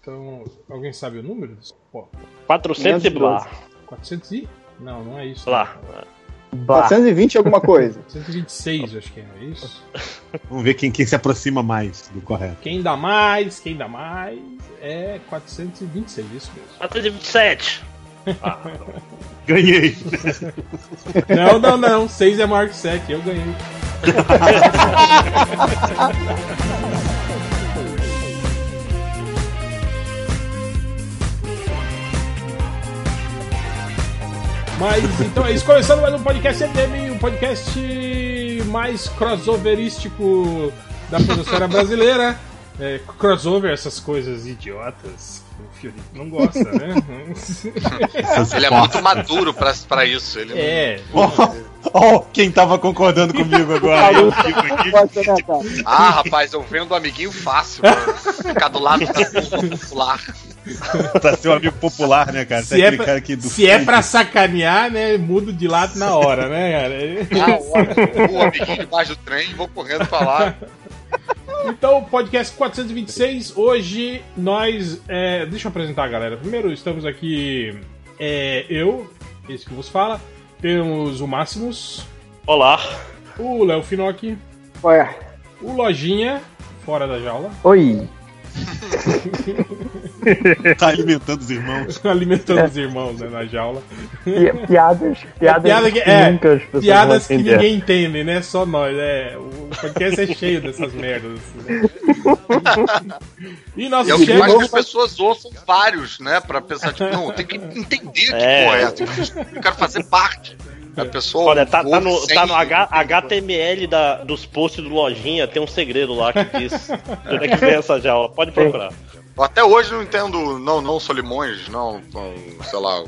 Então, alguém sabe o número? Pô, 400 e blá. 400 e? Não, não é isso. Blá. Blá. 420 alguma coisa. 426, acho que é é isso. Vamos ver quem, quem se aproxima mais do correto. Quem dá mais, quem dá mais, é 426, isso mesmo. 427. Ganhei. Não, não, não, 6 é maior que 7, eu ganhei. Mas então é isso, começando mais um podcast EDM, um podcast mais crossoverístico da produção brasileira. É, crossover, essas coisas idiotas. que O Fiorito não gosta, né? Ele é muito maduro pra, pra isso. Ele não- é, Ó, quem tava concordando comigo agora. Eu fico aqui. Pode ser, né, cara? Ah, rapaz, eu vendo o amiguinho fácil, mano. Ficar do lado da turma popular. Pra ser um amigo popular, né, cara? Você se, é aquele pra, cara que do se é funk. pra sacanear, né? Mudo de lado na hora, né, cara? Ah, o, o amiguinho debaixo do trem, vou correndo pra lá. Então, podcast 426, hoje nós. é, deixa eu apresentar a galera. Primeiro, estamos aqui. é, eu, esse que vos fala. Temos o Máximos, Olá. o Léo Finocchi, Olha. o Lojinha, fora da jaula, Oi. Tá alimentando os irmãos. alimentando os irmãos né, na jaula. Pi- Piadas, piadas Piada que- que é, nunca as pessoas Piadas que vão entender. ninguém entende, né? Só nós. É, o podcast é cheio dessas merdas. assim, né? E E é o nosso que faz que chefe. as pessoas ouçam vários, né? Pra pensar, tipo, não, tem que entender que É. porra é essa. Eu quero fazer parte. A pessoa. Olha, tá, tá no, sem- tá no H- HTML da, dos posts do Lojinha, tem um segredo lá que diz de onde é que vem essa jaula. Pode procurar. Eu Até hoje não entendo, não, não Solimões, não, não sei lá.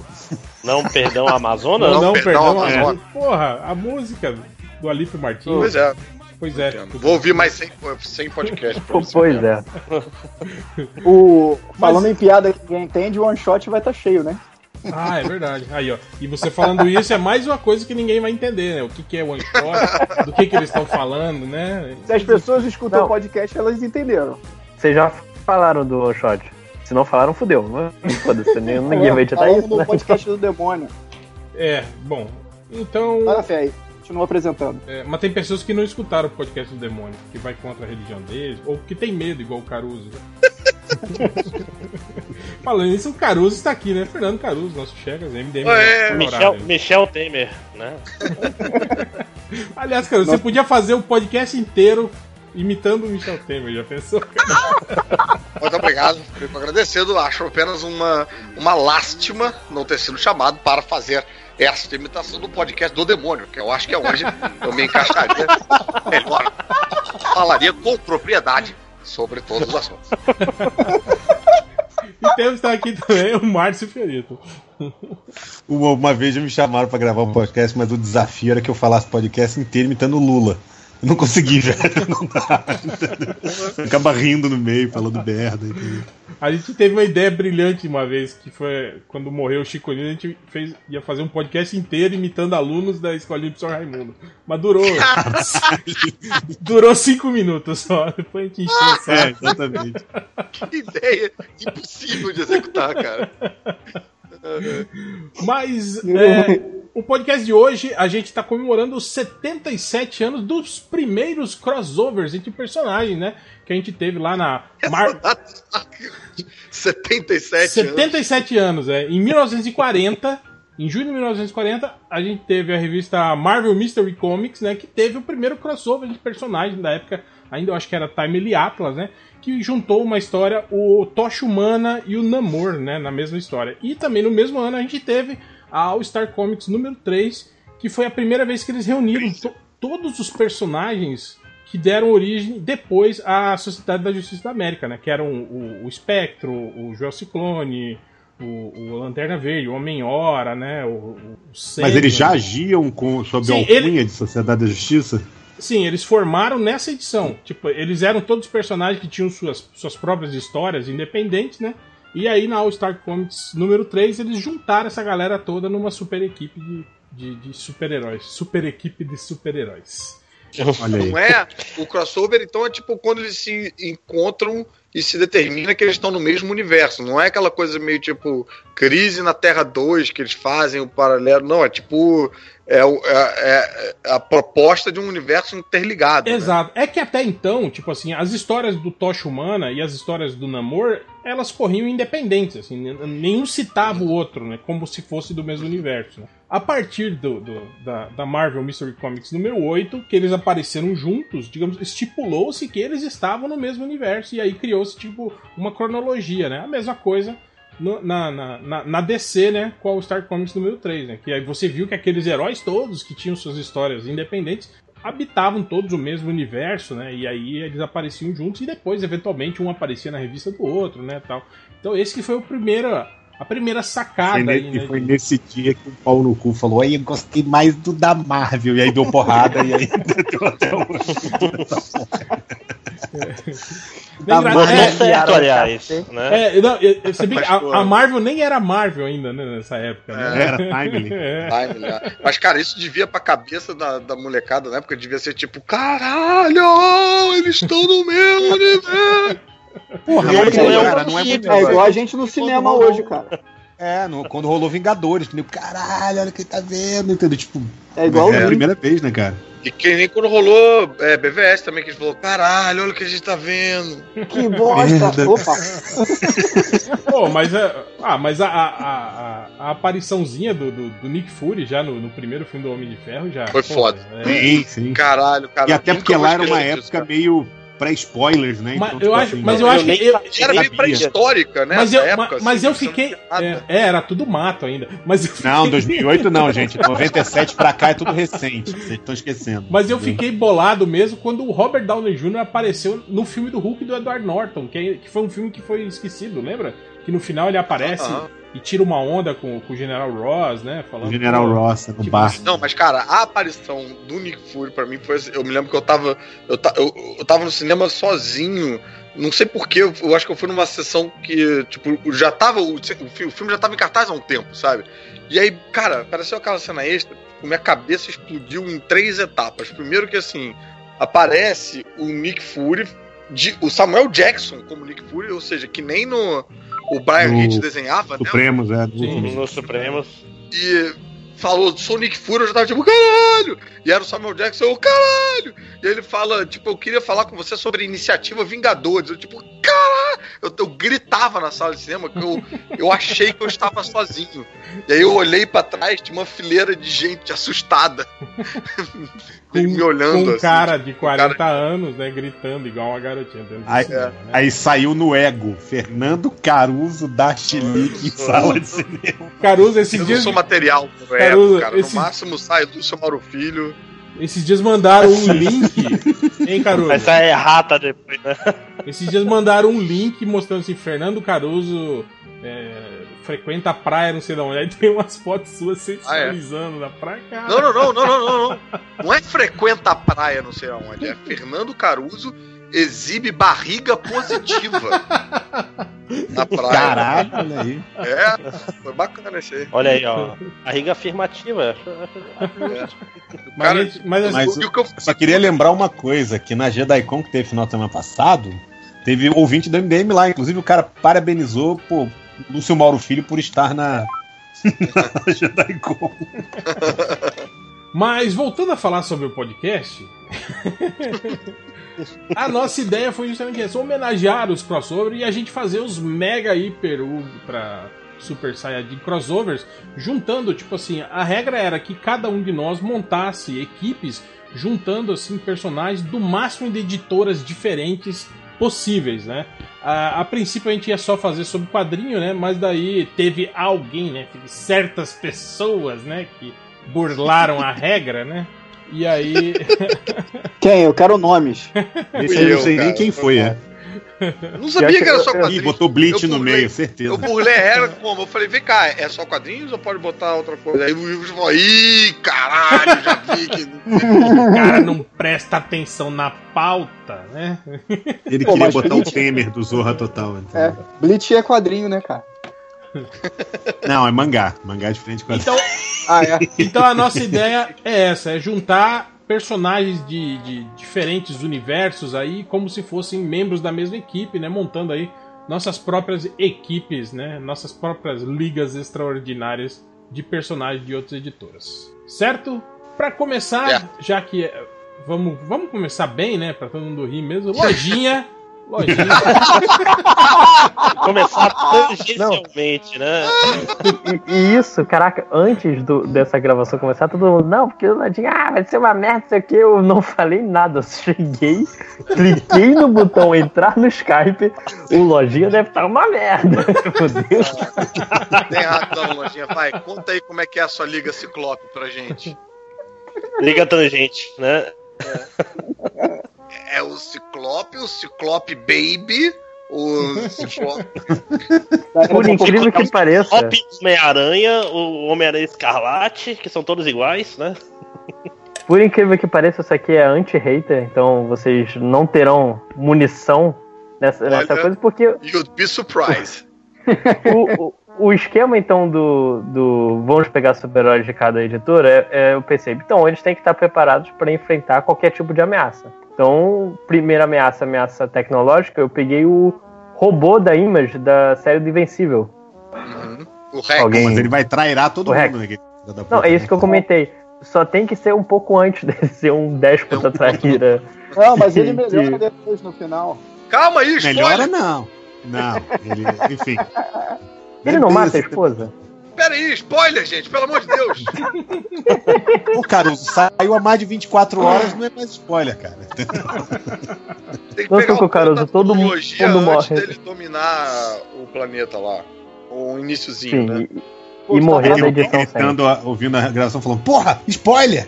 Não, perdão, Amazonas? Não, não, Não, perdão. perdão, a- Amazônia. Porra, a música do Alipe Martins. Pois é, Pois é. entendo. vou ouvir mais 100, 100 podcasts. pra você, Pois cara. é. O... Falando em piada que ninguém entende, o one shot vai estar tá cheio, né? Ah, é verdade. Aí, ó. E você falando isso é mais uma coisa que ninguém vai entender, né? O que, que é one shot, do que, que eles estão falando, né? Se as pessoas escutam Não. o podcast, elas entenderam. Vocês já falaram do one shot. Se não falaram, fudeu. Mas Foda-se, nem- ninguém vai editar Falando isso. do Né? podcast do demônio. É, bom. Então. Olha a fé aí. Continua apresentando. é, mas tem pessoas que não escutaram o podcast do demônio, que vai contra a religião deles, ou que tem medo, igual o Caruso. né? Falando isso, o Caruso está aqui, né? Fernando Caruso, nosso Chegas, MDM. Ué, nosso Michel, horário. Michel Temer, né? Aliás, cara, você podia fazer o podcast inteiro imitando o Michel Temer, já pensou? Muito obrigado, fico agradecido. Acho apenas uma, uma lástima não ter sido chamado para fazer esta imitação do podcast do demônio, que eu acho que é onde eu me encaixaria melhor. Falaria com propriedade sobre todos os assuntos. E temos tá aqui também o Márcio Fiorito. Uma, uma vez já me chamaram pra gravar um podcast, mas o desafio era que eu falasse podcast inteiro imitando o Lula. Eu não consegui, velho. Não dá. Acaba rindo no meio, falando merda. entendeu? A gente teve uma ideia brilhante uma vez, que foi quando morreu o Chico Lino, a gente fez, ia fazer um podcast inteiro imitando alunos da escolinha de São Raimundo. Mas durou. durou cinco minutos só. Depois a gente encheu o saco. É, exatamente. Que ideia impossível de executar, cara. Mas é, o podcast de hoje a gente tá comemorando os 77 anos dos primeiros crossovers entre personagens, né? Que a gente teve lá na Mar- 77 anos. 77 anos, é. Em 1940, em junho de 1940, a gente teve a revista Marvel Mystery Comics, né, que teve o primeiro crossover de personagem da época, ainda eu acho que era Timely Atlas, né, que juntou uma história o Tocha Humana e o Namor, né, na mesma história. E também no mesmo ano a gente teve a All Star Comics número 3, que foi a primeira vez que eles reuniram to- todos os personagens que deram origem depois à Sociedade da Justiça da América, né? Que eram o, o Espectro, o Joel Ciclone, o, o Lanterna Verde, o Homem-Hora, né? O, o Mas eles já Sandman. agiam com, sob a é. Sim, alcunha de Sociedade da Justiça? Sim, eles formaram nessa edição. Tipo, eles eram todos personagens que tinham suas, suas próprias histórias independentes, né? E aí na All Star Comics número 3, eles juntaram essa galera toda numa super equipe de, de, de super-heróis. Super equipe de super-heróis. Olha aí. Não é? O crossover, então, é tipo quando eles se encontram e se determina que eles estão no mesmo universo. Não é aquela coisa meio tipo Crise na Terra 2 que eles fazem o paralelo. Não, é tipo. É, o- é- é a proposta de um universo interligado. né? Exato. É que até então, tipo assim, as histórias do Tocha Humana e as histórias do Namor, elas corriam independentes, assim, nen- nenhum citava o outro, né? Como se fosse do mesmo universo. né? A partir do, do- da, da Marvel Mystery Comics número 8, que eles apareceram juntos, digamos, estipulou-se que eles estavam no mesmo universo, e aí criou-se, tipo, uma cronologia, né? A mesma coisa no- na, na, na, na DC, né? Com a All-Star Comics número 3, né? Que aí você viu que aqueles heróis todos que tinham suas histórias independentes habitavam todos o mesmo universo, né? E aí eles apareciam juntos e depois, eventualmente, um aparecia na revista do outro, né? Tal. Então esse que foi o primeiro, a primeira sacada Foi ne- aí, né? e foi nesse dia que o pau no cu falou: aí eu gostei mais do da Marvel. E aí deu porrada, e aí deu até um. Nem da gra- Marvel. Mandou é, certo, aliás. Né? é, não, eu- eu- você vê que a, Mas, pô. a Marvel nem era Marvel ainda, né? Nessa época, né? Era timely. É. Ai, melhor. né? Mas, cara, isso devia pra cabeça da, da molecada na época, devia ser tipo, caralho, eles estão no meu universo. Porra, E mas aí, é, eu cara, não é consigo, possível. É igual a gente no cinema hoje, cara. É, no- quando rolou Vingadores, entendeu? Caralho, olha quem tá vendo, entendeu? Tipo, É igual é a o Link. primeira vez, né, cara? E que nem quando rolou é, BVS também, que eles falou, caralho, olha o que a gente tá vendo. Que bosta! Merda. Opa! Pô, mas, é- ah, mas a, a, a, a- a apariçãozinha do, do, do Nick Fury já no, no primeiro filme do Homem de Ferro já. Foi foda. é. Sim, sim. Caralho, cara. E até nunca porque vou lá era uma esquecer disso, época meio pré-spoilers, né? Mas tipo eu acho- assim, mas eu acho que nem eu- cara. Era sabia. meio pré-histórica, né? mas eu, essa ma- época, mas assim, eu você não fiquei. tinha nada. É, é, era tudo mato ainda. Mas eu Não, fiquei- 2008 não, gente. 97 pra cá é tudo recente. Vocês estão esquecendo. Mas eu fiquei bolado mesmo quando o Robert Downey Jr. apareceu no filme do Hulk do Edward Norton, que, é- que foi um filme que foi esquecido, lembra? Que no final ele aparece Aham. e tira uma onda com, com o General Ross, né? Falando, O General pô, Ross no Tipo, bar. Não, mas cara, a aparição do Nick Fury pra mim foi. assim, Eu me lembro que eu tava. Eu, ta- eu, eu tava no cinema sozinho. Não sei porquê, eu, eu acho que eu fui numa sessão que, tipo, já tava. O, o fi- o filme já tava em cartaz há um tempo, sabe? E aí, cara, apareceu aquela cena extra, tipo, minha cabeça explodiu em três etapas. Primeiro que assim, aparece o Nick Fury, de- o Samuel Jackson como Nick Fury, ou seja, que nem no. O Brian No- Hitch desenhava, né? Supremos, é. do- Sim. Nos Supremos. e falou, sou Nick Fury, eu já tava tipo, caralho! E era o Samuel Jackson, eu, caralho! E ele fala, tipo, eu queria falar com você sobre a iniciativa Vingadores. Eu, tipo, caralho! Eu, eu gritava na sala de cinema que eu, eu achei que eu estava sozinho. E aí eu olhei pra trás, tinha uma fileira de gente assustada. me Com um olhando assim. cara de 40 cara- anos, né? Gritando igual uma garotinha dentro do Ai, cinema, né? É. Aí saiu no ego. Fernando Caruso da Chilique em sala de cinema. Caruso, esses Eu não dias, sou material pra Cara, época, cara. esse- No máximo sai do seu Mauro Filho. esses dias mandaram um link. Hein, Caruso? Mas sai é errata depois, né? Esses dias mandaram um link mostrando assim, Fernando Caruso é, frequenta a praia, não sei de onde. Aí tem umas fotos suas sensualizando na praia, cara. Ah, é? Não, não, não, não, não, não, não. Não é frequenta a praia, não sei aonde. É Fernando Caruso exibe barriga positiva na praia. Caralho, olha aí. É, foi bacana esse aí. É. Olha aí, ó. Barriga afirmativa. O Mas, cara, gente- mas, assim, Mas- e o que eu Eu só queria lembrar uma coisa, que na GDICon que teve final de semana passado, teve ouvinte do MDM lá, inclusive o cara parabenizou pô, Lúcio Mauro Filho por estar na, na GDICon. mas voltando a falar sobre o podcast, a nossa ideia foi justamente essa: homenagear os crossovers e a gente fazer os mega hiper para Super Saiyajin crossovers, juntando, tipo assim, a regra era que cada um de nós montasse equipes juntando assim personagens do máximo de editoras diferentes possíveis, né? A, a princípio a gente ia só fazer sobre quadrinho, né? Mas daí teve alguém, né? Teve certas pessoas, né? Que burlaram a regra, né? E aí Quem? Eu quero nomes. Esse Fui aí eu eu, não sei nem cara, quem foi foi, mal. é. não sabia que era só Ih, quadrinhos. botou Bleach Eu no pulei. meio, certeza. Eu burlei era como? Eu falei, vem cá, é só quadrinhos ou pode botar outra coisa? Aí o Ivo falou, ih, caralho, já vi que. o cara não presta atenção na pauta, né? Ele Pô, queria mas botar o Bleach- Temer do Zorra Total. então. É. Bleach é quadrinho, né, cara? Não, é mangá. Mangá é diferente com a... Então, Ah, é. então a nossa ideia é essa, é juntar personagens de, de diferentes universos aí, como se fossem membros da mesma equipe, né? Montando aí nossas próprias equipes, né? Nossas próprias ligas extraordinárias de personagens de outras editoras. Certo? Pra começar, Certo. já que eh, vamos, vamos começar bem, né? Pra todo mundo rir mesmo. Lojinha. Lojinha. Começar tangencialmente, né? E, e isso, caraca, antes do- dessa gravação começar, todo mundo, não, porque o Ladinho, ah, vai ser uma merda, não sei o que, eu não falei nada, eu cheguei, cliquei no botão entrar no Skype, o Lojinha deve estar uma merda. Meu Deus. Tem razão, Lojinha. Vai, conta aí como é que é a sua liga Ciclope pra gente. Liga tangente, né? É o Ciclope, o Ciclope Baby, o Ciclope... Por incrível que pareça, Hop Homem-Aranha, o Homem-Aranha Escarlate, que são todos iguais, né? por incrível que pareça, isso aqui é anti-hater, então vocês não terão munição nessa, nessa Olha. coisa, porque You'd be surprised. o, o- o esquema, então, do, do vamos pegar super-heróis de cada editora, é, é, eu pensei, então, eles têm que estar preparados para enfrentar qualquer tipo de ameaça. Então, primeira ameaça, ameaça tecnológica, eu peguei o robô da Image, da série do Invencível. Uhum. O Rex. Alguém- Mas ele vai trairar todo Correto. mundo, né? que filho da Não, puta, é isso que eu né? comentei. Só tem que ser um pouco antes de ser um déspota traíra. Não, mas ele melhora depois no final. Calma aí, Melhora spoiler. não. Não, ele, enfim. Ele não Meu mata a Deus, esposa? Pera aí, spoiler, gente, pelo amor de Deus. Ô, Caruso, saiu há mais de 24 horas, não é mais spoiler, cara. Tem que Não, pegar Tuco, o Caruso, da todo mundo- tecnologia todo antes morre. dele dominar o planeta lá. O iniciozinho, Sim. né? e- E, morrer da edição sem. gritando, a- ouvindo a gravação, falando, porra, spoiler!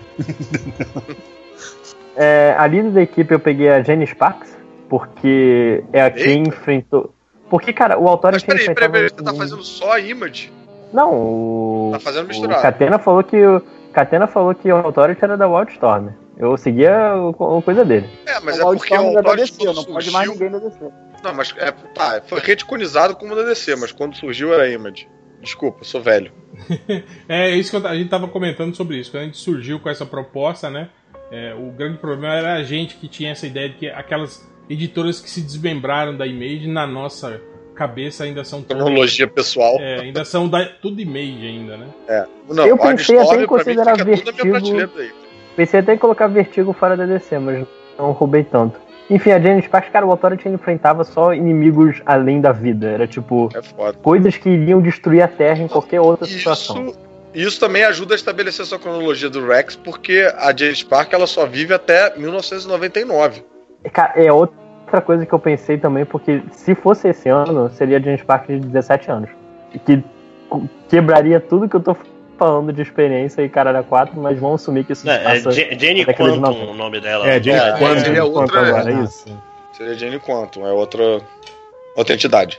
É, a líder da equipe eu peguei a Jenny Sparks, porque é a quem Eita. enfrentou. Porque, cara, o autor Mas quem peraí, peraí, enfrentava peraí, você tá um- fazendo só a image? Não, o. Tá fazendo o misturado. Catena falou que o. Catena falou que o Authority era da Wildstorm. Eu seguia o, o coisa dele. É, mas o é porque o Wildstorm é da Authority DC, quando não pode surgiu- mais ninguém da DC. Não, mas é, tá, foi reticonizado como da DC, mas quando surgiu era a image. Desculpa, eu sou velho. É isso que eu ta- a gente tava comentando sobre isso. Quando a gente surgiu com essa proposta, né? é, o grande problema era a gente que tinha essa ideia de que aquelas editoras que se desmembraram da Image, na nossa cabeça, ainda são tudo, Cronologia pessoal. é, ainda são da, tudo Image ainda, né? Não, Eu a pensei até em pra mim, considerar fica tudo na minha Vertigo. prateleira daí. Pensei até em colocar Vertigo fora da DC, mas não roubei tanto. Enfim, a Jenny Sparks, cara, o Authority enfrentava só inimigos além da vida. Era tipo. É foda. Coisas que iriam destruir a Terra em qualquer outra situação. Isso, isso também ajuda a estabelecer sua cronologia do Rex, porque a Jane Spark ela só vive até 1999. Cara, é outra coisa que eu pensei também, porque se fosse esse ano, seria James Parker de 17 anos. Que quebraria tudo que eu tô falando de experiência e caralho 4, mas vamos assumir que isso É, é passa. Je- Jenny década de Quantum 90. o nome dela. É, Jenny É, Quantum. seria outra- agora, é isso. Seria Jane Quantum, é outra, outra entidade.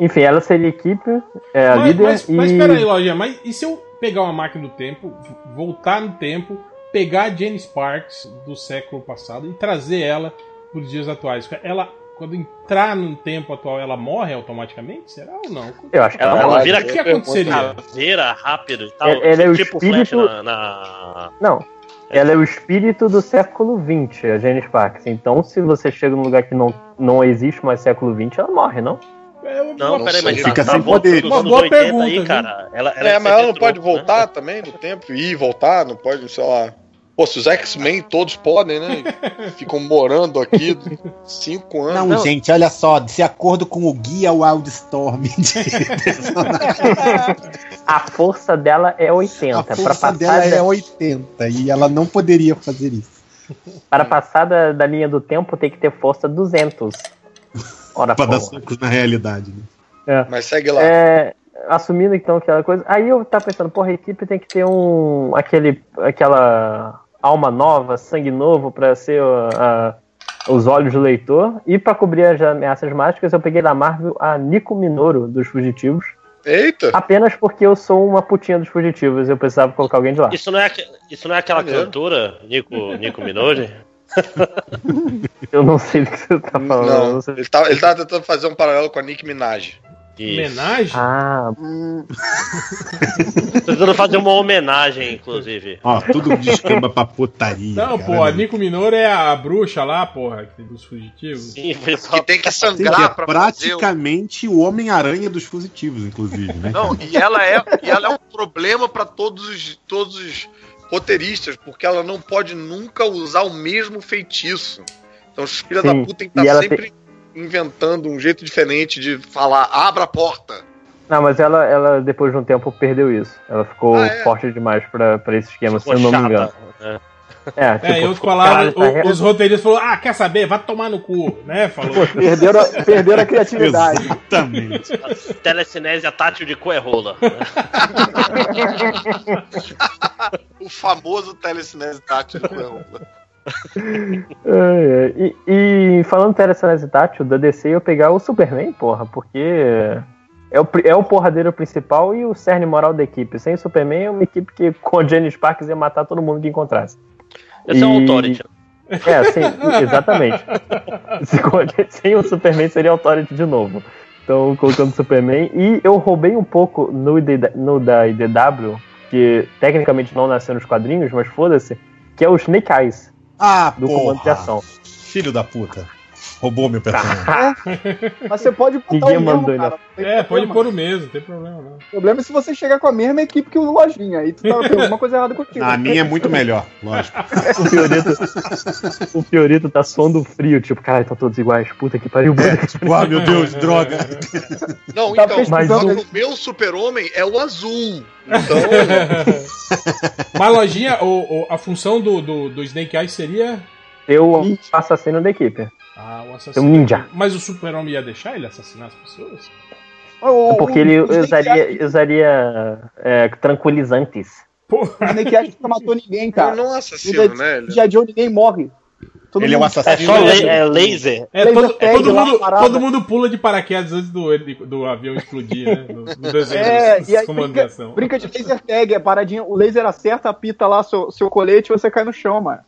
Enfim, ela seria a equipe, é, a mas, líder mas, e... mas peraí, Lojinha, mas e se eu pegar uma máquina do tempo, v- voltar no tempo, pegar a Jane Sparks do século passado e trazer ela para os dias atuais? Ela, quando entrar no tempo atual, ela morre automaticamente? Será ou não? Eu acho que Ela, ela, ela Caralho, vira O que aconteceria? caveira rápido e tal. É, ela é o tipo espírito- Flash na... na- Não, ela é o espírito do século 20, a Jane Sparks. Então, se você chega num lugar que não, não existe mais século 20, ela morre, não? É uma- Não, uma- peraí, mas Fica tá, tá sem voltando poder. nos Uma anos boa 80 aí, pergunta, cara. Ela, ela é, mas ela não sempre pode trouxe, né? voltar também no tempo? Ir e voltar? Não pode, sei lá. Pô, se os X-Men todos podem, né? Ficam morando aqui cinco anos. Não, Não. gente, olha só, de acordo com o guia Wildstorm, de personagem, A força dela é 80. a pra força passar dela da- é 80 e ela não poderia fazer isso. Para passar da, da linha do tempo, tem que ter força 200. Ora, Pra dar porra. socos na realidade. Né? Mas segue lá. É, assumindo então aquela coisa. Aí eu tava pensando, porra, a equipe tem que ter um. aquele. aquela alma nova, sangue novo pra ser a- a- os olhos do leitor. E pra cobrir as ameaças mágicas, eu peguei da Marvel a Nico Minoru dos Fugitivos. Eita! Apenas porque eu sou uma putinha dos Fugitivos, eu precisava colocar alguém de lá. Isso não é, aque- isso não é aquela Maneiro. cantora, Nico, Nico Minoj? Eu não sei do que você tá falando. eu Não, Ah, não sei. tá, ele tava, ele tava tentando fazer um paralelo com a Nick Minaj. Isso. Homenagem? Ah, Tentando fazer uma homenagem, inclusive. Ó, tudo descamba pra putaria. Não, cara. pô, a Nico Minoro é a bruxa lá, porra, que- dos fugitivos. Sim, foi tipo só Que tem que Sim, que é sangrar pra fazer o- praticamente o Homem-Aranha dos fugitivos, inclusive, né? Não, e ela é, e ela é um problema pra todos os, todos os roteiristas, porque ela não pode nunca usar o mesmo feitiço. Então os filhos da Sim, puta tem que e estar ela sempre inventando um jeito diferente de falar, abra a porta. não, mas ela, ela depois de um tempo perdeu isso. Ela ficou Ah, é? forte demais pra, pra esse esquema, ficou se eu não me engano. chata. É. É, tipo, É, em outras ficou- palavras, cara, tá o- os roteiristas falaram, ah, quer saber? Vai tomar no cu, né? Falou. Perderam a, perderam a É criatividade. Exatamente. A Telecinésia tátil de né? Coerrola. O famoso telecinese né? tátil. Não. É, é. E, e falando Teresanese Tátil, da DC eu pegar o Superman, porra, porque é o, pri- é o porradeiro principal e o cerne moral da equipe. Sem o Superman é uma equipe que com a Jenny Sparks ia matar todo mundo que encontrasse. Esse é um E- authority. É, sim, exatamente. Se com a Jen- Sem o Superman seria authority de novo. Então, colocando o Superman. E eu roubei um pouco no, ID, no da IDW, que tecnicamente não nasceu nos quadrinhos, mas foda-se, que é o Snake Eyes, Ah, do comando de ação. porra. Filho da puta. Roubou meu personagem. Mas você pode botar Ninguém o mesmo, mandou né? ele. cara. não tem É, pode problema. pôr o mesmo, não tem problema não. O problema é se você chegar com a mesma equipe que o Lojinha. Aí tu tá tem alguma coisa errada contigo. Ah, a minha é muito melhor, lógico. O Fiorito, o Fiorito tá suando frio, tipo, caralho, estão todos iguais, puta que pariu. puta É. que- Tipo, ah, meu É, Deus, droga. Não, Tá então, pesquisando- só que o meu super-homem é o azul. Então, Mas lojinha, o, o- a função do, do, do Snake Eyes seria. Eu o assassino da equipe. Ah, o É assassino. um ninja. Mas o super-homem ia deixar ele assassinar as pessoas? O- o- É Porque ele o Snake Eyes- usaria, usaria é, tranquilizantes. O Porra, Snake Eyes nunca matou ninguém, Tá. eu cara. não assassino, né? O ele? G.I. Joe ninguém morre. Todo Ele é um mundo- É assassino. só la- é laser. é, Laser todo, é, tag todo, lá, mundo, parada. todo mundo pula de paraquedas antes do, heli- do avião explodir, né? No, no desenho É, dos- e aí dos brinca, comandação. brinca de laser tag, é paradinha. O laser acerta, apita lá seu, seu colete e você cai no chão, mano.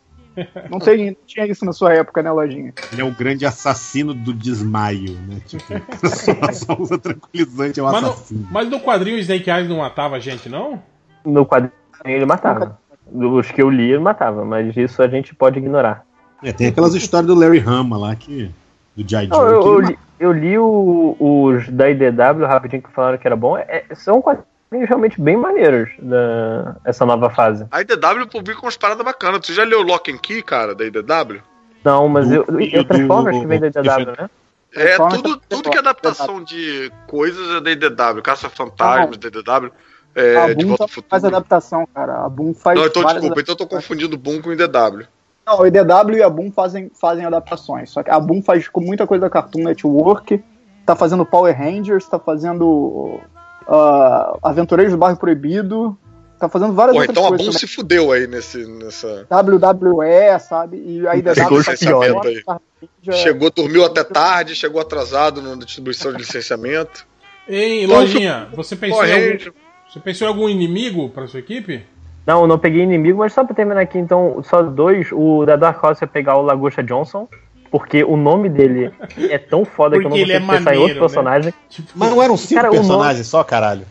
Não, tem, não tinha isso na sua época, né, Lojinha? Ele é o grande assassino do desmaio, né? Tipo, só- só usa tranquilizante, é um Mas, assassino. no, mas no quadrinho o Snake Eyes não matava a gente, não? No quadrinho ele matava. Os que eu li ele matava, mas isso a gente pode ignorar. É, tem aquelas histórias do Larry Hama lá que. Do Jai Não, eu, eu Joe. que- li, eu li o- os da IDW rapidinho que falaram que era bom. É- são quadrinhos realmente bem maneiros da, essa nova fase. A IDW publica umas paradas bacanas. Tu já leu Lock and Key, cara, da IDW? Não, mas Do- eu, e eu do- Transformers que vem da IDW, né? É, Transformers tudo, é tudo que é adaptação de coisas é DDW. Caça-Fantasmas, DDW. É, a de Boom volta tá- ao futuro. faz adaptação, cara. A Boom faz. Não, então várias desculpa, então eu tô confundindo o Boom com o DW. Não, o IDW e a Boom fazem, fazem adaptações. Só que a Boom faz com muita coisa da Cartoon Network, tá fazendo Power Rangers, tá fazendo ah, Aventureiros do Bairro Proibido, tá fazendo várias Pô, outras então a Boom coisas se fudeu aí nesse, nessa. também. WWE, sabe? E a IDW Chegou faz esse evento aí. Power Rangers, Chegou, dormiu até tarde, chegou atrasado na distribuição de licenciamento. Hein, Então, Lojinha, você pensou, em algum, Corrente. você pensou em algum inimigo pra sua equipe? Não, eu não peguei inimigo, mas só pra terminar aqui, então, só dois, o da Dark Horse é pegar o Lagosta Johnson, porque o nome dele é tão foda que eu não Porque ele consigo é pensar em maneiro, outro personagem. Tipo, Mas não eram cinco Cara, o nome- personagens só, caralho.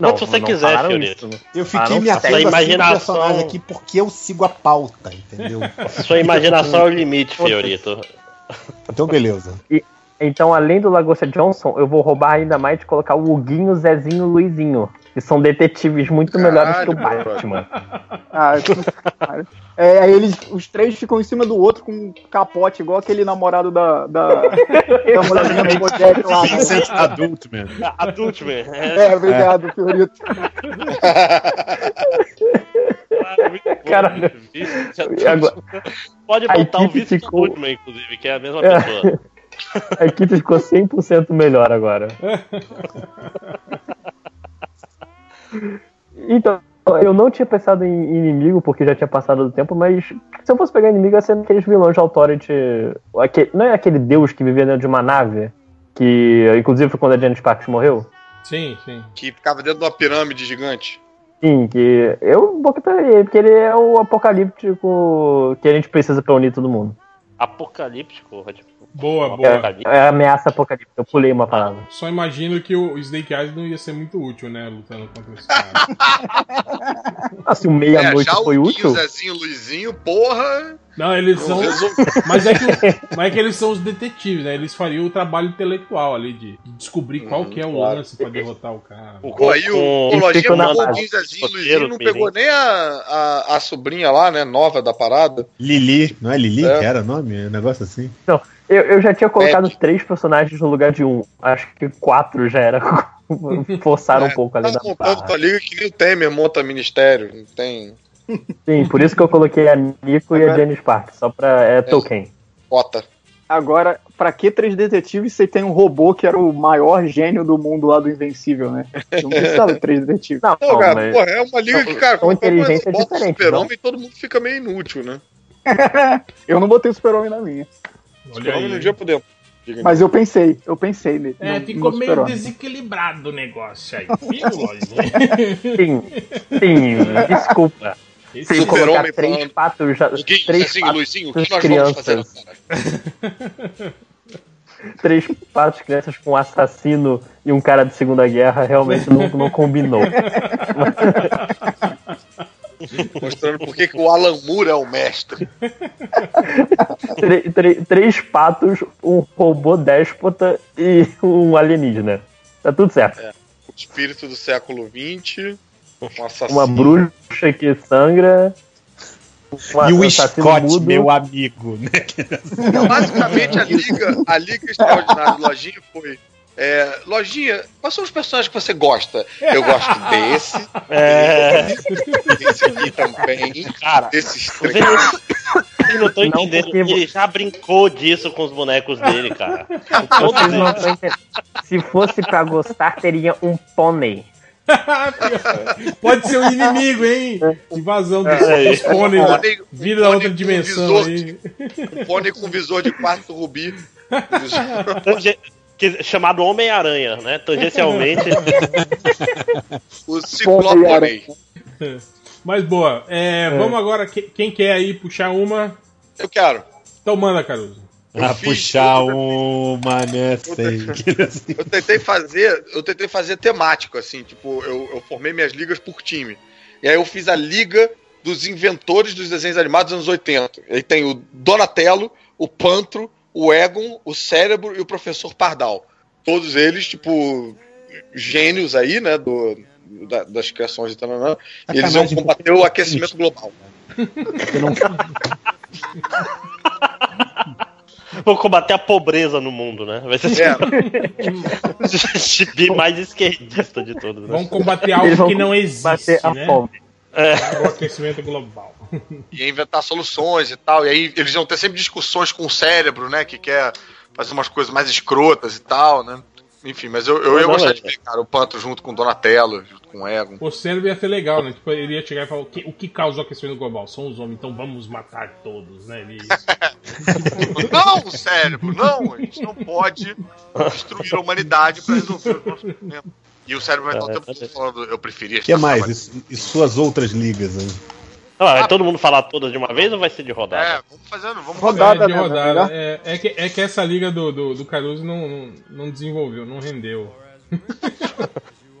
Não, Quanto você não quiser, falaram Fiorito. isso, né? Eu Ah, fiquei não me sei. atendo a Sua cinco imaginação- personagens aqui porque eu sigo a pauta, entendeu? Sua imaginação é o limite, Fiorito. Então, beleza. Então, além do Lagosta Johnson, eu vou roubar ainda mais de colocar o Huguinho, Zezinho e Luizinho, que são detetives muito melhores que o Caralho, Batman. Ah, cara. é, aí eles, os três ficam em cima do outro com um capote, igual aquele namorado da, da, da mulherzinha do Bojack lá. né? Vincent Adult, man. Adult, velho. É, obrigado, Fiorito. É, Caralho. E agora- tá Pode A botar o equipe vice ficou- ficou... inclusive, que é a mesma É. pessoa. A equipe ficou 100% melhor agora. Então, eu não tinha pensado em inimigo, porque já tinha passado do tempo, mas se eu fosse pegar inimigo, ia ser aqueles vilões de Authority. aque- não é aquele deus que vivia dentro de uma nave? Que, inclusive, foi quando a Jane Sparks morreu? Sim, sim. Que ficava dentro de uma pirâmide gigante. Sim, que eu boquetaria ele, porque ele é o apocalíptico que a gente precisa pra unir todo mundo. apocalíptico. Tipo, Boa, um boa. apocalipse. É ameaça apocalipse, eu pulei uma palavra. Só imagino que o Snake Eyes não ia ser muito útil, né? Lutando contra esse cara. Ah, se o meia-noite É, já foi o útil. Zezinho Luizinho, porra. Não, eles são. Não resolve. Mas é, que, mas é que eles são os detetives, né? Eles fariam o trabalho intelectual ali de de descobrir qual que é o claro. lance pra derrotar o cara. O Pô, aí o, com- o Lojinha ficam na mandou o base. Zezinho Luizinho Roteiro, não Mirim. pegou nem a, a, a sobrinha lá, né? Nova da parada. Lili, não é Lili É. que era o nome? É Um negócio assim. Eu, eu já tinha colocado três personagens no lugar de um. Acho que quatro já era. Forçaram um pouco ali Tá da montando barra. tua liga que nem o Temer monta tá ministério. Não tem Sim, por isso que eu coloquei a Nico e a Jenny Spark, só pra. É token. cota. Agora, pra que três detetives se tem um robô que era o maior gênio do mundo lá do Invencível, né? Não precisava de três detetives. Não, Não, não, cara, mas- porra, é uma liga que, cara, são quando inteligentes começa a botar o diferentes, super-homem, todo mundo fica meio inútil, né? Eu não botei o super-homem na minha. Olha Super-homem aí, no hein? dia por dentro. Diga Mas eu pensei, eu pensei nele. É, no- ficou no meio super-homem. desequilibrado o negócio aí, viu, Lojinha? Sim, sim, desculpa. Se Esse- eu colocar Super-Homem três falando. patos já. Ninguém Três assim, patos, Luizinho, o que nós vamos fazer crianças. agora? Três patos crianças com um assassino e um cara de Segunda Guerra realmente não, não combinou. Mostrando por que que o Alan Moore é o mestre. Tre- tre- três patos, um robô déspota e um alienígena. Tá tudo certo. É. O espírito do século XX, um assassino. Uma bruxa que sangra. uma- e um o assim assassino Scott, mudo. meu amigo, né? Então, basicamente, a liga, a liga extraordinária do Lojinha foi... é, Lojinha, quais são os personagens que você gosta? É. Eu gosto desse, É, desse aqui também, cara. desse Vocês estranho. vocês não estão Não, entendendo. porque vo- Ele já brincou disso com os bonecos dele, cara. Vocês Todos não eles. estão entendendo. Se fosse pra gostar, teria um pônei. Pode ser um inimigo, hein? Invasão dos, É, dos fones. Um né? pônei- um Vira da pônei outra com dimensão visor, aí. Um pônei com visor de quarto rubi. Tange- que- Chamado Homem-Aranha, né? Tangencialmente. O ciclopônei. Mas boa. É, Vamos agora. que- Quem quer aí puxar uma? Eu quero. Então manda, Caruso. Eu Ah, fiz puxar outra- uma, né? Sei. Eu tentei fazer, eu tentei fazer temático, assim, tipo, eu, eu formei minhas ligas por time. E aí eu fiz a liga dos inventores dos desenhos animados dos anos 80. Aí tem o Donatello, o Pantro, o Egon, o Cérebro e o Professor Pardal. Todos eles, tipo, gênios aí, né, do, da- das criações de Tananã. E eles vão Sacanagem, combater o aquecimento global. Vou combater a pobreza no mundo, né? Vai ser É, o gibi mais esquerdista de todos, né? Vamos combater algo Eles vão que não existe, Bater a né? fome. É. O aquecimento global. e inventar soluções e tal. E aí eles iam ter sempre discussões com o cérebro, né? Que quer fazer umas coisas mais escrotas e tal, né? Enfim, mas eu, eu ia Não, gostar não, de é. ver, cara, o Panto junto com o Donatello, junto com o Egon. O cérebro ia ser legal, né? Tipo, ele ia chegar e falar: o que, o que causa o aquecimento global? São os homens, então vamos matar todos, né? Ele, Não, o cérebro, não! A gente não pode destruir a humanidade pra resolver o nosso problema. E o cérebro vai estar o tempo todo falando, eu preferia O estar que mais? trabalhando. E, e suas outras ligas, né? Ah, vai todo mundo falar todas de uma vez ou vai ser de rodada? É, vamos fazendo, vamos Roda- rodar. Rodada, é, de né, rodada. melhor? É, é que, é que essa liga do, do, do Caruso não, não, não desenvolveu, não rendeu.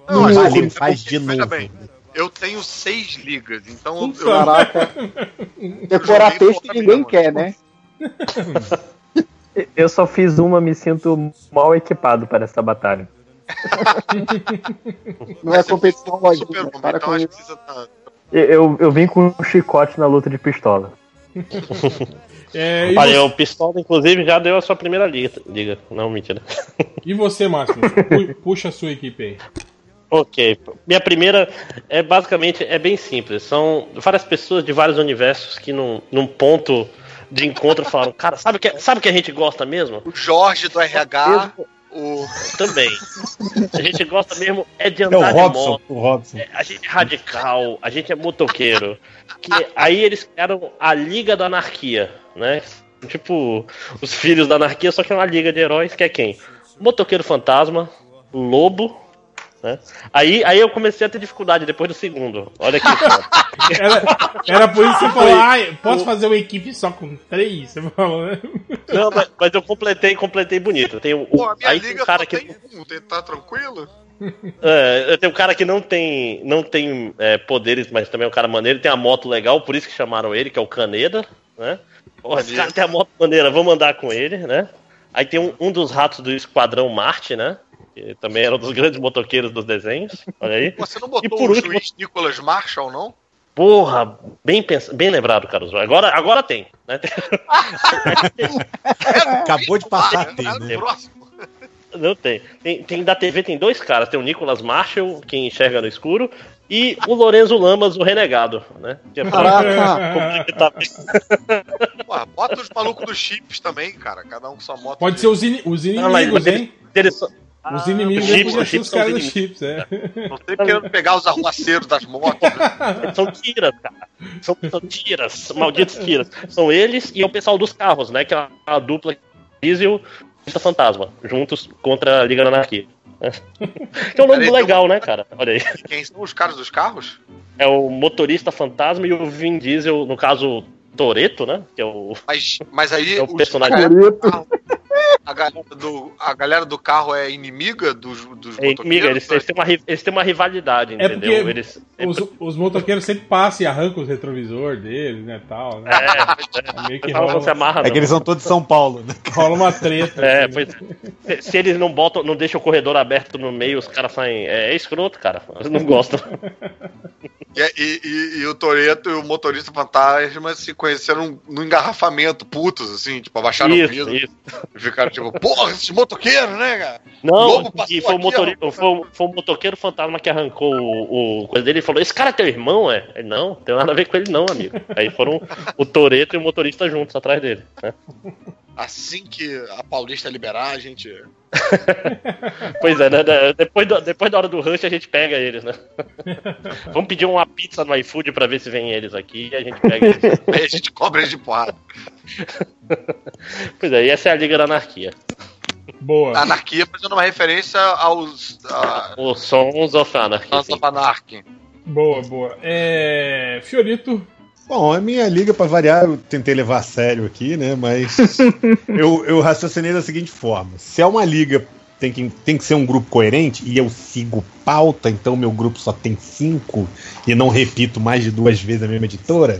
Não, mas Vale, assim, faz de veja novo. É bem, eu tenho seis ligas, então eu, eu, Caraca. Decorar texto ninguém quer, né? Eu só fiz uma, me sinto mal equipado para essa batalha. Não é competição super lojinha. bom, Para então com acho isso. que precisa tá- Eu, eu, eu vim com um chicote na luta de pistola. É, e, Olha, você, o Pistola, inclusive, já deu a sua primeira liga. liga. Não, mentira. e você, Máximo? Pu- Puxa a sua equipe aí. Ok. Minha primeira é basicamente é bem simples. São várias pessoas de vários universos que num, num ponto de encontro falaram, cara, sabe o que, é, sabe o que a gente gosta mesmo? O Jorge do RH, o Também. A gente gosta mesmo é de É o Tá andar de Robson, moto. o Robson. A gente é radical, a gente é motoqueiro. Que aí eles criaram a Liga da Anarquia, né? Tipo, os filhos da anarquia, só que é uma liga de heróis que é quem? Motoqueiro Fantasma, Lobo, né? Aí, aí eu comecei a ter dificuldade depois do segundo. Olha que foda. Era, era por isso que você falou, ah, posso fazer uma equipe só com três? Você falou, né? Não, mas, mas eu completei, completei bonito. Tem o, Pô, a minha aí tem liga um cara só que tem um, tem- tá tranquilo? É, tem um cara que não tem, não tem é, poderes, mas também é um cara maneiro. Tem a moto legal, por isso que chamaram ele, que é o Caneda, né? Porra, esse cara tem a moto maneira, vamos andar com ele, né? Aí tem um, um dos ratos do Esquadrão Marte, né? Que também era um dos grandes motoqueiros dos desenhos. Olha aí. Você não E botou por o último- juiz Nicholas Marshall, não? Porra, bem, pens... bem lembrado, Carlos. Agora, agora tem, né? Acabou de Ah, passar, tem, era né? o próximo. Não tem. tem. Tem da TV tem dois caras, tem o Nicolas Marshall, que enxerga no escuro, e o Lorenzo Lamas, o renegado, né? Que é pra Caraca. complementar Pô, bota os malucos dos chips também, cara. Cada um com sua moto. Pode ser os, ini- os Não, mas- inimigos, mas hein? Eles são- Os inimigos os chips, podiam ser os chips os são caras os dos chips, é. Não tem querendo pegar os arruaceiros das motos. né? eles são tiras, cara. São, são tiras, malditos tiras. São eles e é o pessoal dos carros, né? Que é a, a dupla diesel e o fantasma, juntos contra a Liga da Anarquia. Que é um nome Peraí, legal, né, cara? Olha aí. E Quem são os caras dos carros? É o motorista fantasma e o Vin Diesel, no caso, Toreto, né? Que é o. Mas, mas aí. É o os- personagem. a, galera do Coreto. carro, a galera do, a galera do carro é inimiga dos, dos É, amiga, eles, eles motoqueiros? têm uma, ri- eles têm uma rivalidade, É entendeu? porque Eles, Os, os motoqueiros sempre passam e arrancam os retrovisor deles, né, tal, né? É, Meio que eles não se rola, amarra, É que não. eles são todos de São Paulo, né? rola uma treta. É, assim, né? pois é. se, se eles não botam, não deixam o corredor aberto no meio, os caras saem. É, é escroto, cara. Eles não gostam. E, É, e- e- e o Toreto e o motorista fantasma se conheceram no engarrafamento, putos, assim, tipo, abaixaram o isso, vidro isso. e ficaram tipo, porra, esses motoqueiros, né, cara? Não, Lobo passou e foi, o aqui, motori- ó. foi, o- foi o motoqueiro fantasma que arrancou o, o coisa dele e falou: Esse cara é teu irmão, é? Ele, não, tem nada a ver com ele, não, amigo. Aí foram o Toreto e o motorista juntos atrás dele. né? Assim que a Paulista liberar, a gente. Pois é, né? né, Depois, da- depois da hora do rush a gente pega eles, né? Vamos pedir uma pizza no iFood pra ver se vem eles aqui e a gente pega eles. Aí a gente cobra eles de porrada. Pois é, e essa é a Liga da Anarquia. Boa. A anarquia fazendo uma referência aos. A... Os Sons of Anarchy. Sons sim. of Anarchy. Boa, boa. É, Fiorito, Bom, a minha liga, pra variar, eu tentei levar a sério aqui, né? Mas eu, eu raciocinei da seguinte forma: se é uma liga, tem que, tem que ser um grupo coerente, e eu sigo pauta, então meu grupo só tem cinco, e não repito mais de duas vezes a mesma editora.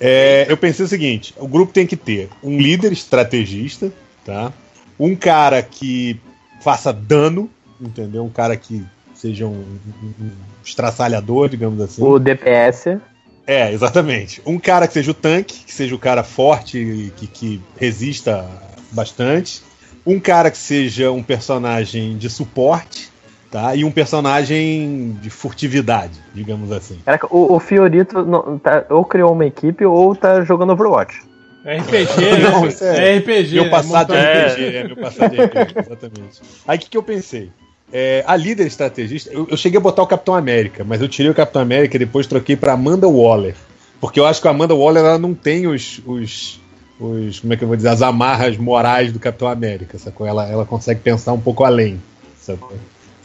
é, eu pensei o seguinte: o grupo tem que ter um líder estrategista, tá? Um cara que faça dano, entendeu? Um cara que seja um, um, um estraçalhador, digamos assim. O DPS. É, exatamente. Um cara que seja o tanque, que seja o cara forte, e que, que resista bastante. Um cara que seja um personagem de suporte, tá? E um personagem de furtividade, digamos assim. Caraca, o, o Fiorito não- tá- ou criou uma equipe ou tá jogando Overwatch. é RPG, né? Não, isso é- é, RPG. Meu né? passado de Montando- É. RPG, é, meu passado de RPG, exatamente. Aí o que, que eu pensei? É, a líder estrategista, eu, eu cheguei a botar o Capitão América, mas eu tirei o Capitão América e depois troquei pra Amanda Waller. Porque eu acho que a Amanda Waller ela não tem os, os, os. Como é que eu vou dizer? As amarras morais do Capitão América, sacou? Ela, ela consegue pensar um pouco além, sacou?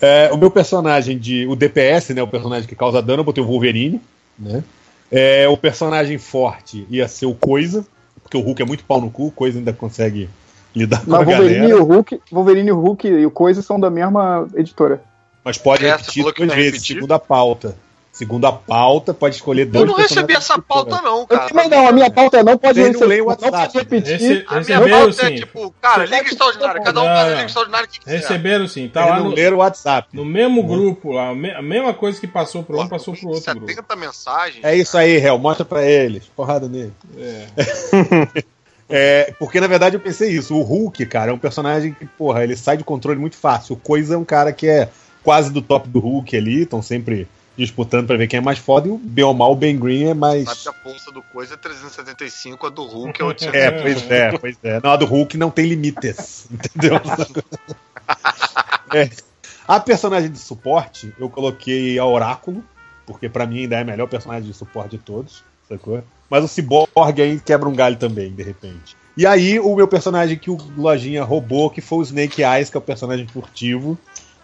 É, o meu personagem de. O DPS, né? O personagem que causa dano, eu botei o Wolverine, né? É, o personagem forte ia ser o Coisa, porque o Hulk é muito pau no cu, o Coisa ainda consegue lidar com a Mas Wolverine e, galera. o Hulk, Wolverine, o Hulk e o Coisa são da mesma editora. Mas pode É, você repetir falou que duas vai vezes, repetir? segundo a pauta. Segundo a pauta, pode escolher dois Eu não recebi personagens essa da editora. pauta, não, Eu cara. também não, a minha pauta não pode Vocês não receber- leem o não WhatsApp. pode repetir. Rece- tipo, A minha receberam pauta é sim. tipo, cara, liga extraordinária. Cada um faz a liga Não. extraordinária que quiser. Receberam sim. Tá Ele lá não no, ler o WhatsApp. no mesmo grupo lá. me- A mesma coisa que passou pro um, passou é pro outro grupo. 70 mensagens. É isso aí, Réu. Mostra pra eles. Porrada nele. É, porque na verdade eu pensei isso. O Hulk, cara, é um personagem que, porra, ele sai de controle muito fácil. O Coisa é um cara que é quase do top do Hulk ali, estão sempre disputando pra ver quem é mais foda. E o bem ou mal, o Ben Green é Sabe mais. que a força do coisa é 375, a do Hulk é 800. É, pois é, pois é. Não, a do Hulk não tem limites, entendeu? É. A personagem de suporte, eu coloquei a Oráculo, porque pra mim ainda é a melhor personagem de suporte de todos, sacou? Mas o Cyborg aí quebra um galho também, de repente. E aí, o meu personagem que o Lojinha roubou, que foi o Snake Eyes, que é o personagem furtivo,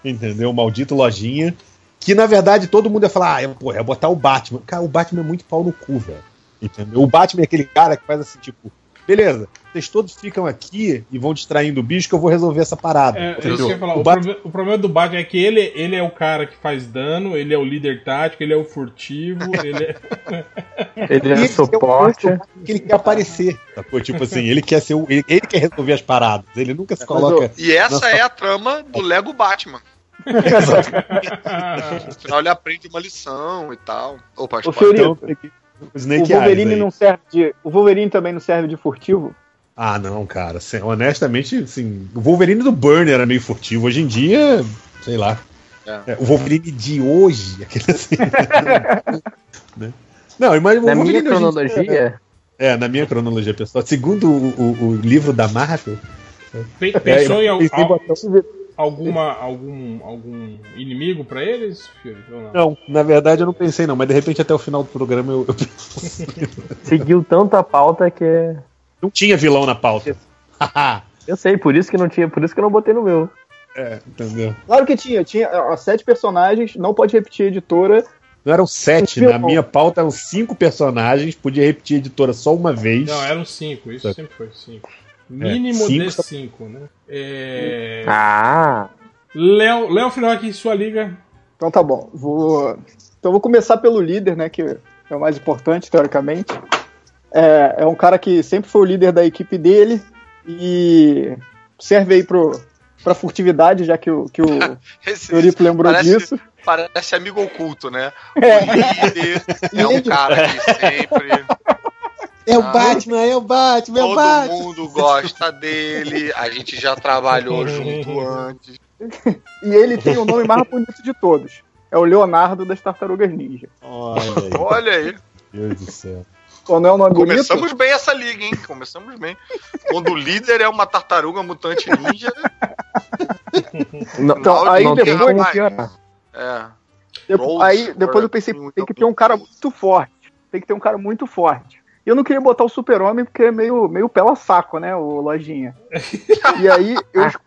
entendeu? O maldito lojinha. Que na verdade todo mundo ia falar, ah, é, pô, é botar o Batman. Cara, o Batman é muito pau no cu, velho. Entendeu? O Batman é aquele cara que faz assim, tipo, beleza, vocês todos ficam aqui e vão distraindo o bicho que eu vou resolver essa parada. É, entendeu? isso que eu ia falar. O O, Batman- proble- o problema do Batman é que ele, ele é o cara que faz dano, ele é o líder tático, ele é o furtivo, ele é. Ele é Ele suporte. é o único que ele quer aparecer. sacou? Tipo assim, ele quer ser o, ele, ele quer resolver as paradas. Ele nunca se coloca. E essa é a trama do Lego Batman. No final ele aprende uma lição e tal. Opa, Ô, spoiler. um Fiorito, o o Snake Wolverine Eyes aí. não serve de. O Wolverine também não serve de furtivo? Ah, não, cara. Assim, honestamente, assim, o Wolverine do Burner era meio furtivo. Hoje em dia, sei lá. É. É, o Wolverine de hoje, aquele assim. né? Não, mas o Na Wolverine minha hoje em dia- cronologia, é, na minha cronologia, pessoal. Segundo o, o- o livro da Marvel, Pe- Pensou é, em al- eles têm al- botão- alguma, algum, algum inimigo pra eles? Fiorito, ou não? Não, na verdade eu não pensei, não, mas de repente até o final do programa eu, eu seguiu tanto a pauta que. não tinha vilão na pauta. Eu sei, por isso que não tinha, por isso que eu não botei no meu. é, entendeu? Claro que tinha, tinha ó, sete personagens, não pode repetir a editora. Não eram sete, Vilão. é na minha pauta eram cinco personagens, podia repetir a editora só uma vez. Não, é eram cinco, isso Tá. sempre foi cinco. Mínimo cinco. de cinco, né? É... Ah! Léo, Léo Finocchi, sua liga. Então tá bom, vou. Então vou começar pelo líder, né? Que é o mais importante, teoricamente. É, é um cara que sempre foi o líder da equipe dele e serve aí pro, pra furtividade, já que o, que o Esse- Euripo lembrou Parece- disso. Parece amigo oculto, né? É. O líder é um cara que sempre. É Ah. é o Batman, todo mundo gosta dele. A gente já trabalhou junto antes. E ele tem o nome mais bonito de todos. É o Leonardo das Tartarugas Ninja. Olha aí, Olha aí. meu Deus do céu. Qual não é o nome bonito? Começamos bem essa liga, hein? Começamos bem. Quando o líder é uma tartaruga mutante ninja. Não, Então, Mal aí não tem depois, como mais. piorar. É. depo- Rhodes, aí depois eu pensei, Rhodes, tem que ter um cara muito forte. Tem que ter um cara muito forte. E eu não queria botar o super-homem porque é meio, meio pela saco, né, o Lojinha. E aí eu es-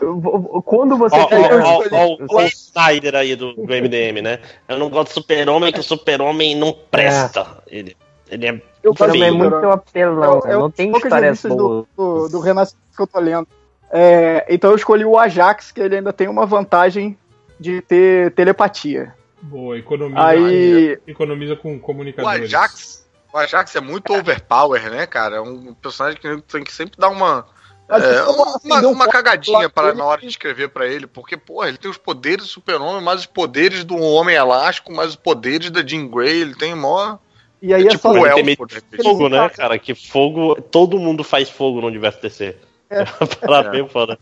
Eu vou- Quando você. Ó, ó, tiver- ó, ó, ó, ó, o Snyder aí do, do MDM, né? Eu não gosto do super-homem, que o super-homem não presta. Ele, ele é. eu Também gosto Também é do muito Super-Homem. apelão, É, é não tem poucas histórias revistas boas. do, do, do Renascimento que eu tô lendo. É, então eu escolhi o Ajax, que ele ainda tem uma vantagem de ter telepatia. Boa, economiza, Aí, economiza com O comunicadores. Ajax. O Ajax é muito overpower, né, cara? É um personagem que tem que sempre dar uma. Mas É, só uma, acender um uma fogo cagadinha lá, pra, ele- na hora de escrever pra ele, porque, porra, ele tem os poderes do super-homem, mais os poderes do homem elástico, mais os poderes da Jean Grey, ele tem mó... E aí é é, tipo só o ele tem elfo, meio né, bicho? Fogo, né, cara? Que fogo. Todo mundo faz fogo no universo DC. É. Parabéns, bem foda.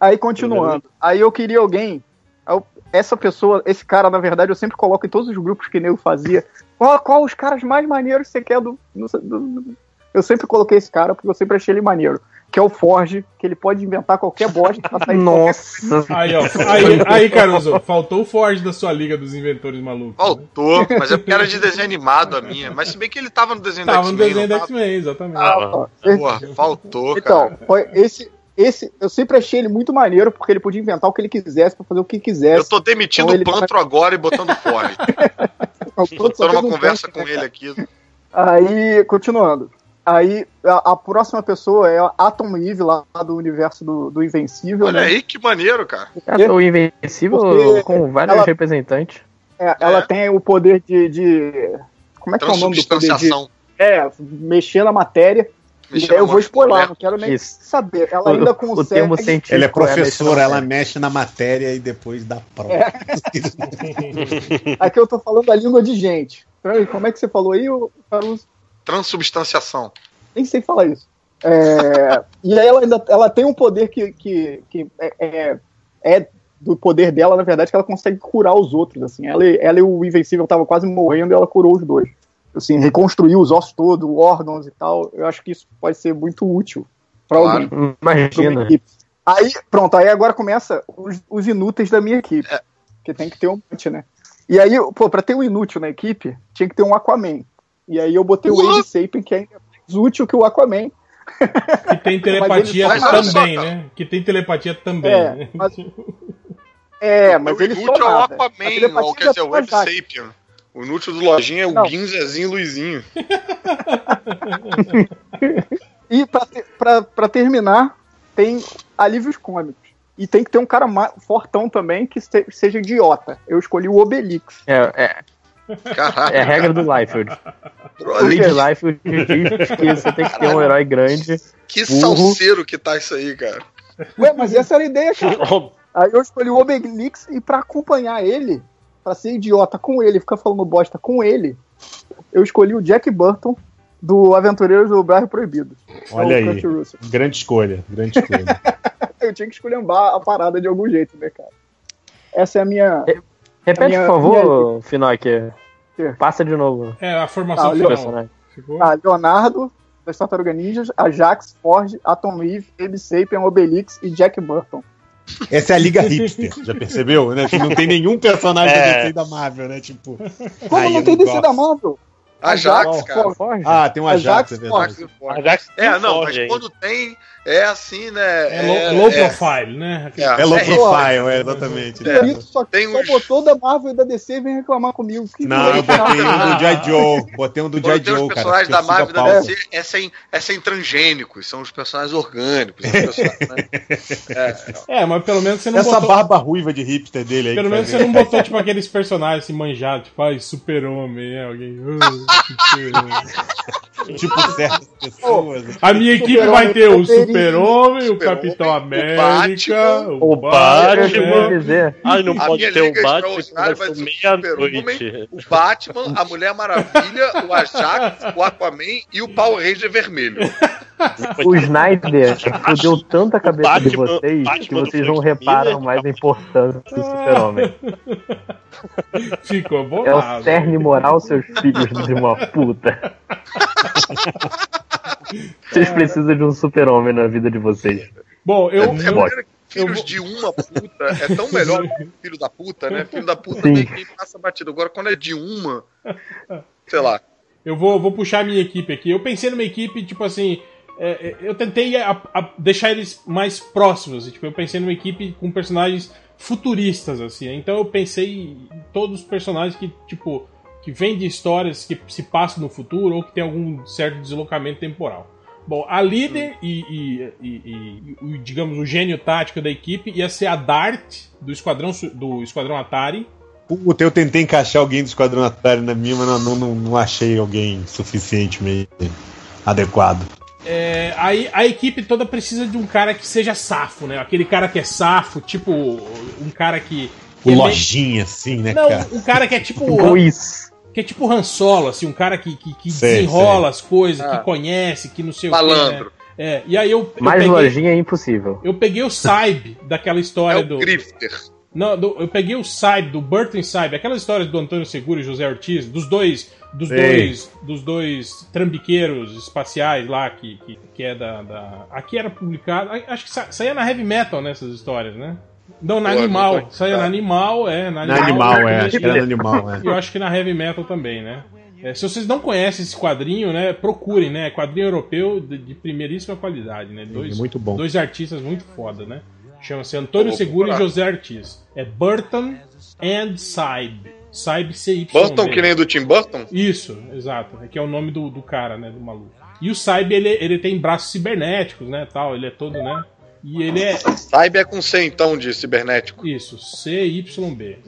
Aí continuando. Uhum. Aí eu queria alguém. eu- Essa pessoa, esse cara, na verdade, eu sempre coloco em todos os grupos que nego fazia. Qual, qual os caras mais maneiros que você quer do, do- do- Eu sempre coloquei esse cara porque eu sempre achei ele maneiro. Que é o Forge, que ele pode inventar qualquer bosta pra sair de qualquer- Nossa, Aí, ó. Aí, aí, Caruso, faltou o Forge da sua liga dos inventores malucos. né? Faltou, mas é porque era de desenho animado a minha. Mas se bem que ele tava no desenho da Tava no X-Men, desenho não da tava? X-Men, exatamente. Ah, Porra, faltou, cara. Então, foi esse, esse. Eu sempre achei ele muito maneiro porque ele podia inventar o que ele quisesse pra fazer o que Eu quisesse. tô demitindo Então ele o Pantro agora e botando fora. Todos só Tô numa fez um conversa teste, com ele aqui. Aí, continuando. Aí, a, a próxima pessoa é a Atom Eve, lá do universo do, do Invencível. Olha né? aí que maneiro, cara. cara, o Invencível Porque com vários ela- representantes. É, ela É. tem o poder de, de- Como é que é o nome do poder de... Transubstanciação. É, mexer na matéria. e Mexendo aí eu na vou né? mão. spoiler, não quero nem Isso. saber. Ela O- ainda O consegue... termo científico. Ela é mexer professora, na ela mexe na matéria e depois dá prova. Aqui eu tô falando a língua de gente. Peraí, como é que você falou aí, ô, Caruso? Transubstanciação. Nem sei falar isso. É, e aí ela ainda ela tem um poder que, que, que é, é, é do poder dela, na verdade, que ela consegue curar os outros. Assim. Ela, e- ela e o Invencível estavam quase morrendo e ela curou os dois. Assim, reconstruiu os ossos todos, órgãos e tal. Eu acho que isso pode ser muito útil pra Claro. alguém. é pra uma Imagina. equipe. Aí, pronto, aí agora começa os, os inúteis da minha equipe. Porque tem que ter um monte, né? E aí, pô, pra ter um inútil na equipe, tinha que ter um Aquaman. E aí eu botei o What? Wade Sapien, que é ainda mais útil que o Aquaman. Que tem telepatia Mas ele- mas olha só, também, cara. né? Que tem telepatia também. É, né? mas- É, mas ele só inútil é o nada. A Aquaman, ou telepatia quer dizer, o é Web fantástico. Sapien. O inútil do Lojinha é o Não. Guinzezinho e Luizinho. E pra, ter- pra- pra terminar, tem alívios cômicos. E tem que ter um cara ma- fortão também que se- seja idiota. Eu escolhi o Obelix. É, é, Caralho. é a regra do Liefeld. brother, Porque Liefeld diz que você tem que ter um herói grande. que burro. salseiro que tá isso aí, cara. Ué, mas essa era a ideia, cara. Aí eu escolhi o Obelix e pra acompanhar ele, pra ser idiota com ele, ficar falando bosta com ele, eu escolhi o Jack Burton do Aventureiros do Bairro Proibido. Olha É o aí. Kurt Russell. Grande escolha, grande escolha. Eu tinha que esculhambar a parada de algum jeito, né, cara? Essa é a minha. Repete, Minha- por favor, Finoc. Que? Passa de novo. É, a formação Ah, o Não. final. personagem. Ficou? Ah, Leonardo, das Tartarugas Ninjas, Ajax, Ford, Atom Eve, Abe Sapien, Obelix e Jack Burton. Essa é a liga hipster, já percebeu? Né? Que não tem nenhum personagem É. da DC da Marvel, né? Tipo. Como Aí não eu tem DC gosto. da Marvel? Ah, Ajax, Ajax, cara. Forge? Ah, tem um Ajax, Ajax, é Ajax verdade. e Forge. Ajax É, não, mas Forge, hein? quando tem, é assim, né? É low, low é- profile, né? É low é, profile, é, exatamente. É. Bonito, só, Tem só uns- botou da Marvel e da DC e vem reclamar comigo. Que Não, eu doido, cara. botei um do G.I. Joe. Botei um do Quando G.I. tem os Joe, cara. personagens que eu da sigo a Marvel e da pauta. DC, é sem, é sem transgênicos, são os personagens orgânicos. São os personagens, né? É, É, mas pelo menos você não Essa botou. barba ruiva de hipster dele aí. Pelo que menos você faz- não botou, tipo, aqueles personagens assim, manjados, tipo, ai, super-homem, é, alguém. ah, super-homem. Tipo certas pessoas. né? A minha equipe Super-homem, vai ter o Wolverine, super-homem, o Super-Homem, Capitão o América, Batman, o o Ah, Batman. né? Eu queria dizer. Ai, não A minha pode ter liga o Batman, vai extraordinária vai ser ser o meia-noite. o Batman, a Mulher Maravilha, o Ajax, o Aquaman e o Power Ranger Vermelho. O Snyder fudeu tanta cabeça de Batman- vocês Batman que do vocês Frank não reparam Miller. Ah. mais a importância do super-homem. Ficou É Ah, o bolado. cerne moral, seus filhos de uma puta. Vocês precisam de um super-homem na vida de vocês. Bom, eu, É eu, bom. Primeiro que eu Filhos vou- de uma puta é tão melhor que filho da puta, né? Filho da puta Sim. tem quem passa batido. Agora, quando é de uma, sei lá. eu vou, vou puxar a minha equipe aqui. Eu pensei numa equipe, tipo assim. é, é, eu tentei a- a- deixar eles mais próximos. assim, Tipo, eu pensei numa equipe com personagens futuristas, assim. né? Então eu pensei em todos os personagens que, tipo, que vêm de histórias que se passam no futuro ou que tem algum certo deslocamento temporal. Bom, a líder e, e- e- e- e o, digamos, o gênio tático da equipe ia ser a Dart do Esquadrão, Su- do Esquadrão Atari. Puta, eu tentei encaixar alguém do Esquadrão Atari na minha, mas não, não, não, não achei alguém suficientemente adequado. É, aí a equipe toda precisa de um cara que seja safo, né? Aquele cara que é safo, tipo um cara que. O que é Lojinha, assim, né, meio- Não, cara? um cara que é tipo. Pois. Que é tipo Han Solo, assim, um cara que, que, que Sei, desenrola as coisas, Ah. que conhece, que não sei o Malandro. que. É, e aí eu, eu Mais peguei, lojinha é impossível. eu peguei o Saib daquela É história o do. Grifter. Não, do- eu peguei o Saib, do Burton Saib, aquela história do Antônio Seguro e José Ortiz, dos dois. Dos Sei. dois. Dos dois trambiqueiros espaciais lá, que, que, que é da, da- Aqui era publicado. a- Acho que sa- saía na heavy metal, né? Essas histórias, né? Não, na Pô, animal. não foi- saía na animal, é. Na Na animal, animal, é. Acho que era no E animal, é. eu acho que na heavy metal também, né? É, se vocês não conhecem esse quadrinho, né? Procurem, né? Quadrinho europeu de, de primeiríssima qualidade, né? Dois, Muito bom. dois artistas muito foda, né? Chama-se Antônio Vou Seguro e procurar. José Ortiz. É Burton and Saib. Saib CY. Burton, que nem do Tim Burton? Isso, exato. É que é o nome do, do cara, né? Do maluco. E o Saib, ele, ele tem braços cibernéticos, né? Tal, ele é todo, né? E ele é. Cyber é com C, então, de cibernético. Isso, CYB.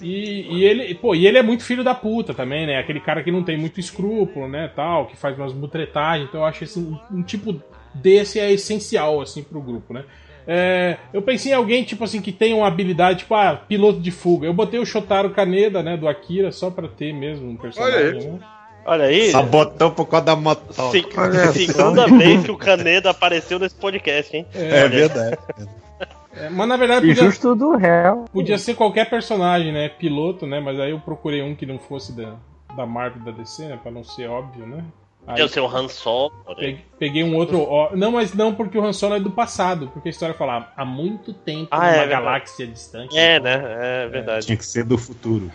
E, e ele, pô, e ele é muito filho da puta também, né? Aquele cara que não tem muito escrúpulo, né, tal, que faz umas mutretagens. Então eu acho esse um, um tipo desse é essencial assim pro grupo, né? É, eu pensei em alguém tipo assim que tem uma habilidade, tipo, ah, piloto de fuga. Eu botei o Shotaro Kaneda, né, do Akira só pra ter mesmo um Olha personagem, aí. né? Olha aí. Tá Sabotão por causa da moto. se- Segunda vez que o Caneda apareceu nesse podcast, hein? É verdade. É, mas na verdade E podia, justo do réu. podia ser qualquer personagem, né, piloto, né, mas aí eu procurei um que não fosse da da Marvel e da DC, né, pra não ser óbvio, né? Aí- Tem É o seu Han Solo. né? Pe- Peguei um outro. ó- Não, mas não porque o Han Solo é do passado. Porque a história fala há muito tempo Ah, numa é verdade. galáxia distante. É, né? É verdade. Tinha que ser do futuro.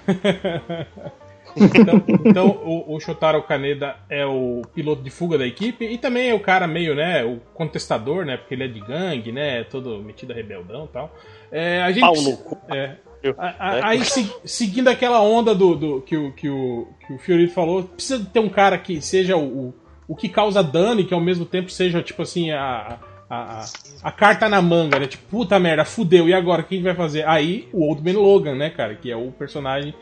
Então, então o, o Shotaro Kaneda é o piloto de fuga da equipe e também é o cara meio, né, o contestador, né, porque ele é de gangue, né, todo metido a rebeldão e tal. É, a gente, Pau no cu. é, a- a- Aí, se- seguindo aquela onda do, do- que, o, que, o, que o Fiorito falou, precisa ter um cara que seja o, o, o que causa dano e que ao mesmo tempo seja, tipo assim, a, a, a, a carta na manga, né? Tipo, puta merda, fudeu, e agora? O que a gente vai fazer? Aí, o Old Man Logan, né, cara? Que é o personagem.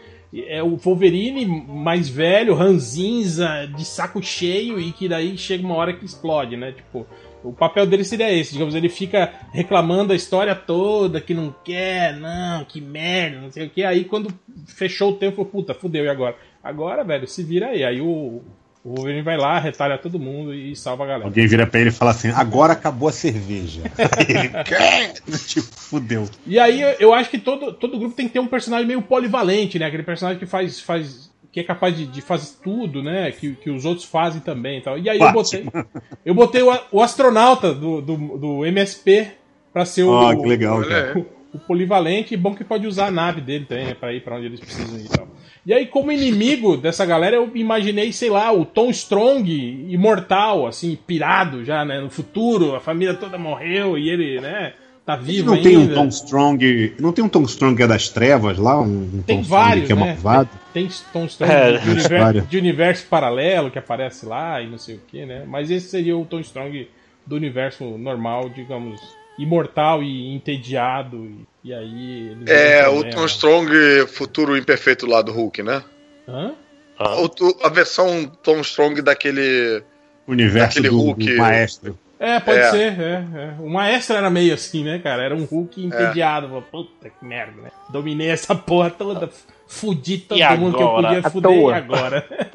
É o Wolverine mais velho, ranzinza, de saco cheio e que daí chega uma hora que explode, né? Tipo, o papel dele seria esse, digamos, ele fica reclamando a história toda, que não quer, não, que merda, não sei o que. Aí quando fechou o tempo, falou, puta, fudeu, e agora? Agora, velho, se vira aí. Aí o, o Wolverine vai lá, retalha todo mundo e salva a galera. Alguém vira pra ele e fala assim: agora acabou a cerveja. Quem? tipo, fudeu. E aí eu, eu acho que todo, todo grupo tem que ter um personagem meio polivalente, né? Aquele personagem que faz. faz que é capaz de, de fazer tudo, né? Que, que os outros fazem também e tal. E aí eu botei. Batman. Eu botei o, a- o astronauta do, do, do MSP pra ser o. Ó, Ah, que legal, Olha é. cara. aí. o- o polivalente, e bom que pode usar a nave dele também, né, pra ir pra onde eles precisam ir e tal. E aí, como inimigo dessa galera, eu imaginei, sei lá, o Tom Strong, imortal, assim, pirado já, né, no futuro, a família toda morreu e ele, né, tá vivo Não ainda. tem um Tom Strong. Não tem um Tom Strong que é das trevas lá? Um, um Tem Tom vários, Strong que é né? malvado? Tem Tom Strong É, de, univer- vários. de universo paralelo que aparece lá e não sei o que, né? Mas esse seria o Tom Strong do universo normal, digamos, imortal e entediado. E, e aí. eles É, entram, o né? Tom Strong futuro imperfeito lá do Hulk, né? Hã? Ah. O tu- a versão Tom Strong daquele. O universo Aquele do, Hulk- do maestro. É, pode É. ser. É, é. O maestro era meio assim, né, cara? Era um É. Hulk entediado. Falou, Puta que merda, né? Dominei essa porra toda. Fudi todo E mundo que eu agora? podia À fuder e toa. agora.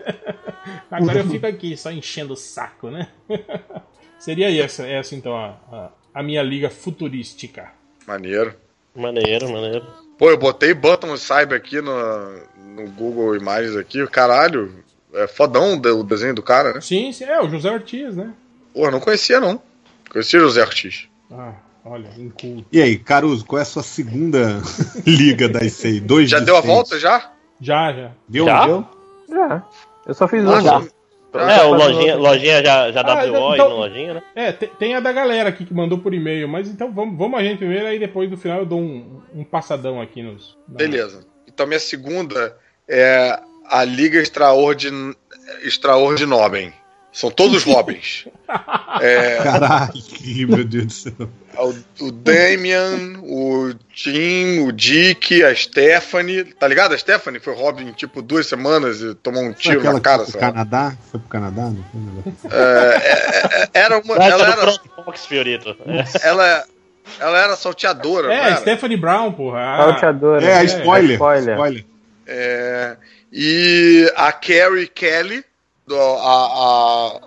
agora eu fico aqui só enchendo o saco, né? Seria essa, essa então a, a, a minha liga futurística. Maneiro. Maneiro, maneiro. Pô, eu botei Button Cyber aqui no, no Google Imagens aqui, caralho. É fodão de- o desenho do cara, né? Sim, sim, é o José Ortiz, né? Pô, eu não conhecia, não. Conhecia José Ortiz. Ah, olha, inculto. E aí, Caruso, qual é a sua segunda liga das seis? Dois Já de deu a seis. volta já? Já, já. Deu, Já? deu? Já. É. Eu só fiz um. Nossa, já. Ah, É, tá o Lojinha, lojinha já, já Ah, WO aí então- no Lojinha, né? É, te- tem a da galera aqui que mandou por e-mail, mas então vamos, vamos a gente primeiro, aí depois do final eu dou um, um passadão aqui nos. na- Beleza. Então minha segunda é a Liga Extraordin... Extraordinobem. São todos Robins. É, Caralho, meu Deus do céu. O, o Damian, o Tim, o Dick, a Stephanie. Tá ligado? A Stephanie foi Robin tipo duas semanas e tomou um Foi tiro na cara. É, que foi sei pro lá. Canadá? Foi pro Canadá? Não foi nada. é, Era uma. Essa Ela do era, Front Fox, Fiorito. ela, ela era salteadora, não É, era? Stephanie Brown, porra. A- Ah. Salteadora. É, é, spoiler. spoiler. spoiler. É, e a Carrie Kelly, do- a, a,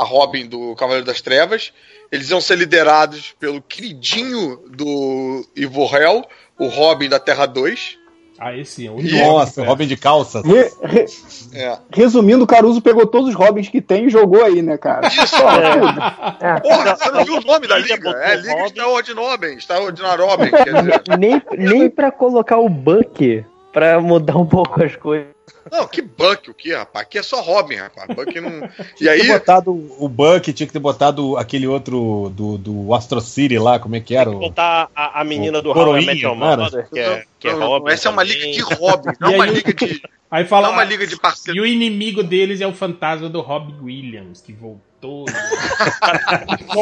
a Robin do Cavaleiro das Trevas, eles iam ser liderados pelo queridinho do Ivo Hell, o Robin da Terra 2. Ah, esse é o Nossa, Robin de calça. Re- re- É. resumindo, o Caruso pegou todos os Robins que tem e jogou aí, né, cara? Só, é. tudo. Porra, você não viu o nome da Liga liga? botou É Liga Robin. Extraordinobem, Extraordinarobem, quer dizer. Nem, nem pra colocar o Buck pra mudar um pouco as coisas. Não, que Buck o que, rapaz? Aqui é só Robin, rapaz. Buck não... E Tinha aí, que ter botado o Buck, tinha que ter botado aquele outro do, do Astro City lá, como é que era? O... Contar a, a menina o do How I Met Coroinha, Your Mother, que é, que é não, não, Robin. essa é uma liga também. de Robin, não é E uma aí o- liga de, Aí não é fala. uma liga de parceiro. E o inimigo deles é o fantasma do Rob Williams, que voltou. né?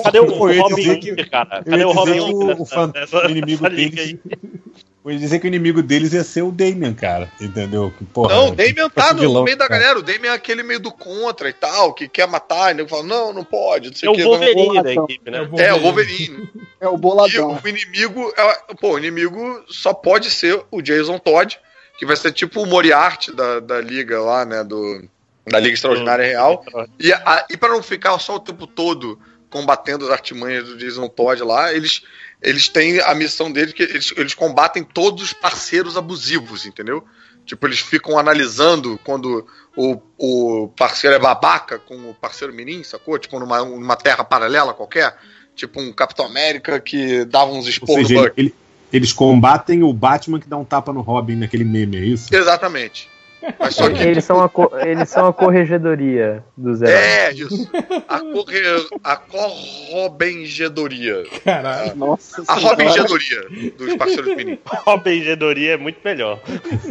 Cadê o Eu ia Robin dizer Hood, cara? Eu Cadê ia o dizer Robin Hood? que o, nessa- o, fan- nessa- o inimigo nessa liga aí? deles. Eu ia dizer que o inimigo deles ia ser o Damian, cara. Entendeu? Que, porra, né? Não, o Damian tá no vilão, meio da cara. galera. O Damian é aquele meio do contra e tal, que quer matar. E nego fala, não, não pode, não sei É o o que. Wolverine da Não, equipe, né? É, o Wolverine. É o E boladão. o inimigo, é- pô, o inimigo só pode ser o Jason Todd, que vai ser tipo o Moriarty da, da liga lá, né, do, da Liga Extraordinária Real. E, a, e para não ficar só o tempo todo combatendo as artimanhas do Jason Todd lá, eles, eles têm a missão deles que eles, eles combatem todos os parceiros abusivos, entendeu? Tipo, eles ficam analisando quando o, o parceiro é babaca com o parceiro mirim, sacou? Tipo, numa, numa terra paralela qualquer. Tipo, um Capitão América que dava uns Ou esporros seja, no ele- Buck. ele- eles combatem o Batman que dá um tapa no Robin naquele meme, é isso? Exatamente. Mas só que. Eles são a, co- eles são a corregedoria dos heróis. É, isso. A, corre... a corrobengedoria. Caralho. Nossa A senhora. robengedoria dos parceiros meninos. Robengedoria é muito melhor.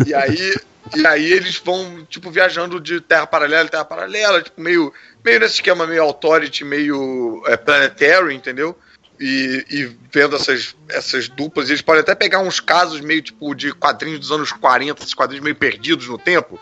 E aí, e aí eles vão, tipo, viajando de terra paralela em terra paralela, tipo, meio, meio nesse esquema meio Authority, meio é, Planetary, entendeu? E, e vendo essas, essas duplas, eles podem até pegar uns casos meio tipo de quadrinhos dos anos 40, esses quadrinhos meio perdidos no tempo,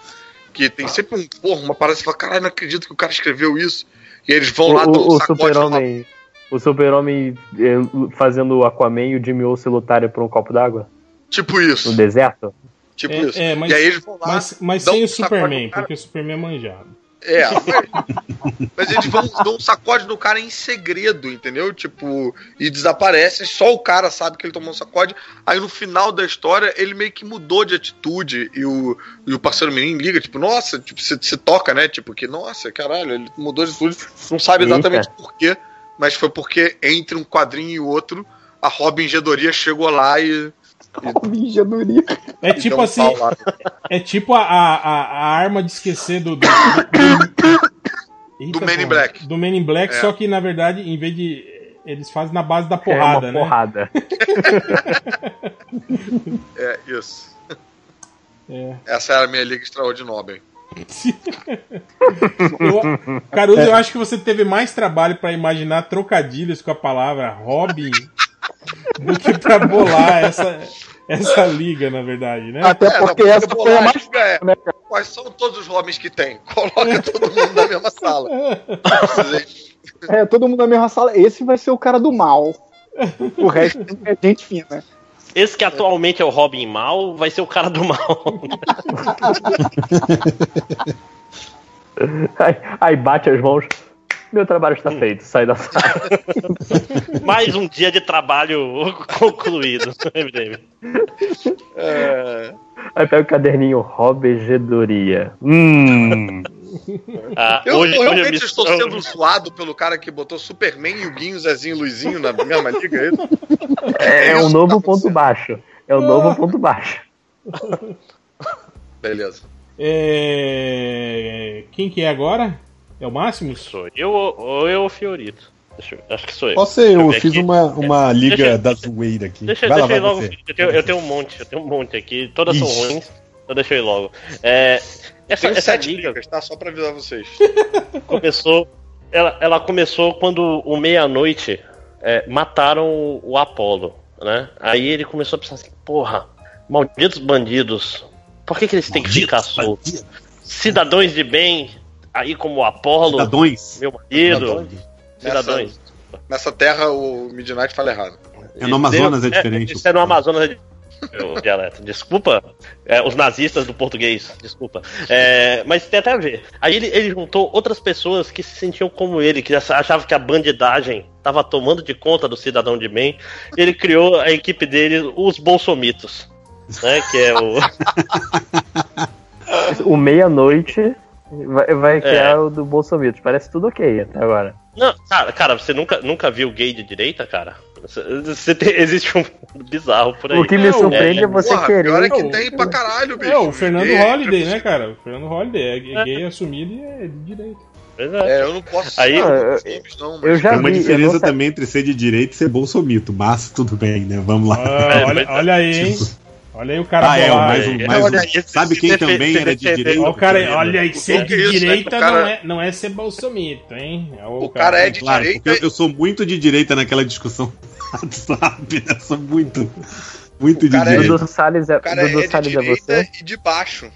que tem sempre um porra, uma parada, você fala, caralho, não acredito que o cara escreveu isso. E eles vão lá, dão um O, o, o sacode, falam, super-homem. O super-homem é, fazendo o Aquaman e o Jimmy Olsen lutarem por um copo d'água tipo no isso, deserto. tipo É, isso. é, mas- e aí eles vão lá, Mas, mas dá sem um o Superman, sacode no cara. porque o Superman é manjado. É, mas, mas eles vão, dão um sacode no cara em segredo, entendeu? Tipo, e desaparece, só o cara sabe que ele tomou um sacode. Aí no final da história, ele meio que mudou de atitude e o, e o parceiro menino liga, tipo, nossa, tipo, se, se toca, né? Tipo, que, nossa, caralho, ele mudou de atitude, não sabe Eita. exatamente por quê, mas foi porque entre um quadrinho e outro, a Robin Gedoria chegou lá e. Robengedoria. É e tipo deu um assim, pau lá. é tipo a, a, a- a arma de esquecer do. Do, do, Eita, Man in porra. Black. Do Man in Black, É. só que na verdade, em vez de. Eles fazem na base da é porrada, uma né? porrada. É, isso. É. Essa era a minha liga extraordinária. Eu- Caruso, eu acho que você teve mais trabalho pra imaginar trocadilhos com a palavra Robin do que pra bolar essa, essa liga, na verdade, né? Até É, porque não, essa porque foi a mais. bolacha é, né, cara? Quais são todos os homens que tem? Coloca todo mundo na mesma sala. É, todo mundo na mesma sala. Esse vai ser o cara do mal. O resto é gente fina. Esse que atualmente é o Robin Mal vai ser o cara do mal. Aí, aí bate as mãos. Meu trabalho Hum. está feito, sai da sala. Mais um dia de trabalho concluído. MDM. É, Aí pega o caderninho Robegedoria. Hum. Ah, Eu, hoje, eu hoje realmente a missão- né? estou sendo zoado pelo cara que botou Superman, Yuguinho, Zezinho e Luizinho na mesma liga. é isso? É, isso Ah. um que novo tá ponto acontecendo. baixo. É um novo ponto baixo. Beleza. É, Quem que é agora? É o Máximos? Sou eu ou ou eu ou Fiorito? Deixa eu- acho que sou eu. Posso ser, eu Deixa eu ver fiz aqui. uma, uma liga Deixa eu- da zoeira aqui. Deixa, vai lá, deixa vai eu ir logo. você. Eu tenho, eu tenho um monte, eu tenho um monte aqui. Todas são Ixi. ruins. Então deixa eu ir logo. É, essa, Tenho essa sete liga ligas, tá? Só pra avisar vocês. começou. Ela, ela começou quando o meia-noite é, mataram o, o Apolo, né? Aí ele começou a pensar assim, porra, malditos bandidos, por que, que eles têm que ficar soltos? Cidadãos de bem, aí como o Apolo, Cidadões. meu marido, cidadãos. Nessa terra, o Midnight fala errado. É no Amazonas, é Deu- diferente. Isso é no Amazonas é di- o dialeto. Desculpa, é, os nazistas do português, desculpa. É, mas tem até a ver. Aí ele, ele juntou outras pessoas que se sentiam como ele, que ach- achavam que a bandidagem estava tomando de conta do cidadão de bem. E ele criou a equipe dele, os Bolsomitos. Né, que é o. O meia-noite vai, vai criar o do Bolsonaro. Parece tudo ok até agora. Não, cara, cara, você nunca, nunca viu gay de direita, cara? Você- Você tem- existe um bizarro por aí. O que É, me o- surpreende é, você Porra, pior querer. é que Não, tem pra caralho, bicho. É o Fernando Gay, Holliday, né, cara? O Fernando Holliday é gay, É. gay assumido e é de direito. Pois é. É, eu não posso Aí- citar Ah, os nomes, não, mas- Eu já Tem uma vi, eu diferença não sei- também entre ser de direita e ser bolsomito, mas tudo bem, né? Vamos lá. Tipo, Ah, olha, mas- olha aí, hein? Olha aí o cara Ah, é, bolado. mais um- Olha mais um. Olha, esse- Sabe quem esse- também esse- era de esse- direita? o cara, aí, olha aí, ser O que de é isso, né? direita O cara- não, é, não é ser bolsomito, hein? É O cara é de Claro, porque eu, direita. eu sou muito de direita naquela discussão do WhatsApp, né? Eu sou muito, muito O de cara é- direita. Dudu Salles é, O cara Dudu é de Salles é você? direita e de baixo.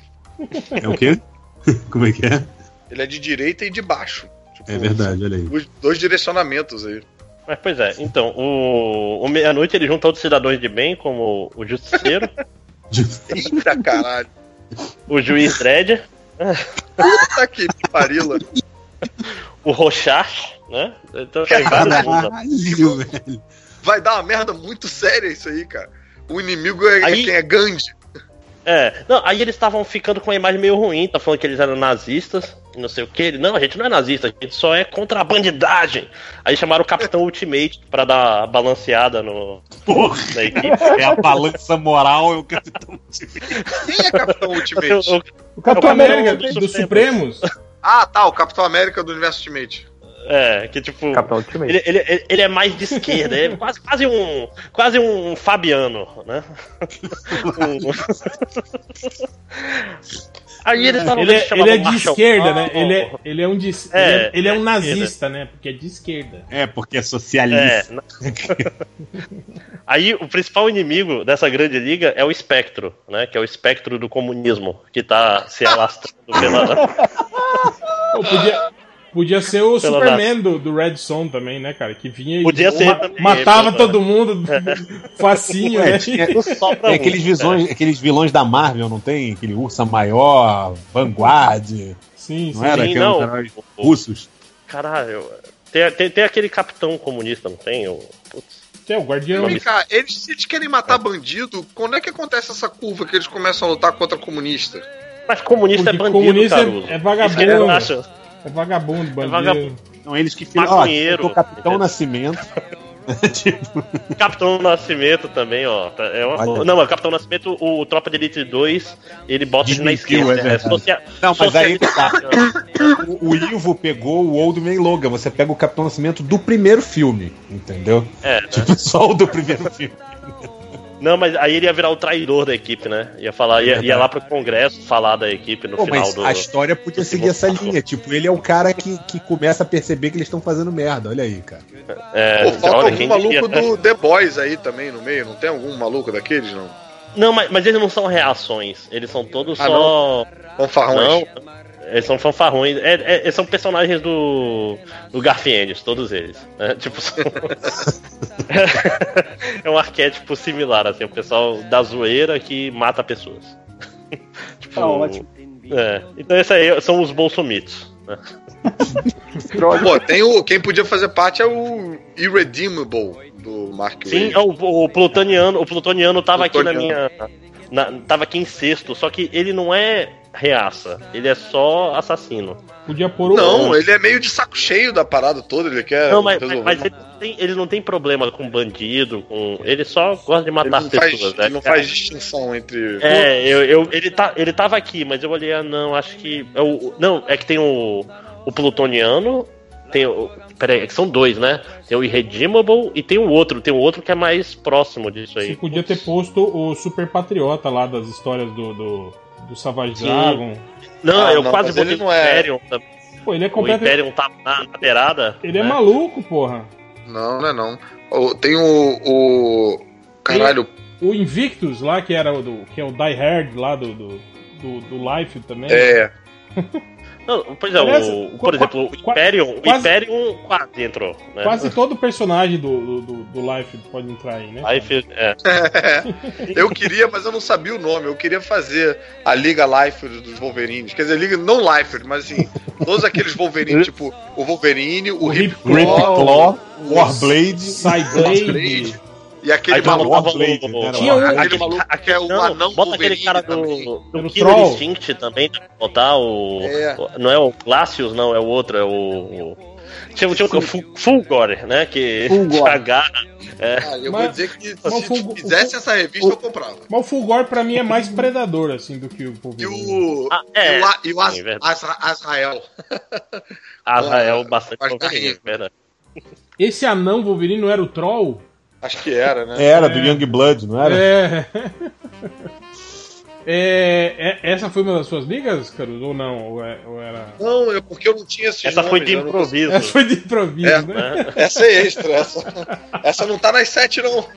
É o quê? Como é que é? Ele é de direita e de baixo. Tipo, É verdade, olha aí. Os dois direcionamentos aí. Mas pois é, então, o, o Meia-Noite ele junta outros cidadãos de bem, como o Justiceiro, Eita caralho. o Juiz Dredd, Tá aqui, parila. o Rochard, né? Então tem né? vários nomes. Caralho, velho. Vai dar uma merda muito séria isso aí, cara. O inimigo é, é Aí- quem é Gandhi. É, não, aí eles estavam ficando com uma imagem meio ruim, tá falando que eles eram nazistas, e não sei o que. Ele, não, a gente não é nazista, a gente só é contra a bandidagem. Aí chamaram o Capitão Ultimate pra dar a balanceada no, Porra, na equipe. é a balança moral, é o capitão. Quem é Capitão O, Ultimate? o- O Capitão É o Capitão América dos dos Supremos. Supremos. Ah, tá, o Capitão América do Universo Ultimate. É, que tipo. Capitão Ultimate. Ele, ele- ele- ele é mais de esquerda, é quase, quase um quase um Fabiano, né? Um- Aí ele tá no Ele, é- chamado ele é de Marshall esquerda, né? Brown. Ele é, ele é um de, ele É, é, ele é um é esquerda. nazista, né? Porque é de esquerda. É, porque é É, socialista. na- Aí o principal inimigo dessa grande liga é o espectro, né? Que é o espectro do comunismo, que tá se alastrando pela. Pô, podia, podia ser o Pela Superman do, do Red Son também, né, cara? Que vinha e Podia ser também, matava é, todo mundo facinho, Ué, né? tinha- Só pra Tem um, aqueles, cara. visões, aqueles vilões da Marvel, não tem? Aquele Ursa Maior, Vanguard, Sim, não sim. era? Sim, Aqueles não. heróis russos. Caralho. Tem, tem, tem aquele capitão comunista, não tem? O- putz. Que é o Guardião. Vem cá, eles, se eles querem matar bandido, quando é que acontece essa curva que eles começam a lutar contra comunista? Mas comunista Porque é bandido, comunista é- Caruso. é vagabundo. Isso que eles acham. É vagabundo, bandido. vagabundo. Então eles que fizeram. Ó, Maconheiro, o Capitão entendeu? Nascimento. tipo, Capitão Nascimento também, ó. tá- É uma... Olha. Não, mas o Capitão Nascimento, o, o Tropa de Elite 2, ele bota ele na Desmentiu, esquerda. é né? verdade. Socia- Não, mas aí que tá. socialista. o, o Ivo pegou o Old Man Logan. Você pega o Capitão Nascimento do primeiro filme, entendeu? É, né? Tipo, só o do primeiro filme. Não, mas aí ele ia virar o traidor da equipe, né? Ia falar, ia, ia lá pro Congresso falar da equipe no Pô, final mas do. a história podia do seguir essa segundo linha. Tipo, ele é o cara que, que começa a perceber que eles estão fazendo merda. Olha aí, cara. É, Pô, falta olha, algum quem maluco diria, né? do The Boys aí também no meio, não tem algum maluco daqueles, não? Não, mas, mas eles não são reações. Eles são todos Ah, só. Fanfarrões. Não. Eles são fanfarrões. É, é- eles são personagens do. do Garfiennes, todos eles. né? Tipo, são- é um arquétipo similar, assim, o pessoal da zoeira que mata pessoas. tipo, Tá ótimo. é. Então esses aí são os bolsomitos. né? Droga. Pô, tem o, quem podia fazer parte é o Irredeemable do Mark Sim, Wade. é, o, o plutoniano, o plutoniano tava Plutoniano. aqui na minha. na- tava aqui em sexto, só que ele não é reaça, ele é só assassino. Podia pôr o. Não, ele é meio de saco cheio da parada toda, ele quer Não, mas, mas- resolver mas uma- ele, não tem, ele não tem problema com bandido, com. Ele só gosta de ele matar não, faz, pessoas, ele né? não cara? faz distinção entre... É, eu, eu- ele, tá, ele tava aqui, mas eu olhei, ah, não, acho que. é o- não, é que tem o, o Plutoniano, tem o. Peraí, é que são dois, né? Tem o Irredeemable e tem o outro, tem o outro que é mais próximo disso Você aí. podia ter posto o Super Patriota lá das histórias do, do, do Savage Sim. Dragon. Não, Ah, eu não, quase mas ele botei o não é- Imperium também. Pô, ele é O completamente. Imperium tá na, na beirada. Ele é né? maluco, porra. Não, não é não. O- Tem o... o- Caralho, O Invictus lá, que era o do. que é o Die Hard lá do. do, do, do Life também. é... Não, pois é, Aliás, o, por qua- exemplo, o qua- Imperium, o quase- Imperium quase entrou. Né? Quase todo personagem do, do, do, do Life pode entrar aí, né? Aí fez. É. Eu queria, mas eu não sabia o nome. Eu queria fazer a Liga Life dos Wolverines. Quer dizer, Liga não Life, mas assim, todos aqueles Wolverines, tipo o Wolverine, o, O Rip Rip Rip Claw, Claw, Warblade. Cyblade. e aquele Aí tava maluco. o- Warblade, o- né? Tinha um- Aquele maluco que é o Não, anão bota aquele Wolverine cara também. do, do Pelo Killer Troll. Instinct também, pra botar o, É. o- Não é o Glacius, não, é o outro, é o. o- Tinha, tinha o Fu- Fulgore, né? Que Fulgore. te agarra. É. Ah, eu vou Mas- dizer que mas se o Fulgo- fizesse essa revista, o- eu comprava. Mas o Fulgor pra mim é mais predador, assim, do que o E Wolverine. o. Ah, é. E o, A- e o As- Sim, verdade. Asra- Azrael. Azrael é bastante Mas Wolverine, carrinho. verdade. Esse anão Wolverine não era o Troll? Acho que era, né? Era, do Young Blood, não era? É. É, é- Essa foi uma das suas ligas, Caruso? Ou não? Ou, é- ou era. Não, é porque eu não tinha esses Essa foi nomes, de eu não- improviso. Essa foi de improviso, É, né? Essa é extra, essa. Essa não tá nas sete, não.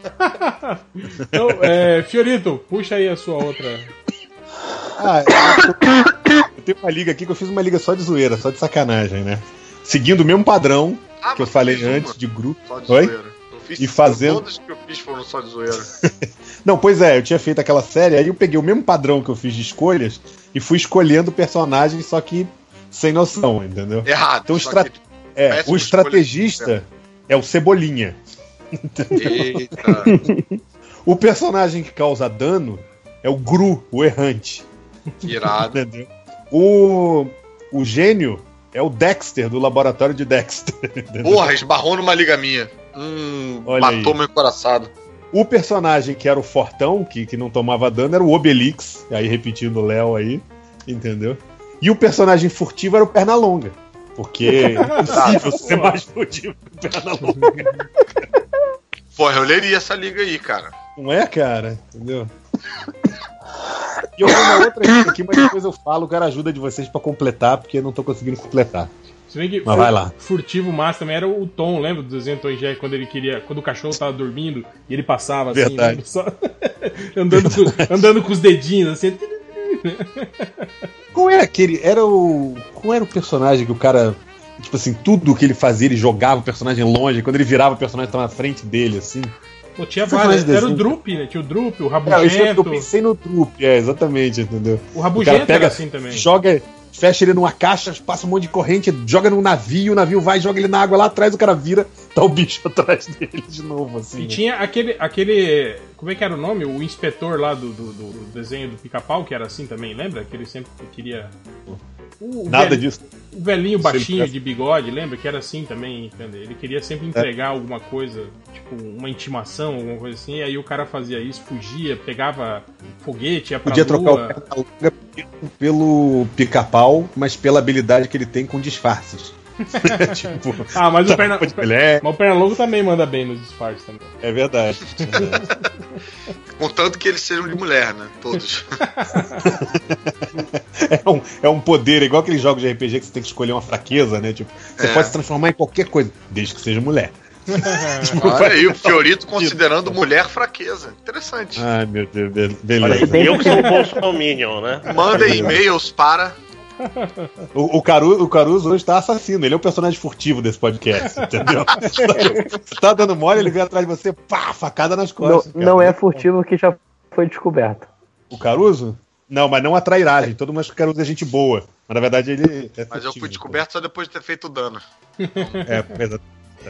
Então, é, Fiorito, puxa aí a sua outra. Ah, eu- eu tenho uma liga aqui que eu fiz uma liga só de zoeira, só de sacanagem, né? Seguindo o mesmo padrão Ah, que eu mas falei fiz uma. antes de grupo. Só de Oi? zoeira. Eu fiz E fazendo- Todas que eu fiz foram só de zoeira. Não, pois é, eu tinha feito aquela série, aí eu peguei o mesmo padrão que eu fiz de escolhas e fui escolhendo personagens, só que sem noção, entendeu? Errado. Então, só estra- que- É, péssima o estrategista é o Cebolinha. Eita. O personagem que causa dano é o Gru, o errante. que Irado. Entendeu? O, o gênio é o Dexter, do laboratório de Dexter. entendeu? Porra, esbarrou numa liga minha. Hum, Olha matou aí. meu coraçado. O personagem que era o fortão, que, que não tomava dano, era o Obelix. Aí repetindo o Léo aí. Entendeu? E o personagem furtivo era o Pernalonga. Porque é impossível ser mais furtivo que o Pernalonga. Porra, eu leria essa liga aí, cara. Não é, cara? Entendeu? E eu vou na outra lista aqui, mas depois eu falo, quero ajuda de vocês pra completar, porque eu não tô conseguindo completar. Se bem que Mas vai lá. furtivo massa também era o Tom, lembra do desenho Tom e Jerry, quando ele queria. Quando o cachorro tava dormindo e ele passava assim, Verdade. lembra? Só- andando, com, andando com os dedinhos, assim. Qual era aquele. Era o. Qual era o personagem que o cara. Tipo assim, tudo que ele fazia, ele jogava o personagem longe. Quando ele virava, o personagem tava na frente dele, assim. Pô, tinha Você vários. faz desenho, Era o cara? Drup, né? Tinha o Drup, o É, isso eu, Rabugento. eu pensei no trupe, é, exatamente, entendeu? o O Rabugento cara pega, era assim também. joga, fecha ele numa caixa, passa um monte de corrente, joga num navio, o navio vai, joga ele na água lá atrás, o cara vira, tá o bicho atrás dele de novo, assim. E né? tinha aquele, aquele. Como é que era o nome? O inspetor lá do, do, do desenho do pica-pau, que era assim também, lembra? Que ele sempre queria. O, o Nada velho- disso. O velhinho Sempre baixinho essa. de bigode, lembra? Que era assim também, entendeu? Ele queria sempre É. entregar alguma coisa, tipo uma intimação, alguma coisa assim, e aí o cara fazia isso, fugia, pegava foguete, ia pra Podia trocar o lua. Pernalonga pelo- pelo pica-pau, mas pela habilidade que ele tem com disfarces. tipo, Ah, mas o perna... de Pelé, Mas o Pernalongo também manda bem nos disfarces também. é verdade. Contanto que eles sejam de mulher, né? Todos. É um, é um poder, é igual aqueles jogos de RPG que você tem que escolher uma fraqueza, né? Tipo, você É. pode se transformar em qualquer coisa, desde que seja mulher. Tipo, Olha vai- aí, o Fiorito considerando mulher fraqueza. Interessante. Ai, meu Deus, be- Olha aí, beleza. eu que sou o Bolsominion, né? Mandem e-mails para. O, o, Caru, o Caruso hoje tá assassino, ele é o personagem furtivo desse podcast, entendeu? você tá dando mole, ele vem atrás de você, pá, facada nas Não, costas. cara. não é furtivo que já foi descoberto. O Caruso? Não, mas não a trairagem. Todo mundo acha que o Caruso é gente boa. Mas na verdade ele. É Mas eu furtivo, fui descoberto só depois de ter feito o dano. então. É, exato.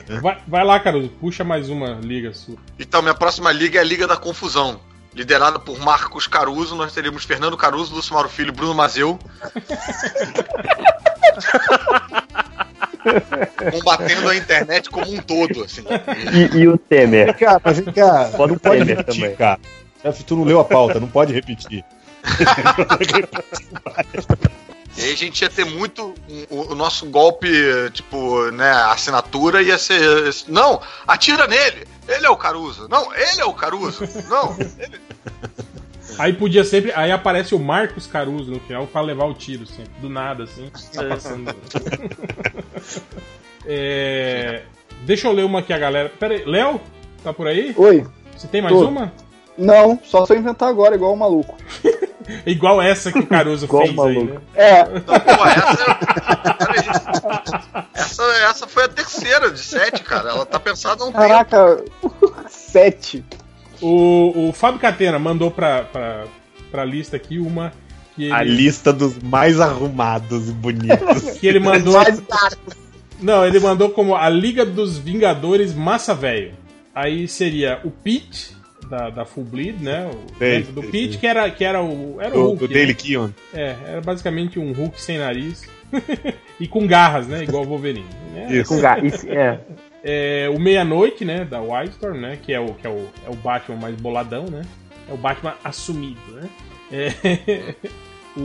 É. Vai, vai lá, Caruso, puxa mais uma liga sua. Então, minha próxima liga é a Liga da Confusão. Liderada por Marcos Caruso, nós teríamos Fernando Caruso, Lucimaro Filho, Bruno Mazeu. combatendo a internet como um todo, assim. E, e o Temer? Cara, mas vem cá, Bota não o pode Temer repetir, também. cara. Já se tu não leu a pauta, não pode repetir. E aí a gente ia ter muito. um, O, o nosso golpe, tipo, né, assinatura ia ser. Não, atira nele! Ele é o Caruso! Não, ele é o Caruso! Não! Aí podia sempre. Aí aparece o Marcos Caruso no final pra levar o tiro, sempre. Do nada, assim. Tá passando. É, Deixa eu ler uma aqui, a galera. Pera aí, Léo? Tá por aí? Oi. Você tem mais Tô. uma? Não, só se eu inventar agora, igual o maluco. É Igual essa que o Caruso Igual fez aí, maluco. né? É, Então, pô, essa, peraí. essa. Essa foi a terceira de sete, cara. Ela tá pensada há um tempo. caraca, sete. O, o Fábio Catena mandou pra, pra, pra lista aqui uma que A ele, lista dos mais arrumados e bonitos. que ele mandou. Mas, Não, ele mandou como a Liga dos Vingadores Massa Velho. Aí seria o Pete, da, da Full Bleed, né? O, Sei, dentro do sei, Pete, sei. que era, que era o. Era o do, Hulk, do né? Daily Kion. É, era basicamente um Hulk sem nariz. e com garras, né? Igual o Wolverine. né? Isso. Com ga- isso- é. É, o Meia-Noite, né? Da Wildstorm, né? Que é o, que é o, é o Batman mais boladão, né? É o Batman assumido, né? É,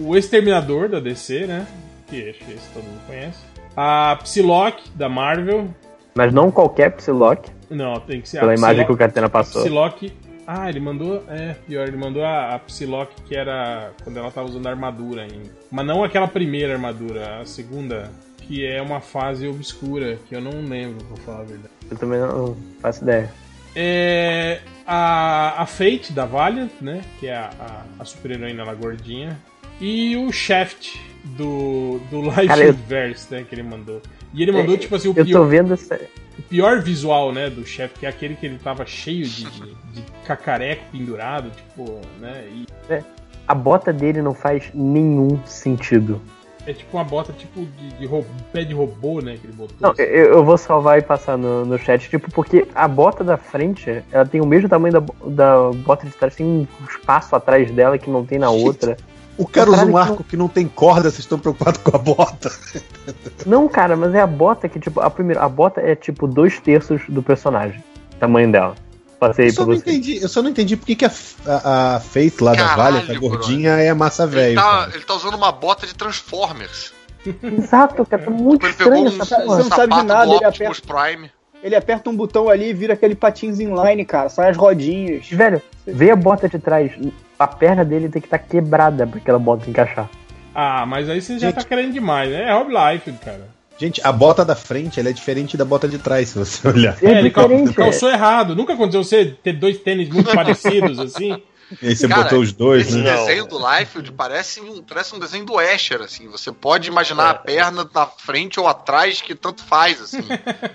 o, o Exterminador da DC, né? Que acho que esse todo mundo conhece. A Psylocke da Marvel. Mas não qualquer É, Psylocke, Não, tem que ser pela a imagem que o Psylocke. Catena passou. Psylocke. Ah, ele mandou. É, pior, ele mandou a, a Psylocke que era. Quando ela tava usando a armadura ainda. Mas não aquela primeira armadura, a segunda. Que é uma fase obscura, que eu não lembro, pra falar a verdade. Eu também não faço ideia. É, a, a Fate da Valiant, né? Que é a, a, a super-heroína lá gordinha. E o Shaft do, do Life Cara, eu- É, Verse, né? Que ele mandou. E ele mandou, tipo assim, o Eu pior, tô vendo essa. o pior visual, né? Do Shaft, que é aquele que ele tava cheio de, de, de cacareco pendurado, tipo, né? E A bota dele não faz nenhum sentido. é tipo uma bota, tipo, de, de ro- pé de robô, né? Que ele botou. Não, é- assim. eu, eu vou salvar e passar no, no chat, tipo, porque a bota da frente, ela tem o mesmo tamanho da, bo- da bota de trás, tem um espaço atrás dela que não tem na outra. O cara usa Caralho, um que arco que não tem corda, vocês estão preocupados com a bota. Não, cara, mas é a bota que, tipo, a primeira. A bota é tipo dois terços do personagem. o Tamanho dela. Só Passei Eu por só, não você. entendi, eu só não entendi por que, que a, a, a Faith lá da Caralho, Vale, a gordinha, é a massa Ele velho. tá, cara. ele tá usando uma bota de Transformers. Exato, cara, tá muito Ele pegou estranho um, um essa Você porra. não sabe de sapato nada, do ele Optimus Prime. Ele aperta um botão ali e vira aquele patins inline, cara. Sai as rodinhas. Velho, vê a bota de trás. A perna dele tem que estar quebrada pra aquela bota encaixar. Ah, mas aí você já Gente. tá querendo demais, né? É Rob Life, cara. Gente, a bota da frente ela é diferente da bota de trás, se você olhar. É, É, ele cal- diferente, calçou errado. Nunca aconteceu você ter dois tênis muito parecidos, assim. E aí você Cara, botou os dois, Esse né? Não. desenho do Liefeld parece um, parece um desenho do Escher, assim. Você pode imaginar a perna na frente ou atrás, que tanto faz, assim.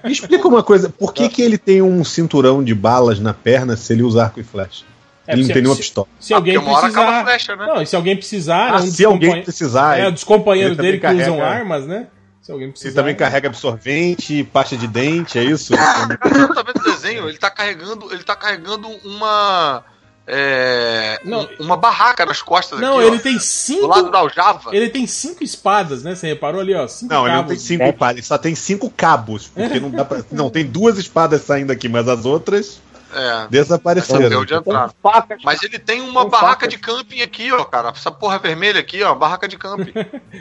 Me explica uma coisa, por Tá. que, que ele tem um cinturão de balas na perna se ele usa arco e flecha? É, ele se- não tem nenhuma se- pistola. Se alguém Ah, porque uma hora acaba a precisar. flecha, né? Não, e se alguém precisar, Ah, é um dos se alguém companhe- precisar, É, dos companheiros Ele dele que também usam carrega- armas, né? Se alguém precisar. ele também carrega absorvente, pasta de dente, é isso? Eu tô vendo o desenho, ele tá carregando, ele tá carregando uma. é, Não. um- uma barraca nas costas Não, aqui, ele ó, tem do cinco. lado da aljava. Ele tem cinco espadas, né? Você reparou ali, ó? Cinco Não, ele não cabos. tem cinco palhas, ele só tem cinco cabos, porque não dá pra... Não, tem duas espadas saindo aqui, mas as outras É. Não deu desapareceram. Então, de entrar. facas. Mas ele tem uma Com barraca facas. de camping aqui, ó, cara. Essa porra vermelha aqui, ó, barraca de camping.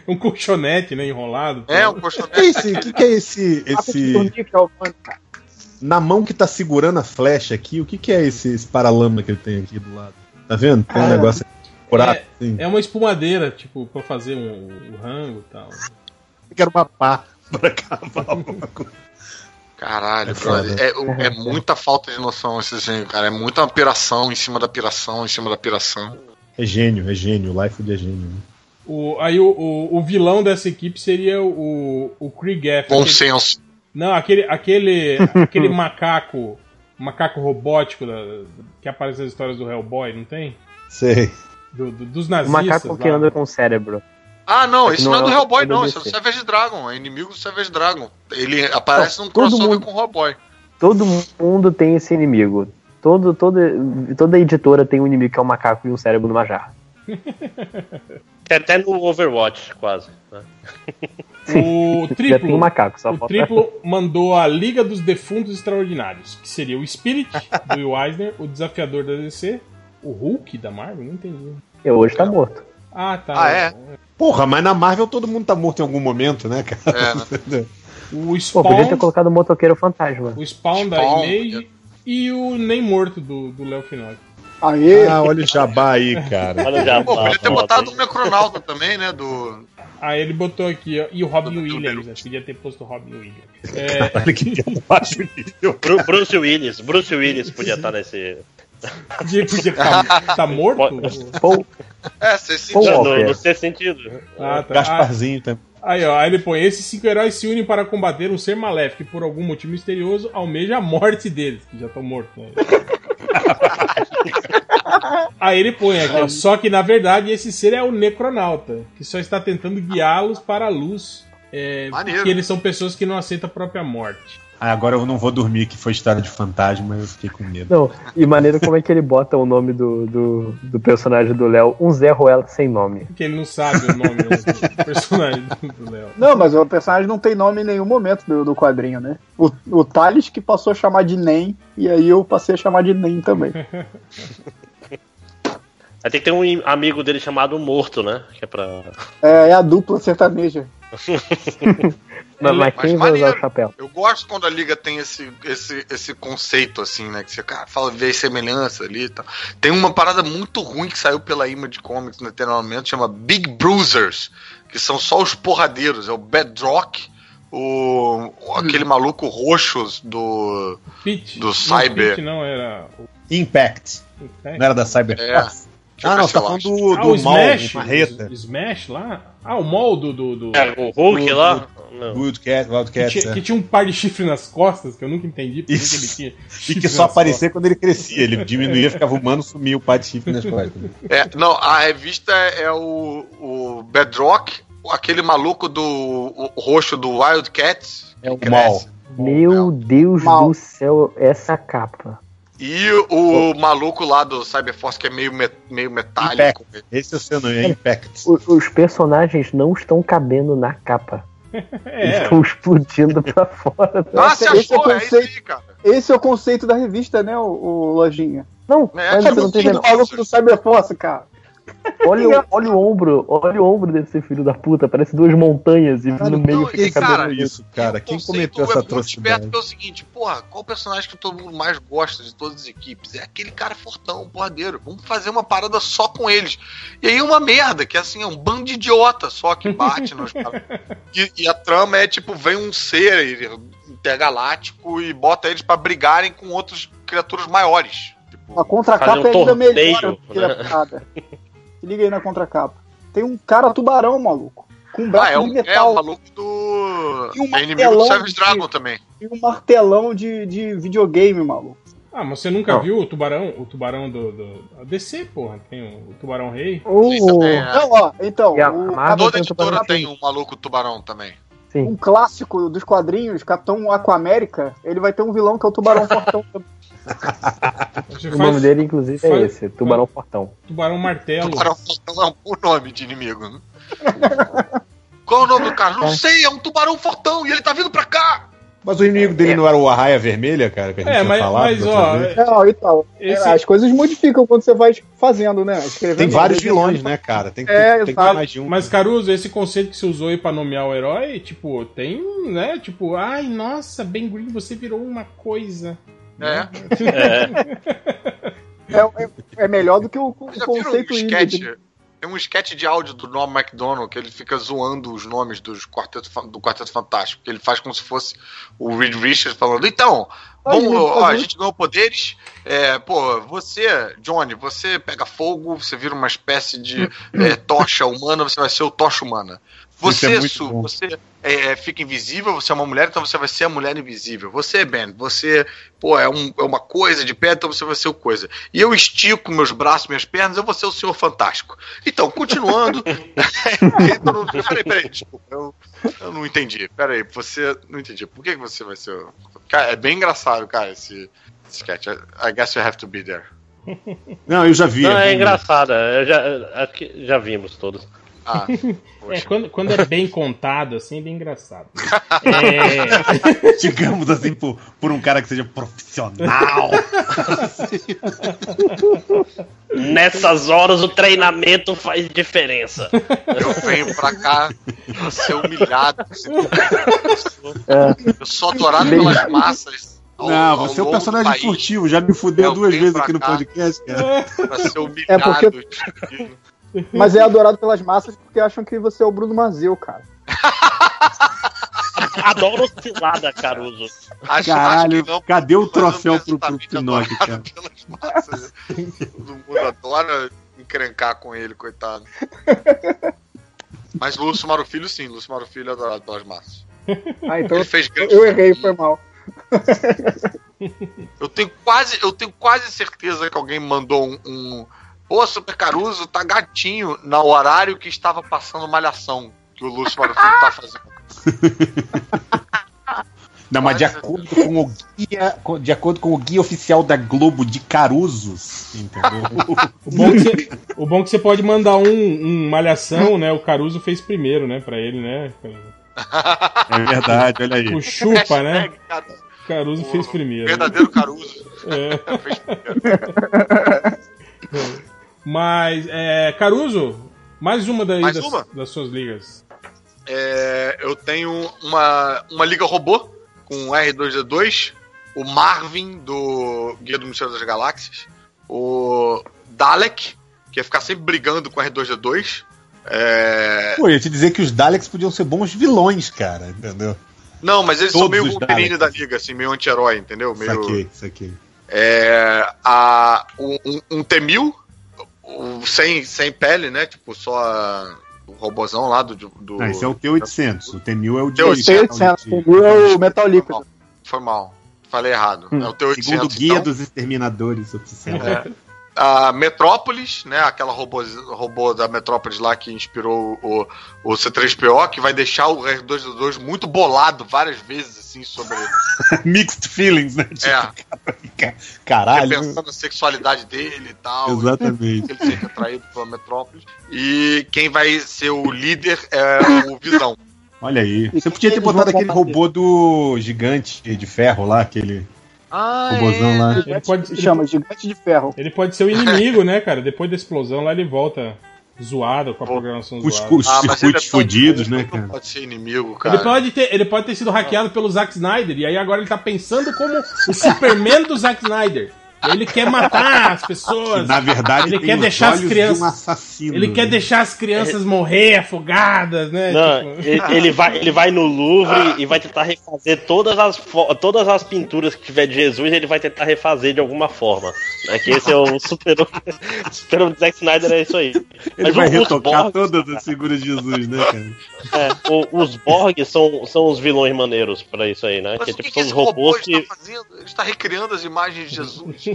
Um colchonete, né? Enrolado. É, um O que é colchonete. esse, o que que é esse, esse... é Na mão que tá segurando a flecha aqui, o que, que é esse, esse paralama que ele tem aqui do lado? Tá vendo? Tem um Ah. negócio aqui, um buraco, assim. É uma espumadeira, tipo, pra fazer um, um rango e tal. que era uma pá pra é cavar alguma coisa. Caralho, É brother. foda. É, o- é muita falta de noção esse desenho, cara. É muita piração em cima da piração, em cima da piração. É gênio, é gênio. O Life é gênio. né? O, aí o, o, o vilão dessa equipe seria o, o Krieg F. Bom aquele- senso. Não, aquele, aquele, aquele macaco. Macaco robótico da- que aparece nas histórias do Hellboy, não tem? Sei. Do- do- dos O nazistas. macaco que lá. anda com o cérebro. Ah, não, esse não não é do é o- Hellboy, do não. DC. Esse é do Savage Dragon. É inimigo do Savage Dragon. Ele aparece num todo crossover mundo- com o Hellboy. Todo mundo tem esse inimigo. Todo, todo, toda editora tem um inimigo que é um macaco e um cérebro numa jarra. Tem até no Overwatch, quase. né? O Já tem um triplo. macaco, só O falta. triplo mandou a Liga dos Defuntos Extraordinários, que seria o Spirit do Will Eisner, o Desafiador da DC, o Hulk da Marvel, não entendi. Eu hoje tá morto. Ah, tá. Ah, é? Porra, mas na Marvel todo mundo tá morto em algum momento, né, cara? É, né? O Pô, podia Spawn, ter colocado o motoqueiro fantasma. o Spawn da Spawn, Image e o Nem Morto do do Léo Finocchi. Aê! Ah, olha o jabá aí, cara. Olha já. né? Pô, lá, podia ter lá, botado lá. o Necronauta também, né? Do. Aí ele botou aqui, ó, e o Robin Tudo Williams, bem. né? Podia ter posto o Robin Williams. É, Olha que piada baixo nível. Bru- Bruce Willis. Bruce Willis podia estar nesse. podia podia tá, tá morto? Pô, É, vocês se Pô, Não, Walker. no, no sexto sentido. Ah, tá. Ah, Gasparzinho também. Aí, ó, aí ele põe: esses cinco heróis se unem para combater um ser maléfico que, por algum motivo misterioso, almeja a morte deles, que já estão mortos. Né? aí ele põe aqui: ó, só que na verdade esse ser é o Necronauta, que só está tentando guiá-los para a luz. É, Maneiro. porque eles são pessoas que não aceitam a própria morte. Ah, agora eu não vou dormir, que foi história de fantasma, eu fiquei com medo. Não, e maneiro como é que ele bota o nome do, do, do personagem do Léo, um Zé Ruela sem nome. Porque ele não sabe o nome do personagem do Léo. Não, mas o personagem não tem nome em nenhum momento do, do quadrinho, né? O, o Thales que passou a chamar de NEM, e aí eu passei a chamar de NEM também. Aí tem que ter um im- amigo dele chamado Morto, né? Que é pra. É, é a dupla sertaneja. Mas, mas Mas quem vai usar maneiro. o chapéu? Eu gosto quando a liga tem esse, esse, esse conceito, assim, né? Que você cara, fala, vê semelhança ali e tal. Tem uma parada muito ruim que saiu pela Image Comics no determinado momento, chama Big Bruisers, que são só os porradeiros. É o Bedrock, o, Hum. o- aquele maluco roxo do. Pit. Do Não, Cyber. Pit não, era. o- Impact. Não era da Cyberforce? eu Ah, ver não, se tá eu falando acho. do, Ah, o do mal, Smash. marreta. o Smash lá? Ah, o mal do. do, do- É, o Hulk O- lá. Não. Wildcat, que, Wildcat, tinha, que tinha um par de chifre nas costas, que eu nunca entendi por que que é. Isso. ele tinha. E chifre que só nas aparecia quando ele crescia. Ele diminuía, ficava humano, sumia o pá de chifre nas costas. É, não, a revista é o, o Bedrock, aquele maluco do o roxo do Wildcats. É o que mal. cresce. Meu Deus Mal. do céu, essa capa. E o maluco lá do Cyberforce, que é meio, met, meio metálico. Esse é o seu nome, é Impact. O- os personagens não estão cabendo na capa. costas. Eles É, então. estão explodindo pra fora. Ah, você Esse- esse achou? é É isso aí, cara. Esse é o conceito da revista, né, o, o Lojinha? Não, É, mas tipo, Cara, eu não tô filho entendendo. do maluco do Cyberforce, cara. Olha, o- olha o ombro, olha o ombro desse filho da puta, parece duas montanhas e Cara, no meio não, fica e, cara, cabelo. Olha tá isso, cara. O Quem conceito cometeu essa é muito esperto atrocidade? que é o seguinte, porra, qual personagem que todo mundo mais gosta de todas as equipes? É aquele cara fortão, porradeiro. Vamos fazer uma parada só com eles. E aí é uma merda, que assim, é um bando de idiota só que bate nos caras. E, e a trama é tipo, vem um ser ele- intergaláctico e bota eles pra brigarem com outras criaturas maiores. A Tipo, Fazer contracapa um é ainda torneio, melhor do que a né? parada. Se liga aí na contracapa. Tem um cara tubarão, maluco. Com um braço ah, é, de um, é metal o maluco do. E um é inimigo do martelão Savage de- Dragon também. e um martelão de, de videogame, maluco. Ah, mas você nunca Não. viu o tubarão, o tubarão do, do. a DC, porra, tem o, o tubarão rei. Oh. Sim, também, é. Não, ó, então, E a o- Marvel a- Toda tem um editora tubarão tem um maluco tubarão também. um clássico dos quadrinhos, Capitão Aquamérica, ele vai ter um vilão que é o Tubarão Fortão. Você Ah, O faz nome dele, inclusive, é faz- esse, Tubarão Fortão. tubarão martelo. Tubarão Fortão é um bom nome de inimigo, né? Qual é o nome do cara? Não É. sei, é um tubarão fortão e ele tá vindo pra cá! Mas o inimigo dele não era o Arraia Vermelha, cara, que a gente É, tinha mas, falado. mas da outra ó, é, vez? Não, e tal. Esse- As coisas modificam quando você vai fazendo, né? Escrevendo. tem vários vilões, né, cara? Tem, É, tem, tem exato. mais tipo, de um. Mas, Caruso, esse conceito que você usou aí pra nomear o herói, tipo, tem, né? Tipo, ai, nossa, Ben Green, você virou uma coisa. É. É, É, é- é melhor do que o, o Já viram um conceito sketch? indie. Tem um sketch de áudio do Norm MacDonald que ele fica zoando os nomes dos quarteto, Fan- do Quarteto Fantástico, que ele faz como se fosse o Reed Richards falando, então, Olha, vamos, ele ó, a fazia- gente ganhou poderes, é, pô, você, Johnny, você pega fogo, você vira uma espécie de é, tocha humana, você vai ser o tocha humana. Isso é Você, muito Su, bom. você é, fica invisível, você é uma mulher, então você vai ser a mulher invisível. Você, é Ben, você, pô, é, um- é uma coisa de pé, então você vai ser o coisa. E eu estico meus braços, minhas pernas, eu vou ser o senhor fantástico. Então, continuando. Então, não- peraí, peraí, desculpa, eu, eu não entendi. Peraí, você. Não entendi. Por que que você vai ser. o- Cara, é bem engraçado, cara, esse, esse sketch. I I guess you have to be there. Não, eu já vi. não, eu é vi. um. engraçada. Eu já, acho que já vimos todos. Ah, É, poxa. quando, quando é bem contado, assim, é bem engraçado. É, Digamos assim, por, por um cara que seja profissional. Nessas horas o treinamento faz diferença. Eu venho pra cá pra ser humilhado. pra ser- É. Eu sou adorado pelas massas. ao- não, ao você é um longo do personagem país, furtivo, já me fudeu Eu duas vezes venho pra aqui no cá. podcast, cara. Pra ser É humilhado. porque- Mas é adorado pelas massas porque acham que você é o Bruno Mazeu, cara. Adoro cilada, Caruso. Acho- Caralho, acho que não, cadê o mas eu troféu pro, pro exatamente Pinocchio, cara? adorado pelas massas. Todo mundo adora encrencar com ele, coitado. Mas Lúcio Mauro Filho, sim, Lúcio Mauro Filho é adorado pelas massas. Ah, então Ele fez eu, grandes eu errei, foi mal. Eu tenho quase, eu tenho quase certeza que alguém mandou um, um Ô, Super Caruso, tá gatinho no horário que estava passando malhação que o Lúcio Mauro Filho tá fazendo. Não, mas de acordo com o guia, co- de acordo com o guia oficial da Globo de Caruzos, entendeu? o, bom que você, o bom que você pode mandar um, um malhação, né? O Caruso fez primeiro, né? Pra ele, né? é verdade, olha aí. O chupa, né? Hashtag Caruso. O Caruso fez primeiro. né? Verdadeiro Caruso. É. Fez primeiro. Mas, é, Caruso, mais uma daí Mais das, uma? das suas ligas. É, eu tenho uma, uma liga robô com R2D2, o Marvin do Guia do Mistério das Galáxias, o Dalek, que ia ficar sempre brigando com R2D2. É, Pô, eu ia te dizer que os Daleks podiam ser bons vilões, cara, entendeu? Não, mas eles Todos são os meio Wolverine Daleks. da liga, assim, meio anti-herói, entendeu? Meio, Saquei, saquei. É, a, um, um- um T-1000 o- sem, sem pele, né? Tipo, só a- o robozão lá do. do Ah, esse é o T-800, o T-1000 é o de... T-800, de- Sei, né? é o metal líquido. Foi mal. Falei errado. é o T-800. Hum. Segundo o guia então. É. dos exterminadores oficial. a Metrópolis, né? Aquela robô, robô da Metrópolis lá que inspirou o, o C3PO, que vai deixar o R2D2 muito bolado várias vezes, assim, sobre. Mixed feelings, né? Tipo, É, Caralho. repensando a sexualidade dele e tal. Exatamente. Ele sempre atraído pela Metrópolis. E quem vai ser o líder é o Visão. Olha aí. E Você podia ter eles botado vão aquele combater. robô do gigante de ferro lá, aquele. Ah, O bozão lá. né? Ele pode, Se ele, chama Gigante de Ferro. ele pode ser o inimigo, né, cara? Depois da explosão lá ele volta zoado, com a programação Os, zoada. os circuitos tão fudidos, bom, né, é não cara? pode ser inimigo, cara. Ele pode, ter, ele pode ter sido hackeado pelo Zack Snyder, e aí agora ele tá pensando como o Superman do Zack Snyder. Ele quer matar as pessoas. Na verdade, Ele tem quer os deixar as olhos de crianças- um assassino. né? Ele quer deixar as crianças morrer afogadas, né? Não, Tipo, ele, ele vai, ele vai no Louvre e vai tentar refazer todas as, fo- todas as pinturas que tiver de Jesus, ele vai tentar refazer de alguma forma. É que esse é o super super do Zack Snyder, é isso aí. Ele vai o- os retocar Borg- todas as figuras de Jesus, né, cara? é, o- os Borg são, são os vilões maneiros pra isso aí, né? Mas Que o que, tipo, que são os esse robô robôs que. está fazendo? Ele está recriando as imagens de Jesus.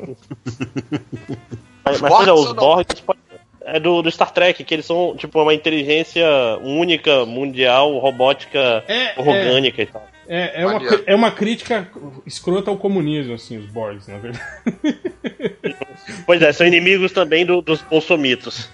É, Mas, Borgs mas olha, os ou não? Borgs pode- é do, do Star Trek, que eles são tipo uma inteligência única, mundial, robótica, É, é, orgânica e tal. é, é uma, Maneiro. é uma crítica escrota ao comunismo, assim, os Borgs, na verdade. Pois é, são inimigos também do- dos bolsomitos.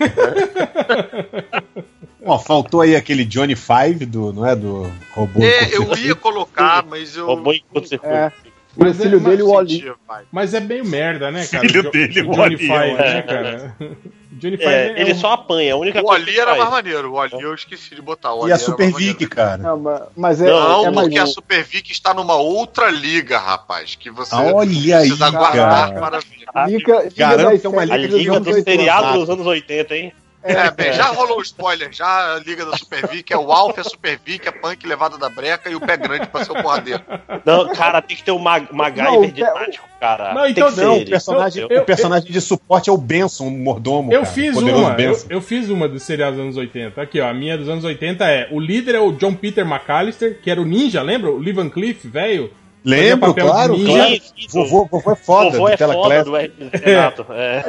Ó, faltou aí aquele Johnny Five do, não é, do robô. é, eu tá ia colocar, mas eu. Robô em curto circuito. É. E Mas o filho é- mas dele, o Oli. sentia, vai. Mas é meio merda, né, cara? Filho Jo- dele, o Johnny Oli, Five, eu né, acho. cara? Johnny Five É, ele um- só apanha, a única O Ali que era faz. mais maneiro. O Ali eu esqueci de botar. O E Ali a era Super mais maneiro. Vic, cara. Não, ma- mas é, Não, é Não, mais porque a Super Vic está numa outra liga, rapaz. Que você Ah, Olha aí, precisa guardar cara. para ver. Liga, liga Garanto das que é uma A séries dos liga anos do 80. seriado dos anos 80, hein? É, bem, já rolou um spoiler, já a liga da Super Vic, é o Alpha, a Super Vic, a Punk levada da breca e o pé grande pra ser o porradeiro. Não, cara, tem que ter o Mag Não, MacGyver o de pe- tático, cara. Não, Tem então que ser não, ele. O personagem, Eu- eu- o personagem de suporte é o Benson, o mordomo. Eu cara, fiz o poderoso uma, eu, Benson. eu fiz uma do seriado dos anos 80. Aqui, ó, a minha dos anos 80 é o líder é o John Peter McAllister, que era o ninja, lembra? O Lee Van Cleef, velho. Lembro, papel de claro, ninja. claro. Isso, isso. Vovô, vovô é foda, Vovô do é Tela foda Class. do RG Renato. É.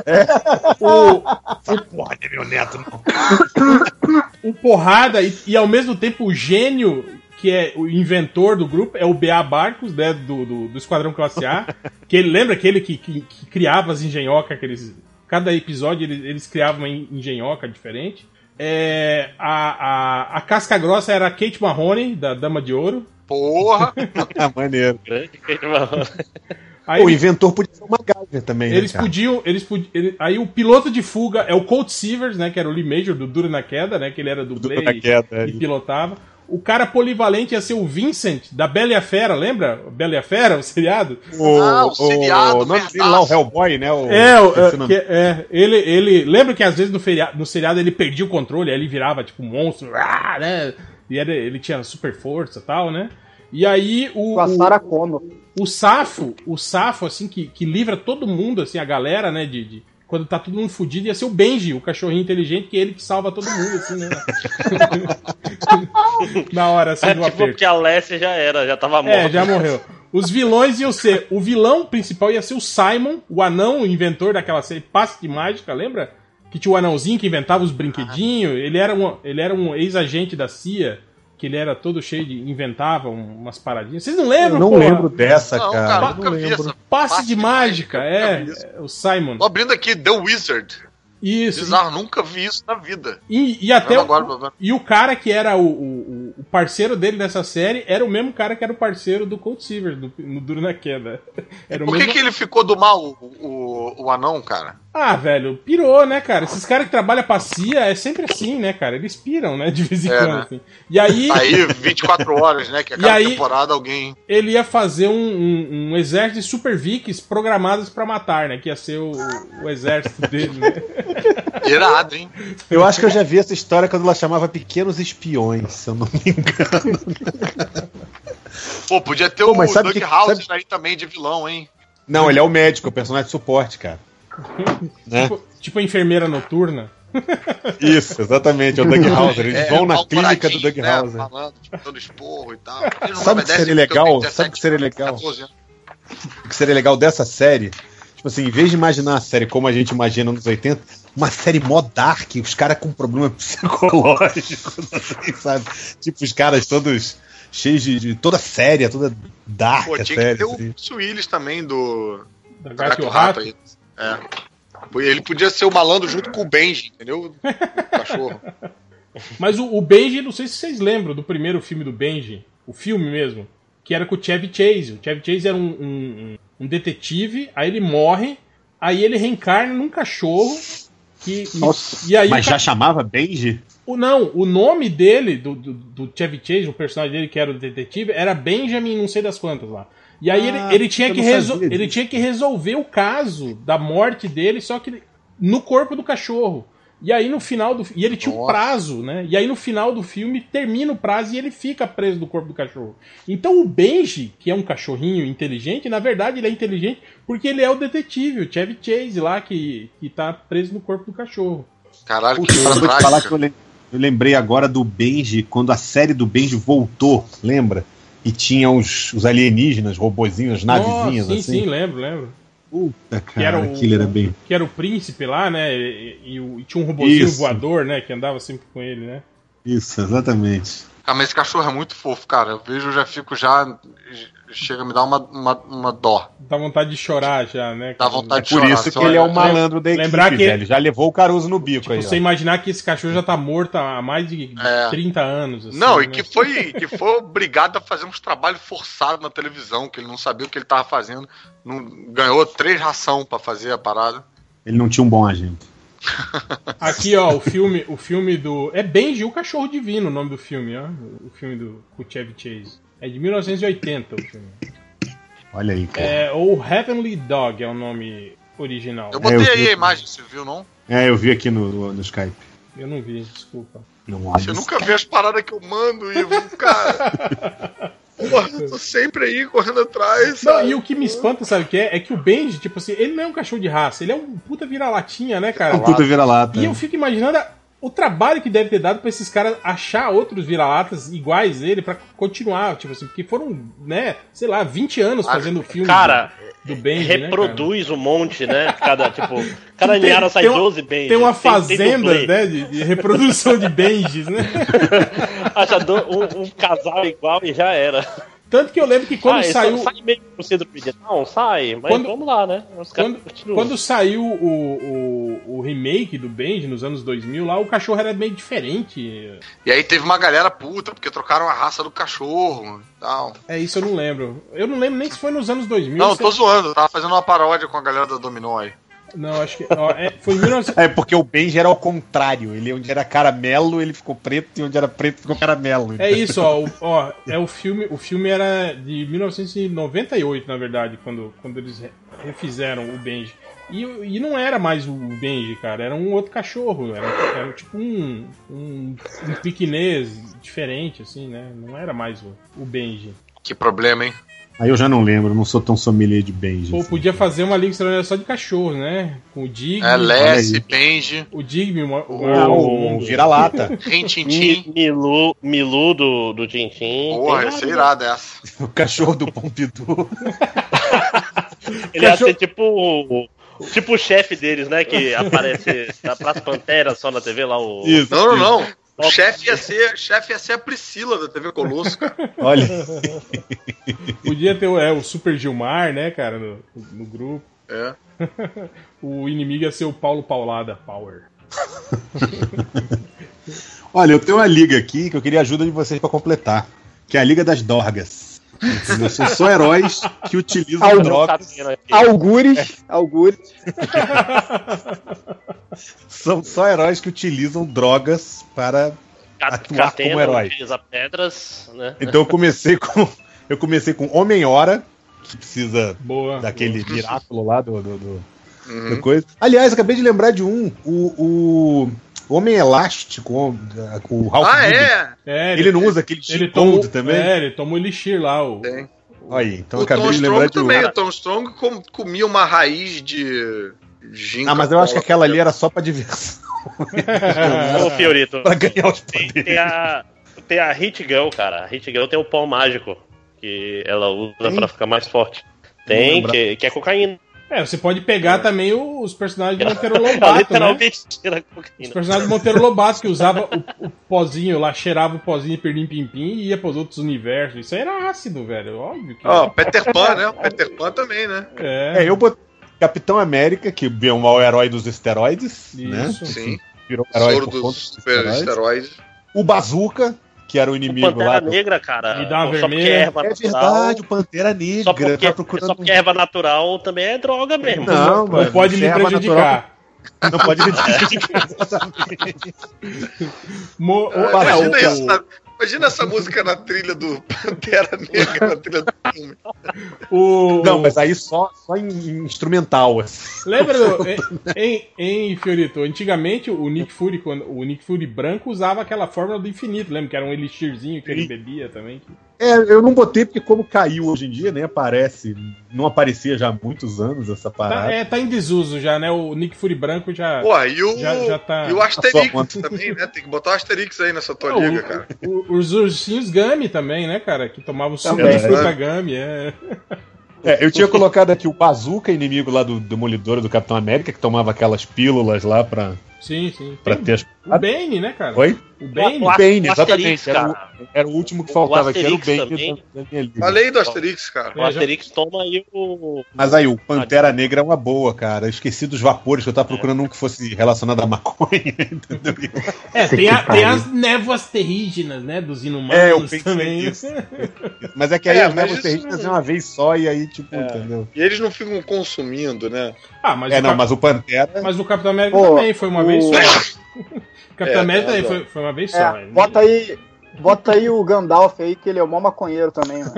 O, Porra, é meu neto, não. o um porrada e, e, ao mesmo tempo o gênio que é o inventor do grupo é o B.A. Barcos, né, do, do, do Esquadrão Classe A, que ele lembra aquele que, que, que criava as engenhocas, que eles, cada episódio eles, eles criavam uma en- engenhoca diferente. É, a, a, a casca grossa era a Kate Mahoney, da Dama de Ouro. Porra! Ah, maneiro. grande que ele falou. Aí o inventor podia ser o MacGyver também, Eles né, cara? podiam. Eles podiam ele- aí o piloto de fuga é o Colt Severs, né? Que era o Lee Major do Duro na Queda, né? Que ele era do Tudo na Blade queda. e pilotava. O cara polivalente ia ser o Vincent, da Bela e a Fera, lembra? Bela e a Fera, o seriado? O, Ah, o o seriado, o nome dele lá, o Hellboy, né? O, é, o- esse é, nome. que- é, ele, ele. Lembra que às vezes no, feria- no seriado ele perdia o controle, aí ele virava tipo um monstro, ah, né? E era- ele tinha super força e tal, né? E aí o. Com a o- Sarah Connor. O Safo, o Safo, assim, que, que livra todo mundo, assim, a galera, né, de... de- quando tá todo mundo fudido, ia ser o Benji, o cachorrinho inteligente, que é ele que salva todo mundo, assim, né? Na hora, assim, É do tipo aperto. porque a Lessie já era, já tava morta. É, já morreu. Os vilões iam ser... O vilão principal ia ser o Simon, o anão, o inventor daquela série Passe de Mágica, lembra? Que tinha o anãozinho que inventava os brinquedinhos. Ele era um, ele era um ex-agente da CIA, que ele era todo cheio de... Inventava um- umas paradinhas. Vocês não Eu lembram, não porra? lembro dessa, Não, cara. cara, Eu nunca não vi lembro. essa. Passe, Passe de de mágica, mágica, é, nunca vi isso. é, o Simon. Tô abrindo aqui The Wizard. Isso. Bizarro, nunca vi isso na vida. E, e até o, Eu não gosto, mas- e o cara que era o, o- o parceiro dele nessa série era o mesmo cara que era o parceiro do Colt Silver no, no Duro na Queda. Era o Por que, mesmo... que ele ficou do mal, o, o, o anão, cara? Ah, velho, pirou, né, cara? Esses caras que trabalham pra CIA é sempre assim, né, cara? Eles piram, né, de vez em É, quando. né? assim. E aí Aí, 24 horas, né? Que a E cada aí- temporada alguém. ele ia fazer um, um- um exército de super vics programados pra matar, né? Que ia ser o, o exército dele, né? Irado, hein? Eu acho que eu já vi essa história quando ela chamava Pequenos Espiões, se eu não me engano. Pô, podia ter Pô, o mas sabe Duck que- House aí também de vilão, hein? Não, ele é o médico, é o personagem de suporte, cara. Né? tipo, tipo a enfermeira noturna. Isso, exatamente, é o Doug Hauser. Eles É, vão na mal clínica do né? paradinho, Doug Hauser. Falando, tipo, dando esporro e tal. Eles não Sabe o que obedecem seria porque eu tenho legal? 17 Sabe o que seria anos, legal? 14 anos. O que seria legal dessa série, tipo assim, em vez de imaginar a série como a gente imagina nos 80, uma série mó dark, os caras com problema psicológico, assim, sabe? Tipo, os caras todos cheios de, de- toda séria, toda dark Pô, a tinha que série. ter o assim. Bruce Willis também do Da do gato e o rato. aí. É. Ele podia ser o malandro junto com o Benji, entendeu? O cachorro. Mas o, o Benji, não sei se vocês lembram do primeiro filme do Benji, o filme mesmo, que era com o Chevy Chase. O Chevy Chase era um, um- um- um detetive, aí ele morre, aí ele reencarna num cachorro. Que, e- Nossa. e, aí o Mas ca- já chamava Benji? o, não, o nome dele, do, do, do Chevy Chase, o personagem dele que era o detetive, era Benjamin não sei das quantas lá. E aí Ah, ele, ele, tinha eu que não resol- sabia ele disso. tinha que resolver o caso da morte dele, só que ele- no corpo do cachorro. E aí no final do fi- E ele tinha um Nossa. prazo, né? E aí no final do filme termina o prazo e ele fica preso no corpo do cachorro. Então o Benji, que é um cachorrinho inteligente, na verdade ele é inteligente porque ele é o detetive, o Chevy Chase lá, que, que tá preso no corpo do cachorro. Caralho, que Puxa, eu vou te pra falar trás. que eu lem- eu lembrei agora do Benji, quando a série do Benji voltou, lembra? E tinha os, os alienígenas, robozinhos, as navezinhas, Nossa, sim, assim. sim, lembro, lembro. Puta, cara, era o- aquilo era bem... que era o príncipe lá, né? E, e o- e tinha um robozinho Isso. voador, né? Que andava sempre com ele, né? Isso, exatamente. Ah, mas esse cachorro é muito fofo, cara. Eu vejo, eu já fico já. Chega a me dar uma, uma, uma dó. Dá vontade de chorar já, né? Dá vontade de Por chorar. isso você que ele é o olha- malandro da equipe, Lembrar que- velho. Já levou o Caruso no bico aí, Tipo, ó. você imaginar que esse cachorro já tá morto há mais de É. 30 anos. assim, Não, né? e que foi, que foi obrigado a fazer uns trabalhos forçados na televisão, que ele não sabia o que ele tava fazendo. Não, ganhou três ração pra fazer a parada. Ele não tinha um bom agente. Aqui, ó, o filme, o filme do. É Benji, o cachorro divino o nome do filme, ó. O filme do com o Chevy Chase. É de 1980 o filme. Olha aí, cara. É, ou Heavenly Dog é o nome original. Eu botei eu aí vi. a imagem, você viu, não? É, eu vi aqui no, no, no Skype. é um Eu não vi, desculpa. Não Você abre. nunca vê as paradas que eu mando, Ivo, cara. Porra, eu tô sempre aí correndo atrás. Não, sabe? e o que me espanta, sabe o que é? É que o Benji, tipo assim, ele não é um cachorro de raça, ele é um puta vira-latinha, né, cara? O É um puta vira-lata. E eu fico imaginando a- o trabalho que deve ter dado pra esses caras achar outros vira-latas iguais a ele pra continuar, tipo assim, porque foram, né, sei lá, 20 anos fazendo filme Cara, do, do Benji, né, reproduz um monte, né? Cada, tipo, cada Tem- Niara sai tem uma- 12 cara? bens. Tem uma fazenda, fazenda, né, de, de reprodução de Benjis, né? Acha do- um, um casal igual e já era. Tanto que eu lembro que quando Ah, isso saiu... Sai meio pro síndrome de Down, sai, mas Quando- vamos lá, né? Os caras Quando, continuam. quando saiu o, o, o remake do Benji nos anos 2000, lá o cachorro era meio diferente. E aí teve uma galera puta, porque trocaram a raça do cachorro e tal. É isso, eu não lembro. Eu não lembro nem se foi nos anos 2000. Não, eu se- tô zoando, eu tava fazendo uma paródia com a galera da Dominó aí. Não, acho que. ó, é, foi em 19... É porque o Benji era ao contrário. Ele é onde era caramelo, ele ficou preto, e onde era preto ficou caramelo. É isso, ó, o- ó. É o filme. O filme era de 1998, na verdade, quando, quando eles re- refizeram o Benji. E, o- e não era mais o Benji, cara, era um outro cachorro. Era, era tipo um, um, um piquinês diferente, assim, né? Não era mais o, o Benji. Que problema, hein? Aí eu já não lembro, não sou tão sommelier de Benji. Pô, assim. podia fazer uma liga extraordinária só de cachorro, né? Com o Digby. É Lessie, aí. Benji, O Digby, o, o, Ah, o, o, o vira-lata. Mi- Rintintim. Milu, Milu do, do Tintin. Porra, Tem ia ser vários. irado essa. o cachorro do Pompidou. Ele ia Cachorro- ser tipo o. Tipo o chefe deles, né? Que aparece na Praça Pantera só na TV lá, o. Isso. Não, não, não. O Ó. chefe ia ser, chefe ia ser a Priscila da TV Colosso. cara. Olha, podia ter o- é, o Super Gilmar, né, cara, no, no grupo. É. O inimigo ia ser o Paulo Paulada Power. olha, eu tenho uma liga aqui que eu queria a ajuda de vocês pra completar, que é a liga das dorgas. Entendeu? São só heróis que Ah, utilizam Aldo. drogas. Catena aqui. Algures, algures. São só heróis que utilizam drogas para Ca- atuar Catena, como herói. utiliza pedras, né? Então eu comecei com eu comecei com Homem Hora, que precisa Boa. daquele miraculo lá do, do, do- Uhum. Uhum. do coisa. Aliás, acabei de lembrar de um, o, o Homem Elástico, o, da- com o Hulk Ah, é? É, Ele não usa aquele ele chip toma, gold também? É, ele toma o Elixir lá. O, Tem. Olha aí, então eu o Tom acabei de lembrar Strong de um. também. O Tom Strong com- comia uma raiz de ginkgo. Ah, mas eu acho que aquela ali era só pra diversão, Ah. É. Ô, Fiorito. pra ganhar os Tem, poderes. tem a, tem a Hit Girl, cara. A Hit Girl tem o pau mágico que ela usa pra ficar mais forte. Tem, lembrar. que, que é cocaína. É, você pode pegar também o- os personagens de É, Monteiro Ela Lobato, né? literalmente tira a Os cocaína. personagens de Monteiro Lobato que usava o, o pozinho lá, cheirava o pozinho e perdia em pim-pim e ia pros outros universos. Isso aí era ácido, velho. Óbvio que Ó, Peter Pan, né? O Peter Pan também, né? é. É, eu botei Capitão América, que é o maior herói dos esteroides, né? Isso. Sim. Virou um herói Soro por conta dos dos super esteroides. esteroides. O Bazooka, que era o O é inimigo Pantera lá. Negra, cara. Me dá uma só porque vermelha. é erva É natural. verdade, o Pantera Negra. Só porque, tá procurando. só porque é erva natural também é droga mesmo. Não, Não mano, pode isso me é erva natural. prejudicar. Não pode me prejudicar. Mo- o- Para, Imagina é o- isso. na- Imagina essa música na trilha do Pantera Negra, na trilha do filme. o- Não, mas aí só, só em- em instrumental. assim. Lembra, do, é, em, em, em Fiorito, antigamente o Nick Fury, quando, o Nick Fury branco usava aquela fórmula do infinito, lembra? Que era um elixirzinho que ele Sim. bebia também. É, eu não botei porque como caiu hoje em dia, né? Aparece. Não aparecia já há muitos anos essa Tá, parada. é, tá em desuso já, né? O Nick Fury branco já. Porra, e o, Já- já tá- e o Sua Asterix conta. também, né? Tem que botar o Asterix aí nessa tua Ah, o- liga, cara. o- os ursinhos Gami também, né, cara? Que tomavam suco Também. de fruta Gami. É. É, eu tinha colocado aqui o Bazooka, inimigo lá do Demolidor e do Capitão América, que tomava aquelas pílulas lá pra, Sim, sim. pra Tem ter as. O Bane, né, cara? Oi? O Bane. O- o- Bane, o Asterix, exatamente. Era o, cara. era o último que O faltava aqui, era o Asterix Bane também. da, da minha lista. Falei do Asterix, cara. O Asterix toma aí o. É, Mas aí, o Pantera Negra é uma boa, cara. Eu esqueci dos vapores, que eu tava procurando um que fosse relacionado à maconha, entendeu? É, Sei tem, que a- tem pariu. as névoas terrígenas, né? Dos É, eu inumanos pensei também. nisso. Mas é que aí É, as mas névoas isso terrígenas não- é uma vez só e aí, tipo, entendeu? E eles não ficam consumindo, né? Ah, É. mas, É, o não, Cap- mas o Pantera... mas o Capitão América Pô, também foi uma o- vez só. O Capitão É, América também tem razão. foi, foi uma vez só. É, né? bota aí. Bota aí o Gandalf aí, que ele é o maior maconheiro também, mano.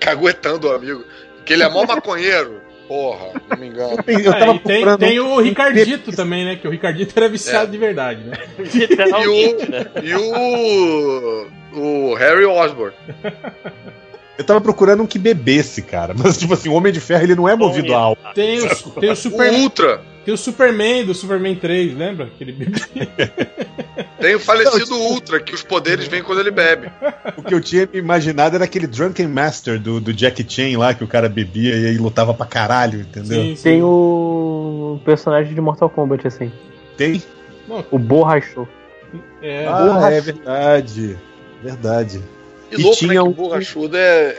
Caguetando o amigo. Que ele é mó maconheiro. Porra, não me engano. Eu É, tava e tem, procurando tem o um- Ricardito também, né? Que o Ricardito era viciado de verdade, né? E Literalmente, né? o, e o, o Harry Osborn. Eu tava procurando um que bebesse, cara. Mas, tipo assim, o Homem de Ferro, ele não é movido a álcool. Tem o, tem o, O Super, Ultra. tem o Superman do Superman 3, lembra? Aquele bebê. Tem o falecido Ultra, que os poderes vêm quando ele bebe. O que eu tinha me imaginado era aquele Drunken Master do, do Jack Chan lá, que o cara bebia e aí lutava pra caralho, entendeu? Sim, sim. Tem o personagem de Mortal Kombat, assim. Tem? O Borrachou. É, Ah, é verdade. Verdade. E, E louco, tinha né, um- que borrachudo é,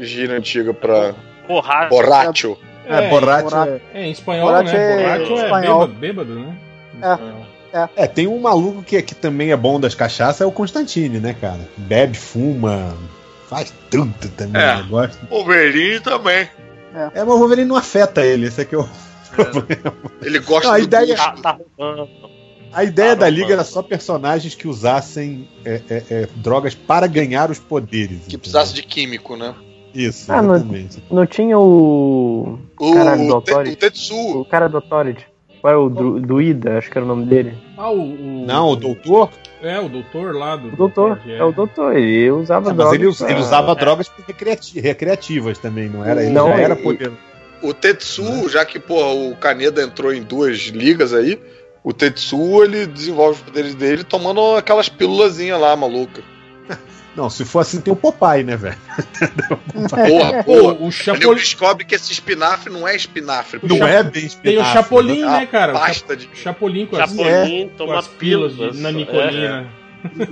é gíria antiga pra Borracha. borracho. É, é, Tá borracha. é, em espanhol, Borracha né? é Borracho é, espanhol. bêbado, bêbado, né? Em É. espanhol. É, tem um maluco que, que também é bom das cachaças, é o Constantine, né, cara? Bebe, fuma, faz tudo também. É. Eu gosto. O Berlim também. É, mas o Wolverine não afeta ele, esse aqui é o problema. Ele gosta Não, Ah, a do ideia- gosto. Tá, tá roubando. A Ah, ideia da Claro, liga mano. era só personagens que usassem é, é, é, drogas para ganhar os poderes. Que entendeu? precisasse de químico, né? Isso, Ah, mas- exatamente. Não tinha o. O, Caralho, do o, te, Authority. o Tetsuo. O cara do Authority. Qual é o Dru- Druida? Acho que era o nome dele. Ah, o, o- Não, o doutor É, o doutor lá do. O doutor. do- É o doutor. Ele usava Ah, mas ele, us- pra- ele usava drogas recreati- recreativas também, não era? Ele Não, já é- era poderoso. O Tetsuo, já que, porra, o Caneda entrou em duas ligas aí, o Tetsuo, ele desenvolve os poderes dele tomando aquelas pílulazinhas lá, maluca. Não, se for assim, tem o Popeye, né, velho? É. Porra, porra. Pô, É. o Ele eu Chapolin. descobre que esse espinafre não é espinafre. Não porra. é bem Tem o espinafre, Chapolin, né? né, cara? O Cha- Pasta de... Chapolin com as, Chapolin é, com toma as pilas de pílulas. né? É. nanicolina. Ah, Ah,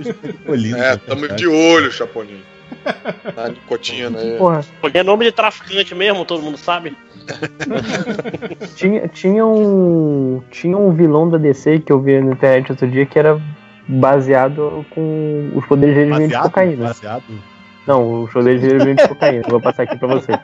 Chapolin, É, né, tamo cara? de olho, Chapolin. Tá Na nicotina aí. Porra, Porque é nome de traficante mesmo, todo mundo sabe. tinha, tinha um. Tinha um vilão da DC que eu vi na internet outro dia que era baseado com os poderes dele vindo de Baseado, cocaína. baseado. Não, os poderes dele vindo de cocaína. Vou passar aqui pra vocês.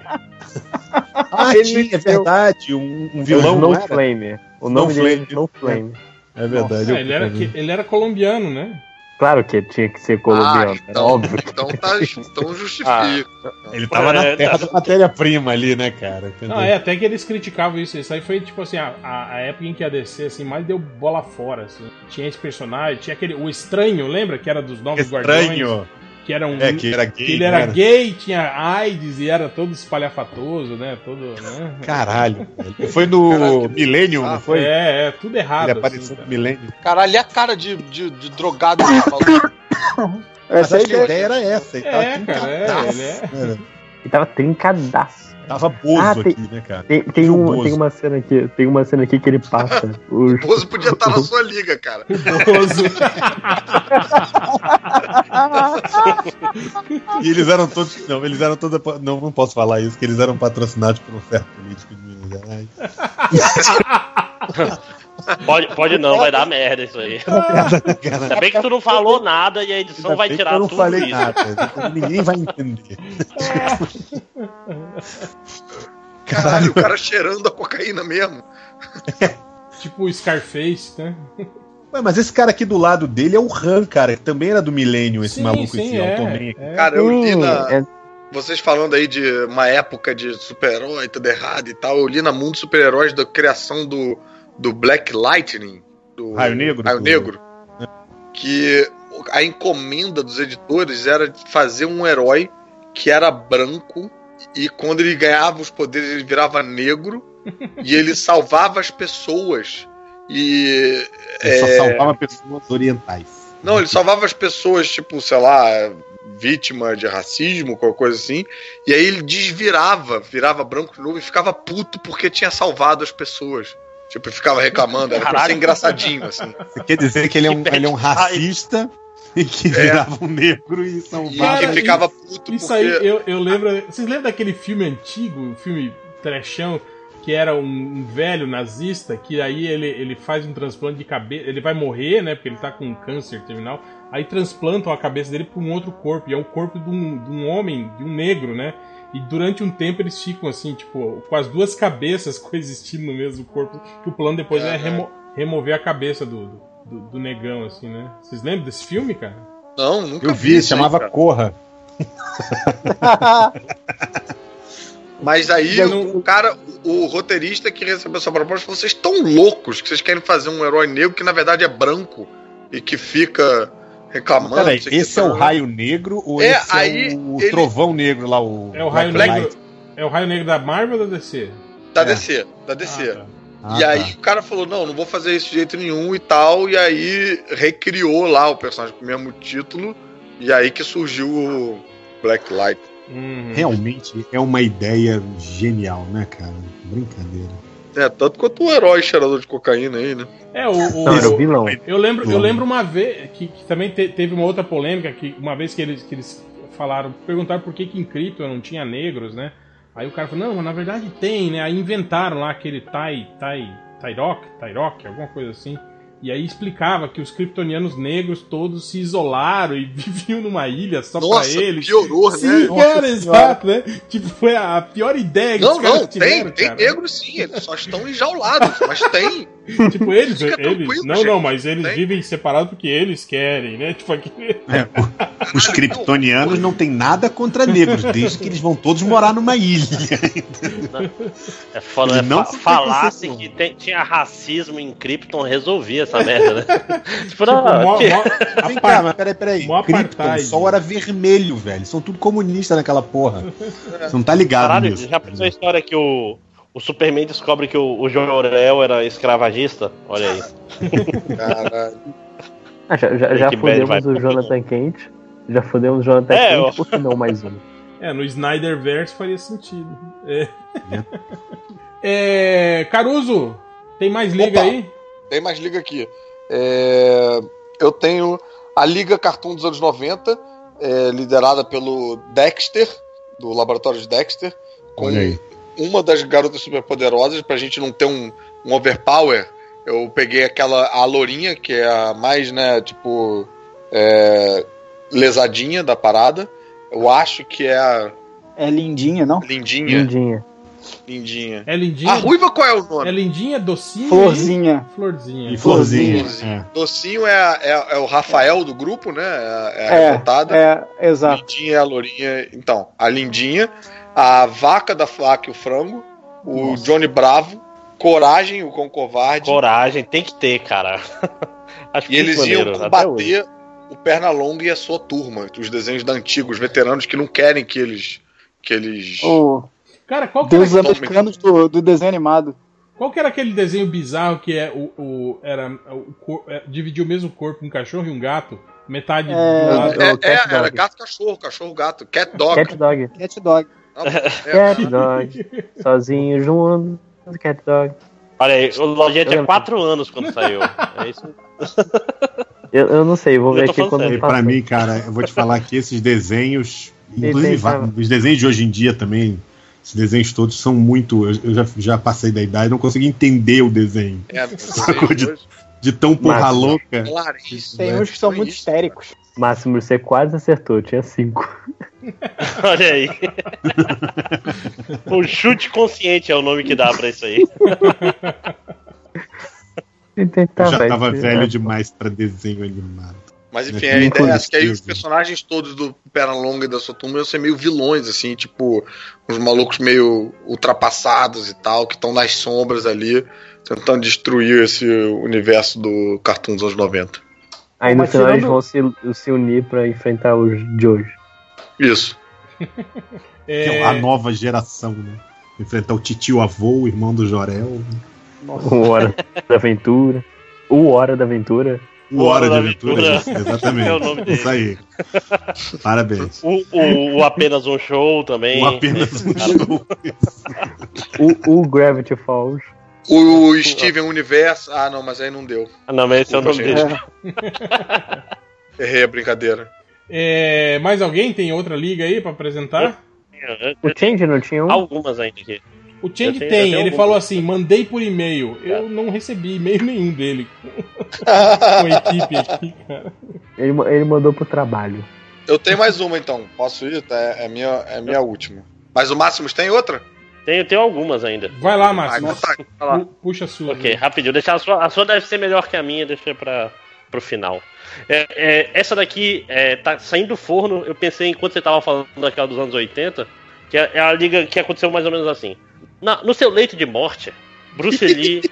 Ah, Ele tinha, é deu- verdade. Um, um vilão, não Snow era? Flame. O nome dele é Snowflame. Snow Flame. É verdade. É, ele, era, que- ele era colombiano, né? Claro que tinha que ser colombiano, né? Ah, era então. é óbvio. Então tá, então justifica. Ele tava na É, terra tá- da matéria-prima ali, né, cara? Entendeu? Não, é, até que eles criticavam isso. Isso aí foi, tipo assim, a, a- a época em que a DC, assim, mais deu bola fora, assim. Tinha esse personagem, tinha aquele... O Estranho, lembra? Que era dos Novos Guardiões. Estranho. Que era um... É, que era gay. que ele era cara. gay, tinha AIDS e era todo espalhafatoso, né? Todo, né? Caralho. velho. Foi no Caralho, que Millennium, não bizarro. foi? É, é, tudo errado. Ele assim, apareceu cara. no Millennium. Caralho, e a cara de, de, de drogado desse maluco? Mas Essa aí acho que a ideia era essa. ele tava É, cara, é, trincadaço, ele é. né, velho? Ele tava trincadaço. Tava bozo Ah, tem- aqui, né, cara? Tem, tem, um- Jogoso. tem uma cena aqui, tem uma cena aqui que ele passa. os- O Bozo podia estar na sua liga, cara. Bozo. é E eles eram todos. Não, eles eram todos. Não, não posso falar isso, que eles eram patrocinados por um certo político de Minas Gerais. Pode, pode não, vai dar merda isso aí. Ainda bem que tu não falou nada e a edição Ainda vai bem que tirar eu não tudo falei isso. nada. né? Ninguém vai entender. Caralho, o cara cheirando a cocaína mesmo. Tipo o Scarface, né? Ué, mas esse cara aqui do lado dele é o Han, cara. que Também era do Millennium, esse Sim, maluco, sim, esse é, Automan. aqui. é. Cara, eu li na. é, Vocês falando aí de uma época de super-herói, tudo errado e tal, eu li na Mundo Super-Heróis da criação do, do Black Lightning, do Raio Negro, Raio do- Negro, que a encomenda dos editores era de fazer um herói que era branco e quando ele ganhava os poderes ele virava negro e ele salvava as pessoas e Ele só É. salvava pessoas orientais. não, ele salvava as pessoas, tipo, sei lá, vítima de racismo, qualquer coisa assim. E aí ele desvirava, virava branco de novo e ficava puto porque tinha salvado as pessoas. Tipo, ele ficava reclamando, era pra ser Caralho. engraçadinho, assim. Você quer dizer que ele é um, ele é um racista e É. que virava um negro e E salvava. Cara, ele ficava puto Isso porque. aí, eu, eu lembro. Vocês lembram daquele filme antigo, um filme trechão, que era um, um velho nazista, que aí ele, ele faz um transplante de cabeça. Ele vai morrer, né? Porque ele tá com um câncer terminal. Aí transplantam a cabeça dele pra um outro corpo. E é o corpo de um, de um homem, de um negro, né? E durante um tempo eles ficam assim, tipo, com as duas cabeças coexistindo no mesmo corpo. Que o plano depois é, Aham. remo- remover a cabeça do, do, do- do negão, assim, né? Vocês lembram desse filme, cara? Não, nunca Eu vi, isso aí, chamava cara. Corra. Ah. Mas aí Eu o- não- o cara, o roteirista que recebeu essa proposta falou: vocês estão loucos que vocês querem fazer um herói negro que na verdade é branco e que fica reclamando. Peraí, não sei que esse é o tal." raio negro ou É, esse aí é o ele- trovão negro lá? O É o raio Black negro. Knight? É o raio negro da Marvel ou da DC? Da É. DC, da DC. Ah, tá. Ah, e tá. aí o cara falou, não, não vou fazer isso de jeito nenhum e tal, e aí recriou lá o personagem com o mesmo título, e aí que surgiu o Black Light. Uhum. Realmente é uma ideia genial, né, cara? Brincadeira. É, tanto quanto o herói cheirador de cocaína aí, né? É, o, o- não, era o- o vilão. eu lembro, eu vilão. lembro uma vez que, que também te- teve uma outra polêmica que uma vez que eles, que eles falaram, perguntaram por que, que em Krypton não tinha negros, né? Aí o cara falou, não, mas na verdade tem, né? Aí inventaram lá aquele Tai, Tai, Tairok, Tairok, alguma coisa assim. E aí explicava que os kryptonianos negros todos se isolaram e viviam numa ilha só pra eles. piorou, Sim, é né? cara, exato, né? Tipo, foi a pior ideia que Não, os caras não, tiveram, tem, tem cara. negro sim, eles só estão enjaulados, mas tem. Tipo, eles, Fica eles tranquilo, não, gente, não, mas eles tem. vivem separados porque eles querem, né? Tipo, aqui, É, Os kryptonianos não tem nada contra negros, desde que eles vão todos morar numa ilha. É foda, Ele não não se falasse preconceituou. que tem- tinha racismo em Krypton, resolvia essa merda, né? tipo, não, mó- que- mó- Vem apar- cá, mas peraí, peraí. Mó Krypton, o apartheid. sol era vermelho, velho. São tudo comunistas naquela porra. Você não tá ligado Caralho, nisso. já pensou a história que o, o Superman descobre que o, o Jorel era escravagista? Olha aí. Caralho. Ah, já já, já Breaking Bad vai fodemos o pra Jonathan Kent. Já fodemos o Jonathan É, Kent, eu- por que não mais um? É, no Snyderverse faria sentido. É. É, Caruso, tem mais liga Opa. aí? Tem mais liga aqui. É, eu tenho a Liga Cartoon dos anos 90, é, liderada pelo Dexter, do Laboratório de Dexter, com Olha aí. uma das garotas superpoderosas, pra gente não ter um, um overpower, eu peguei aquela, a Lourinha, que é a mais, né, tipo, é, lesadinha da parada. Eu acho que é a É lindinha, não? Lindinha. Lindinha. Lindinha. É Hum. lindinha? A Ruiva qual é o nome? É lindinha, docinha? Florzinha. aí? Florzinha. E florzinha. Florzinha. Docinho é, a- é a- é o Rafael do grupo, né? É, a- é a É, revoltada. É, exato. Lindinha é a lourinha. Então, a Lindinha, a vaca da faca e o frango, o Johnny Bravo, Coragem, o Cão Covarde. Coragem, tem que ter, cara. Acho e eles muito iam maneiro, né? até hoje. combater o Pernalonga e a sua turma, os desenhos da antigos, veteranos que não querem que eles. Que eles... O Cara, qual que, é era, Deus é- americanos do, do desenho animado. qual que era aquele desenho bizarro que é o, o- era o, cor- é, dividir o mesmo corpo um cachorro e um gato? Metade É, do lado. É, o é, Cat era Dog. gato cachorro, cachorro gato, cat dog. Cat Dog. Cat Dog. É, Cat Dog. Sozinho, junto. Cat Dog. Olha aí, o Lojinha Eu tinha não- 4 anos quando saiu. É isso. Eu, eu não sei, vou Eu ver tô aqui falando quando sério. passou. Pra mim, cara, eu vou te falar que esses desenhos, Ele inclusive tem, cara. os desenhos de hoje em dia também, Esses desenhos todos são muito. Eu eu já, já passei da idade, não consegui entender o desenho. É, não Sacou de, de tão porra Mas- louca. Claro. né? Tem uns que são muito histéricos. Máximo, você quase acertou, tinha cinco. Olha aí. o chute consciente é o nome que dá pra isso aí. Eu já tava é. velho demais pra desenho animado. Mas enfim, É, a ideia é coletivo. que aí os personagens todos do Pernalonga e da sua turma iam ser meio vilões, assim, tipo, uns malucos meio ultrapassados e tal, que estão nas sombras ali, tentando destruir esse universo do Cartoon dos anos 90. Aí no Mas final eles tirando- vão se, se unir pra enfrentar os de hoje. Isso. Que É, é a nova geração, né? Enfrentar o titio avô, o irmão do Jorel. O Hora da Aventura. O Hora da Aventura. O Hora de da Aventura, Aventura. isso, exatamente. É o nome dele. Isso aí. Parabéns. O, o- o apenas um show também. Ou apenas um Cara, show. O, o Gravity Falls. O Steven Universo. Ah, não, mas aí não deu. Não, mas esse é o nome dele. É, Errei a brincadeira. é, mais alguém tem outra liga aí pra apresentar? O Change não tinha um? Algumas ainda aqui. O Change Eu tenho- eu tem, tenho Tá. ele algumas. falou assim: mandei por e-mail. Eu não recebi e-mail nenhum dele com a equipe aqui, cara. Ele, ma- ele mandou pro trabalho. Eu tenho mais uma então. Posso ir? Tá, É, é minha, é minha última. Mas o Máximos tem outra? Tem, tem algumas ainda. Vai lá, Ah, Márcio. então tá. Vai lá. Pu- Puxa a sua. Ok, rapidinho. Deixar a, sua, a sua deve ser melhor que a minha, deixa pra, pro final. É, é, essa daqui é, tá saindo do forno. Eu pensei enquanto você tava falando daquela dos anos 80, que é, é a liga que aconteceu mais ou menos assim. Na- no seu leito de morte, Bruce Lee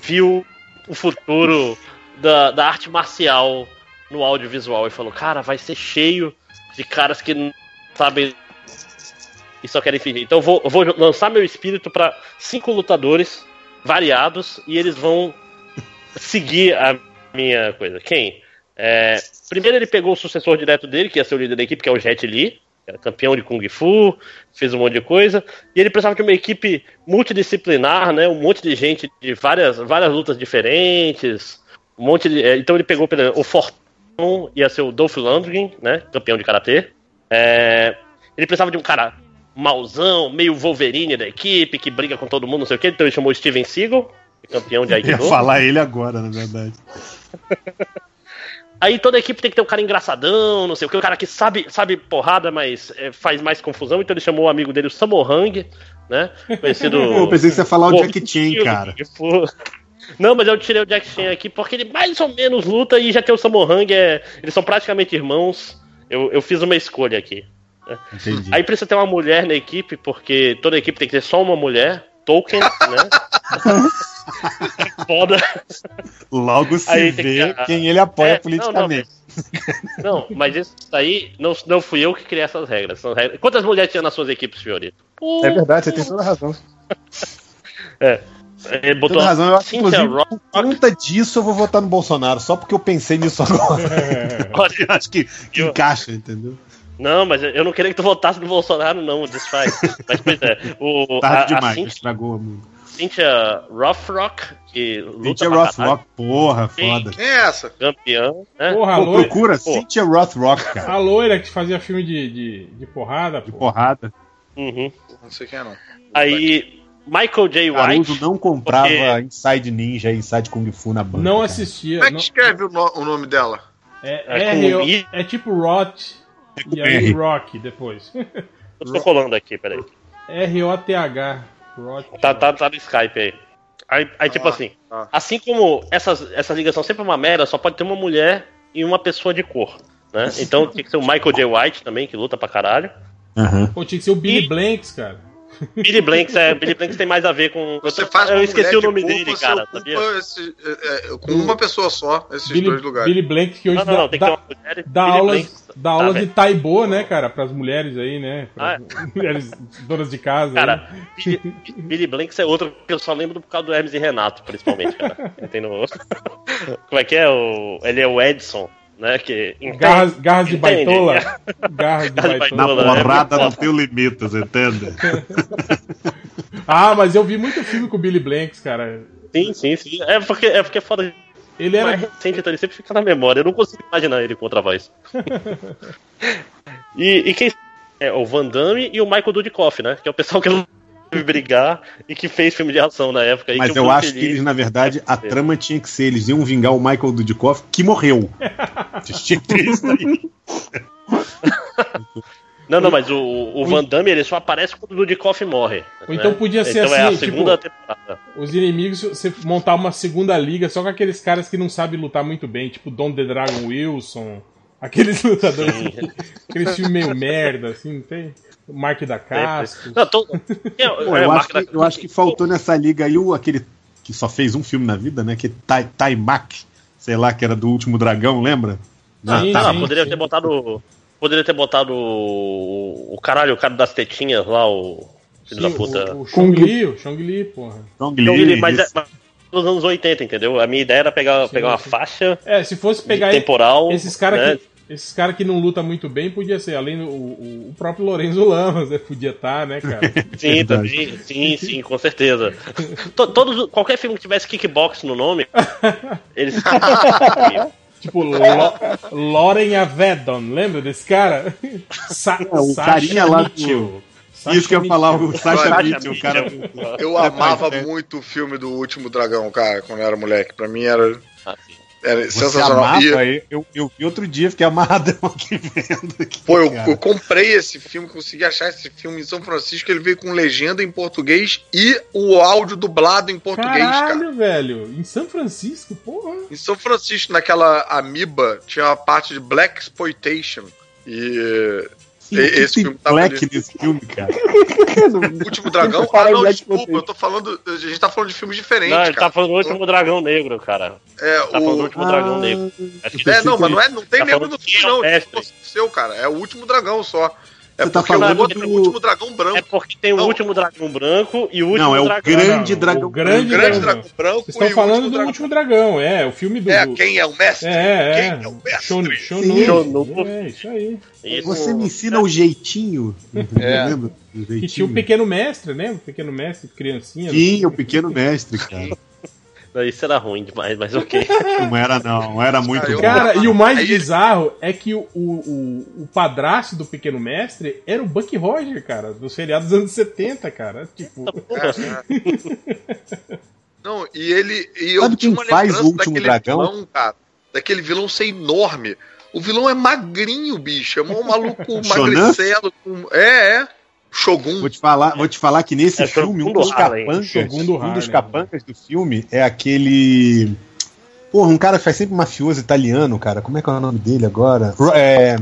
viu o futuro da, da arte marcial no audiovisual e falou: Cara, vai ser cheio de caras que não sabem e só querem fingir. Então eu vou, eu vou lançar meu espírito pra cinco lutadores variados e eles vão seguir a minha coisa. Quem? É, primeiro ele pegou o sucessor direto dele, que ia ser o líder da equipe, que é o Jet Li, que era campeão de Kung Fu, fez um monte de coisa, e ele precisava de uma equipe multidisciplinar, né, um monte de gente de várias, várias lutas diferentes, um monte de... é, então ele pegou, por exemplo, o Fortão, ia ser o Dolph Lundgren, né, campeão de Karatê, É, ele precisava de um cara mauzão, meio Wolverine da equipe, que briga com todo mundo, não sei o quê, então ele chamou o Steven Seagal, é campeão de Eu Ia Aikido. falar ele agora, na verdade. Aí toda equipe tem que ter um cara engraçadão, não sei o que, o cara que sabe, sabe porrada, mas é, faz mais confusão, então ele chamou o amigo dele, o Samohang, né? Conhecido. Eu pensei que você ia falar o Pô, Jack Chan, cara. Tipo, Não, mas eu tirei o Jack Chan aqui porque ele mais ou menos luta e já tem o Samohang, é, eles são praticamente irmãos. Eu, eu fiz uma escolha aqui. Entendi. Aí precisa ter uma mulher na equipe, porque toda equipe tem que ter só uma mulher, Tolkien, né? Foda. Logo se aí tem vê que- quem ele apoia É, politicamente. Não, não, mas isso daí não, não fui eu que criei essas regras. São regras- Quantas mulheres tinha nas suas equipes, Fiorito? É verdade, você tem toda a razão. Ele Toda botou razão, eu acho que, Cynthia inclusive, Rock. por conta disso eu vou votar no Bolsonaro, só porque eu pensei nisso agora. Eu acho que, que Eu- encaixa, entendeu? Não, mas eu não queria que tu votasse no Bolsonaro, não, desfaz. mas pois é. O, Tarde a, demais, a Cynthia, estragou a música. Cynthia Rothrock, que luta Cynthia pra caralho, Rothrock, porra, Sim. foda. Quem é essa? campeã, né? Porra, a Pô, loira, procura Pô. Cynthia Rothrock, cara. a loira que fazia filme de, de, de porrada, De pô. porrada. Uhum. Não sei quem é, não. Aí, Michael J. Caruso White. não comprava porque- Inside Ninja e Inside Kung Fu na banda. Não cara. assistia. Como é que não- escreve o, no- o nome dela? é, É R, com o- I. é tipo Rot e aí R. Rock depois. Eu tô colando aqui, peraí. R-O-T-H. Rot. Tá, tá, tá no Skype aí. Aí, aí, tipo Ah, assim, ah. assim como essas, essas ligas são sempre uma merda, só pode ter uma mulher e uma pessoa de cor. Né? Então tem que ser o Michael J. White também, que luta pra caralho. Aham. Pô, tinha que ser o Billy E- Blanks, cara. Billy Blanks, é, Billy Blanks tem mais a ver com. Você eu, faz eu uma esqueci mulher o de nome cor, dele, você cara, ocupa sabia? esse- é, é, com uma pessoa só, esses Billy, dois lugares. Billy Blanks que hoje Não, não, não, dá, tem que ter dá, uma mulher. e dá Billy aulas, Blanks. dá tá, aulas velho. de taibô, né, cara? Pras mulheres aí, né? Pras mulheres donas de casa. Ah, Cara, né? Billy, Billy Blanks é outro que eu só lembro por causa do Hermes e Renato, principalmente, cara. Ele tem no- Como é que é? O... Ele é o Edson, né? Que... garras, garras de entende. baitola. Garras de Garras de baitola. Na Não, não, porrada é muito não tem limites, entende? Ah, mas eu vi muito filme com o Billy Blanks, cara. Sim, sim, sim. É porque é, porque é foda Ele era mais recente, então ele sempre fica na memória. Eu não consigo imaginar ele com outra voz. e, e quem É, o Van Damme e o Michael Dudikoff, né? Que é o pessoal que brigar e que fez filme de ação na época. e Mas eu eu fui acho que feliz. eles, na verdade, a É. trama tinha que ser: eles iam vingar o Michael Dudikoff, que morreu. Tinha que ter isso aí. Não, não, mas o, o Van Damme ele só aparece quando o Dudikoff morre. Ou então né? podia ser Então é assim, tipo, a segunda temporada. Os inimigos, você montar uma segunda liga só com aqueles caras que não sabem lutar muito bem, tipo Don The Dragon Wilson, aqueles lutadores, Sim. aqueles filmes meio merda, assim, não tem? O Mark da Casco. Não, tô... é, Pô, é, eu, acho marca que, da- eu acho que faltou nessa liga aí o, aquele que só fez um filme na vida, né? Que é Tai- Taimak, sei lá, que era do Último Dragão, lembra? Ah, Sim, tá, sim, poderia sim. ter botado. Poderia ter botado o, o caralho, o cara das tetinhas lá, o. Filho Sim, da puta. O, o Chong Li, o Chong Li, porra. Então, Então, Guilherme, ele- mas, é, isso. mas nos anos 80, entendeu? A minha ideia era pegar, Sim, pegar uma sim. faixa É, se fosse pegar de temporal. esses caras né? que. Esses caras que não lutam muito bem, podia ser, além do o, o próprio Lorenzo Lamas, né? Podia estar, né, cara? Sim, Verdade. também. Sim, sim, com certeza. To- Todos, qualquer filme que tivesse kickbox no nome, eles. tipo, Lo- Loren Avedon, lembra desse cara? Sa É, o carinha lá do- Mitchell. é Sasha Isso que eu ia falar, o Sasha Sasha Mitchell, o cara. né? Eu amava muito o filme do Último Dragão, cara, quando eu era moleque. Pra mim era, Ah, era Você sensacional. E, amava? Eu, eu vi outro dia, fiquei amarradão aqui vendo. Aqui, pô, eu, cara. eu comprei esse filme, consegui achar esse filme em São Francisco. Ele veio com legenda em português e o áudio dublado em português, cara. Caralho, velho. Em São Francisco, porra. Em São Francisco, naquela Amiba, tinha uma parte de Black Exploitation. E Sim, que esse tem filme tava black ali. nesse filme, cara. o Último Dragão. Para Ah, aí, não, Black desculpa, Exploitation. eu tô falando. A gente tá falando de filmes diferentes, Não, ele cara. tá falando do último dragão negro, cara. É, Tá falando do o... último dragão negro. Acho que é, não, mas não, é, não tem Tá negro falando no quem é filme, o não. mestre. Tipo, seu, cara. É o último dragão só. É Você tá porque falando o outro é do- o último dragão branco. é porque tem o Não. último dragão branco e o último Não, é o dragão. grande Não, dragão. o grande O dragão. grande dragão branco Vocês estão e o falando do último dragão. Último Dragão, é, o filme do. É, quem é o mestre? É, é. Quem é o mestre? Shon- Shonu. Sim. Shonu. É, isso aí. Isso. Você me ensina o jeitinho. entendeu? É. Lembra? O Que tinha o jeitinho. Pequeno Mestre, né? O Pequeno Mestre, criancinha. Sim, o pequeno mestre, cara. Não, Isso era ruim demais, mas ok. Não era, não. Era muito Cara, eu- bom. Cara, e o mais Aí ele- bizarro é que o, o, o padrasto do Pequeno Mestre era o Buck Roger, cara, do seriado dos anos 70, cara. Tipo, É. Não, e ele. E eu Sabe tinha quem uma faz o lembrança último daquele dragão? Vilão, cara, daquele vilão ser enorme. O vilão é magrinho, bicho. É um maluco Shonan? magricelo. com- É, é. Shogun. Vou te falar, vou te falar que nesse É, filme, um Shogun do dos Harlem. capangas, Shogun do um dos Harlem. capangas do filme é aquele. Porra, um cara que faz sempre mafioso italiano, cara. Como é que é o nome dele agora? Ro- É,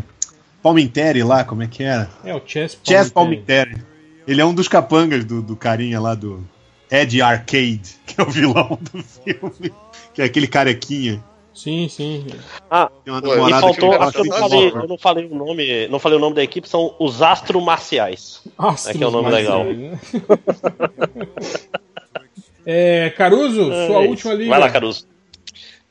Palminteri lá, como é que era? é o Chess Chess Palminteri. Ele é um dos capangas do, do carinha lá do Ed Arcade, que é o vilão do filme. Que é aquele carequinha. Sim, sim. Tem uma Pô, e E namorada faltou, que assim, era acho que eu não sensacional, falei, né? eu não falei o nome, não falei o nome da equipe, são os Astro Marciais. Astros É que é um nome legal. né? É, Caruso, sua É isso. última liga. Vai lá, Caruso.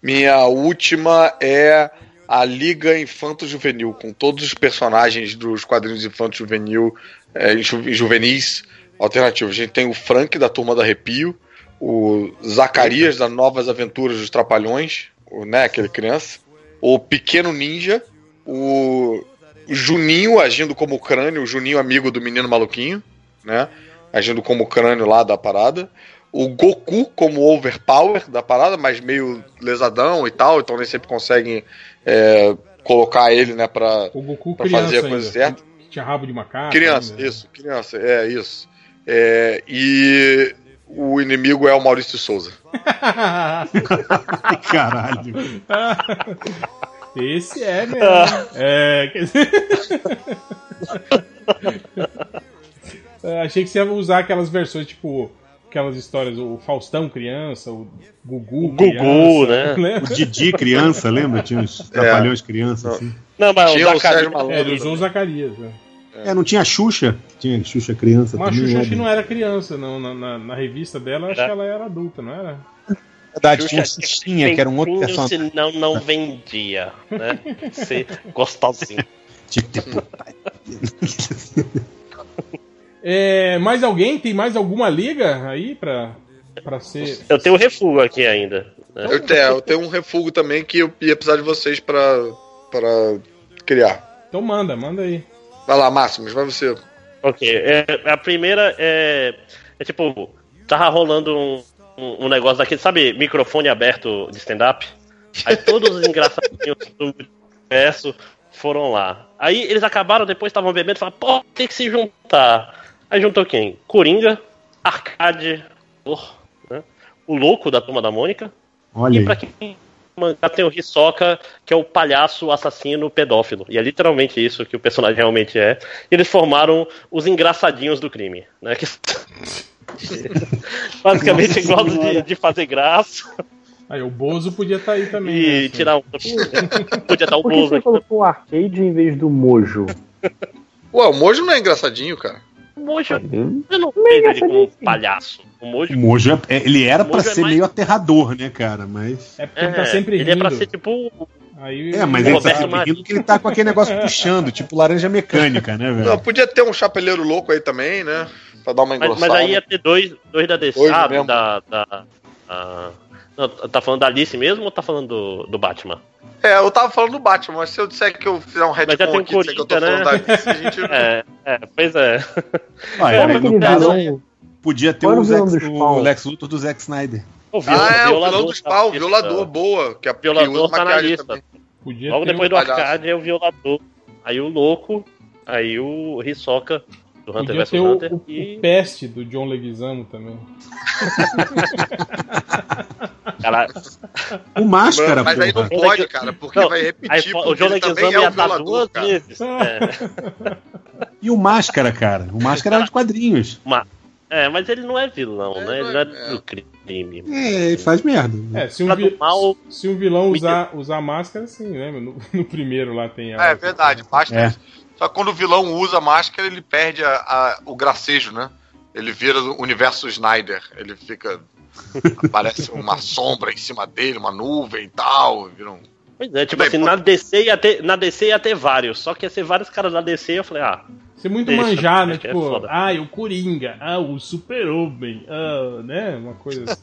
Minha última é a Liga Infanto Juvenil, com todos os personagens dos quadrinhos Infanto Juvenil é, em ju- em juvenis alternativos. A gente tem o Frank da Turma do Arrepio, o Zacarias da Novas Aventuras dos Trapalhões, o, né, aquele criança, o Pequeno Ninja, o Juninho agindo como crânio, o Juninho amigo do menino maluquinho, né? Agindo como crânio lá da parada o Goku como overpower da parada, mas meio lesadão e tal, então nem sempre conseguem é, colocar ele, né, pra, O Goku pra criança fazer a ainda. coisa certa. Tinha rabo de macaco. Criança, ainda. isso, criança, é isso. É, e o inimigo é o Maurício Souza. Caralho. Esse é mesmo. É, quer dizer... É, Achei que você ia usar aquelas versões, tipo, aquelas histórias, o Faustão criança, o Gugu. Gugu, né? O Didi criança, lembra? Tinha uns trapalhões crianças, Não. assim. Não, mas Tinha o o Sérgio Zacarias. É, ele usou o Malandro. Zacarias. Né? É, não tinha Xuxa? Tinha Xuxa criança Mas a também. Xuxa acho né? que é- não era criança, não. Na, na- na revista dela, acho que ela era adulta, não era? Verdade, tinha é Xuxinha, que era um outro Peitinho, personagem. senão não vendia, né? Ser gostosinho. Tinha que ter putaria. É, mais alguém? Tem mais alguma liga aí pra, pra ser. Eu tenho o refugo aqui ainda. Eu, te- eu tenho um refúgio também que eu ia precisar de vocês pra, pra criar. Então manda, manda aí. Vai lá, Máximos, vai você. Ok. é, a primeira é. É tipo, tava rolando um, um, um negócio daquele, sabe, microfone aberto de stand-up? Aí todos os engraçadinhos do universo foram lá. Aí eles acabaram, depois estavam bebendo e falaram, pô, tem que se juntar. Aí juntou quem? Coringa, Arcade, oh, né? o louco da turma da Mônica. Olha E pra aí. quem mangá tem o Hisoka, que é o palhaço assassino pedófilo. E é literalmente isso que o personagem realmente é. E eles formaram os engraçadinhos do crime, né? Que... Basicamente, Nossa igual de, Senhora. de fazer graça Aí o Bozo podia estar aí também. e né, assim. tirar um. Podia dar um Por que pulo. você colocou o arcade em vez do mojo? Ué, o Mojo não é engraçadinho, cara. O Mojo, Hum? eu não vejo ele como um palhaço. O Mojo O Mojo, é- é- ele era O pra Mojo é ser mais- meio aterrador, né, cara? Mas. É porque ele tá sempre rindo. Ele é pra ser tipo. Aí É, mas O ele Roberto tá sempre Marinho. rindo que ele tá com aquele negócio puxando, tipo laranja mecânica, né, Não, velho? podia ter um chapeleiro louco aí também, né? Pra dar uma Mas, engrossada. mas aí ia ter dois, dois da DC. Hoje ah, né? mesmo. da. da- ah, não, tá falando da Alice mesmo ou tá falando do, do Batman? É, eu tava falando do Batman, mas se eu disser que eu fizer um já tem retcon o aqui, disser que eu tô Coringa, falando da Alice, a gente... É, é, pois é. Ah, Qual era, era mas aquele no caso, vilão? podia ter Qual era o, o vilão Zack- do o Spawn? Lex Luthor do Zack Snyder. O Ah, é, o vilão do tá Spawn, o na violador, lista. boa. Que é O que violador tá na maquiagem lista. também. Podia Logo ter depois do o, palhaço. arcade é o violador. Aí o louco, aí o Hisoka do Hunter podia vs ter o, Hunter. o- E o Peste do John Leguizamo também. caralho. O Máscara, Mas aí não porra. pode, cara, porque Não, vai Aí, repetir. o porque John Tipo, Leguizamo ele também ia é o estar duas violador, cara. vezes. É. E o Máscara, cara. O Máscara era de quadrinhos. É, mas ele não é vilão, É, né? Ele não não é é- do crime. É, ele faz merda. né? É, se um, Pra vi- do mal- se um vilão usar, usar máscara, sim, lembra? No, no primeiro lá tem a. É, é verdade, É. máscara. Só que quando o vilão usa a máscara, ele perde a- a- o gracejo, né? Ele vira o universo Snyder. Ele fica. Aparece uma sombra em cima dele, uma nuvem e tal. Vira um... Pois é, tipo Bem, assim, pô- na DC, ia ter, na DC ia ter vários. Só que ia ser vários caras da DC. Eu falei, ah, Ser muito Deixa, manjar, né? é que é Tipo, foda. ah, o Coringa, ah, o Super-Homem, ah, né? Uma coisa assim.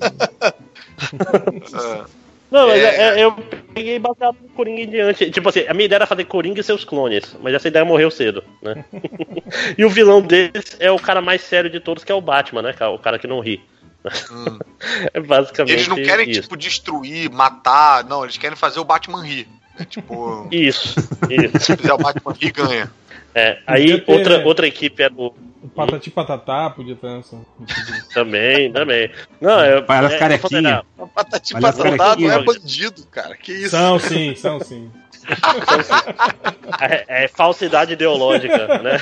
é. Não, mas É. é- é- eu peguei baseado no Coringa em diante. Tipo assim, a minha ideia era fazer Coringa e seus clones, mas essa ideia morreu cedo, né? e o vilão deles é o cara mais sério de todos, que é o Batman, né? cara? O cara que não ri. é basicamente Hum. Eles não querem, isso. tipo, destruir, matar. Não, eles querem fazer o Batman rir. É tipo. Isso, isso. Se fizer o Batman rir, ganha. É, aí Podia ter- outra, outra equipe é do. O Patati Patatá podia estar nessa. Também, também. Não, é. Vai, elas é, carequinha. eu falei, não, Patati Olha as Patatá não é carequinhas. bandido, cara. Que isso? São sim, são sim. É, é falsidade ideológica, né?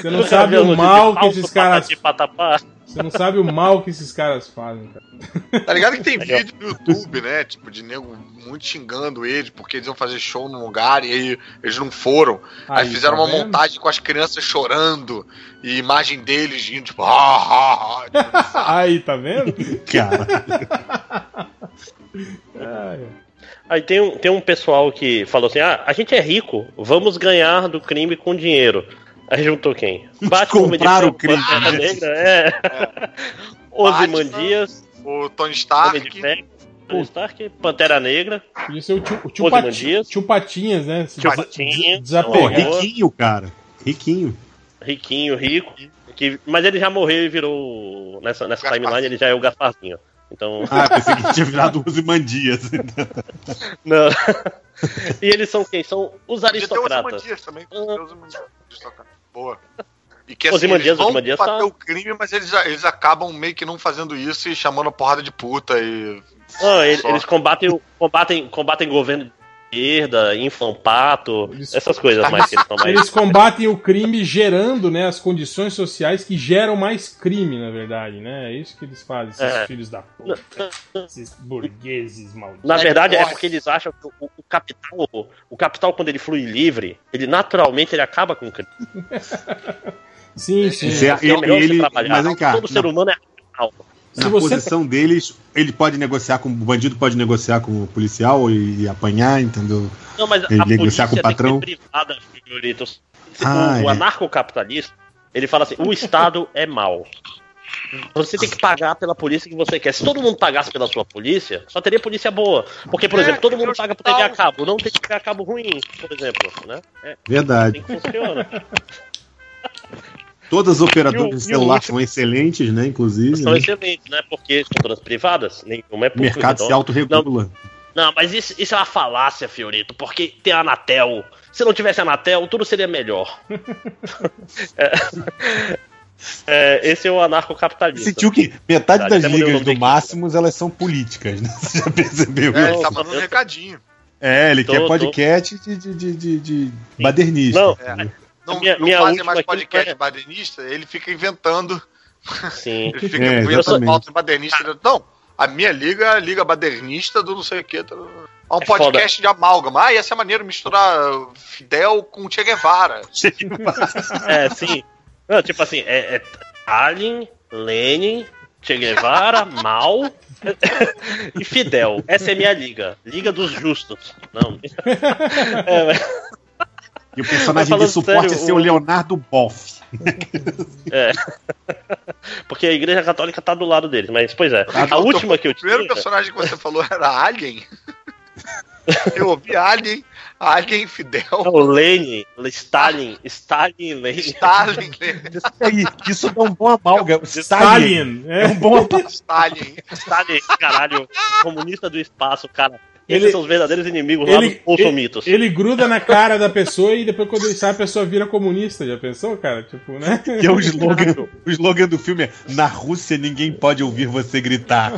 Você não sabe o mal que esses caras. Patapá. Você não sabe o mal que esses caras fazem, cara. Tá ligado que tem Legal. vídeo no YouTube, né? Tipo, de nego muito xingando eles, porque eles iam fazer show num lugar e aí eles não foram. Aí, fizeram tá uma vendo? montagem com as crianças chorando e imagem deles rindo, tipo, ah, ah, ah. Aí, tá vendo? Cara. Ai, Aí tem um, tem um pessoal que falou assim: ah, a gente é rico, vamos ganhar do crime com dinheiro. Aí juntou quem? Compraram Comediante o crime, Pantera né? Negra, é. Ozymandias, Tipo, o Tony Homem de Stark. Ferro, Tony Stark, Pantera Negra, Podia ser é o tio, o tio, Ozymandias. Pati- tio Patinhas, né? Se Tio desa- Patinhas. é, des- Pô, Boa. Desapegado. riquinho, cara. Riquinho. Riquinho, Rico. Que, mas ele já morreu e virou. Nessa, nessa Gaspar. timeline ele já é o Gasparzinho. Então. Ah, pensei que tinha virado o Mandias. Não. e eles são quem? São os Podia ter o aristocratas. Ozymandias também. podia ter o Ozymandias. Boa. E que assim, Ozymandias, eles vão Ozymandias bater tá- o crime, mas eles, eles acabam meio que não fazendo isso e chamando a porrada de puta e... Não, ele- eles, Só. combatem, o- combatem, combatem governo de esquerda, inflam pato, Eles- essas coisas mais que eles são mais. Eles combatem o crime gerando né, as condições sociais que geram mais crime, na verdade, né? É isso que eles fazem, esses É. filhos da puta, esses burgueses malditos. Na verdade, é Nossa. porque eles acham que o, o capital, o capital, quando ele flui livre, ele naturalmente ele acaba com o crime. Sim, sim. Isso é- Assim, é ele- melhor você ele- trabalhar. mas vem cá, Todo ser não. humano é capital. Se Na você- tá- posição deles, ele pode negociar com. O bandido pode negociar com o policial e, e apanhar, entendeu? Não, mas Ele a polícia negociar com tem o que patrão? ser privada, senhorito. O, Ah, o é. anarcocapitalista, ele fala assim, o Estado é mau. Você tem que pagar pela polícia que você quer. Se todo mundo pagasse pela sua polícia, só teria polícia boa. Porque, por É, exemplo, todo mundo tem paga por hospital. TV a cabo. Não tem TV a cabo ruim, por exemplo. Né? É, tem Verdade. que funcionar. Todas as E o- e operadoras o de celular último- são excelentes, né? Inclusive. São né? excelentes, né? Porque são todas privadas, nenhuma é O pública. mercado se então- autorregula. Não, mas isso, isso é uma falácia, Fiorito, porque tem a Anatel. Se não tivesse a Anatel, tudo seria melhor. É. É, esse é o anarcocapitalista. Sentiu que metade Tá, das até mudei o ligas nome do da Máximos elas são políticas, né? Você já percebeu? É, isso? ele Não, tá mandando um eu- recadinho. É, ele Tô, quer tô. podcast de, de, de, de, de badernista. Não, É. Não, Minha- não minha fazem última mais aqui podcast foi- badenista, ele fica inventando. sim. Ele fica É, com essa exatamente. pauta de badernista. ele- Não, a minha liga é a liga badernista do não sei o que. É um É podcast de amálgama. Ah, ia ser maneiro misturar Fidel com Che Guevara. É, sim. Não, tipo assim, é, é Stalin, Lenin, Che Guevara, Mao e Fidel. Essa é minha liga. Liga dos justos. Não. É, mas- E o personagem Mas de falando suporte sério, é seu o- Leonardo Boff. porque a igreja católica tá do lado deles, mas pois é. A Então, última que eu O primeiro tinha. personagem que você falou era Alien. Eu ouvi Alien, Alien, Fidel, Não, é Lenin, Stalin, Stalin, Lenin. Stalin, Aí, isso dá um bom É amálgama. Stalin. tá Stalin. É É. um bom amálgama. Stalin. Stalin, caralho, comunista do espaço, cara. Esses Ele- são os verdadeiros inimigos lá dos Ele, bolsomitos. ele, ele gruda na cara da pessoa e depois quando ele sai a pessoa vira comunista, já pensou, cara? Tipo, né? Que é o slogan, o slogan do filme é Na Rússia ninguém pode ouvir você gritar.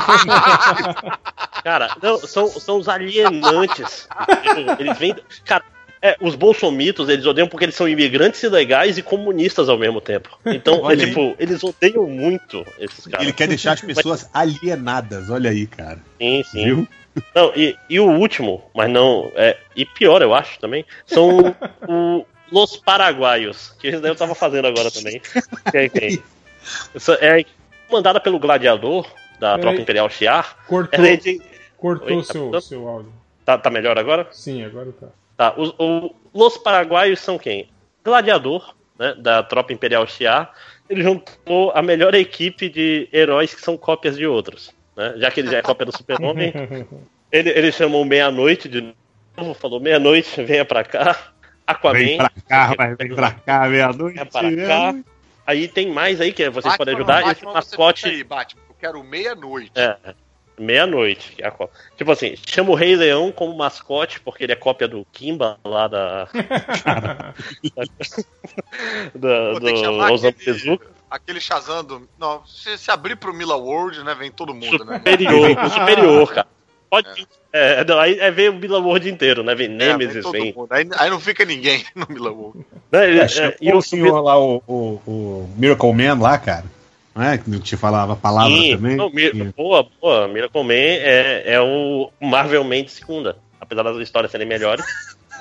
Cara, não, são, são os alienantes. entendeu? Eles vêm. Cara, é, os bolsomitos, eles odeiam porque eles são imigrantes ilegais e comunistas ao mesmo tempo. Então, é, Olha aí. tipo, eles odeiam muito esses Ele caras. quer deixar as pessoas alienadas. Olha aí, cara. Sim, sim. Viu? Não, e, e o último, mas não. É, e pior, eu acho também, são o Los Paraguaios, que esse daí eu tava fazendo agora também. Que é, quem? Essa- é mandada pelo gladiador da Peraí. tropa imperial Shiar. Cortou, Ela é de- cortou Oi, tá seu, bom? seu áudio. Tá, tá melhor agora? Sim, agora tá. Tá. Os, o- Los Paraguaios são quem? Gladiador, né? Da tropa imperial Shiar. Ele juntou a melhor equipe de heróis que são cópias de outros. Né? Já que ele já é cópia do Super-Homem, Ele, ele chamou meia-noite de novo, falou meia-noite, venha pra cá. Aquaman, Vem pra cá, mas vem pra cá, meia-noite. né? venha pra cá. Aí tem mais aí que vocês podem Batman, ajudar. não, Esse Batman, você fica mascote. Aí, Batman, eu quero meia-noite. É, meia-noite. que é a co- Tipo assim, chama o Rei Leão como mascote, porque ele é cópia do Kimba lá da. da Pô, É do tem que chamar Osama aquele- Tezuka. Aquele Shazam do... Não, se, se abrir pro Mila World, né, vem todo mundo, né? Superior, o superior, cara. Pode. É, não, aí é, vem o Mila World inteiro, né? Vem É, Nemesis, todo vem. mundo. Aí, aí não fica ninguém no Mila World. Né, ele- É, é, chegou e o o senhor lá, o, o- o Miracle Man lá, cara. Não é? Que te falava a palavra Sim, também. não, Mi- Sim. boa, boa. Miracle Man é, é o Marvel Man de segunda. Apesar das histórias serem melhores.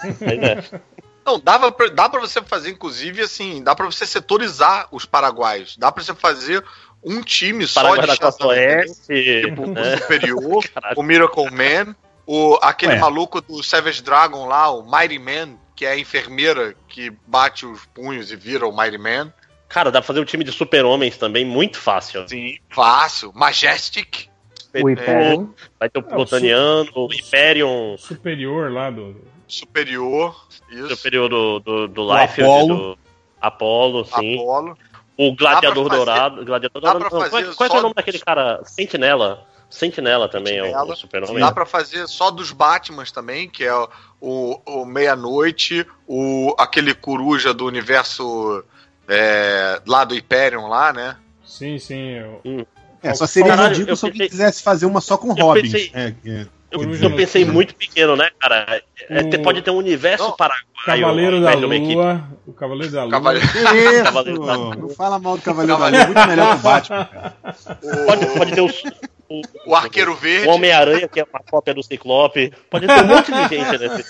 mas é. Não, dava pra, dá pra você fazer, inclusive, assim, dá pra você setorizar os paraguaios. Dá pra você fazer um time só Paraguai de da Costa Shazam. entendeu? Oeste. Tipo, né? o Superior, Caralho. o Miracle Man, o, aquele Ué. maluco do Savage Dragon lá, o Mighty Man, que é a enfermeira que bate os punhos e vira o Mighty Man. Cara, dá pra fazer um time de super-homens também muito fácil. Sim. Fácil. Majestic. O Hyperion. Vai É, ter o o Plutoniano, o Hyperion, Superior lá do. Superior. Isso. superior do, do, do O Life, Apollo. do Apollo, sim. Apolo. O Gladiador Dá pra fazer- Dourado. Gladiador dá Dourado. pra não, fazer qual qual é só- o nome daquele cara? Sentinela. Sentinela também é o Sentinela. super-homem. Dá pra fazer só dos Batmans também, que é o, o Meia-Noite, o aquele coruja do universo é, lá do Hyperion lá, né? Sim, sim. Eu... É, só seria Caralho, ridículo eu se alguém pensei- quisesse fazer uma só com Eu Robin. pensei- É, é. Eu, Coruja eu pensei Noturna. muito pequeno, né, cara? É, O- te- Pode ter um universo Não, paraguaio. Cavaleiro ao da invés de uma equipe. Lua. O Cavaleiro Uhum. da Lua. Cavaleiro. Isso, Cavaleiro da Lua. não fala mal do Cavaleiro da Lua, é muito melhor que o Batman. cara. Pode, O, pode ter os- o, o Arqueiro Verde. o Homem-Aranha, que é uma cópia do Ciclope. Pode ter um monte de gente nesse.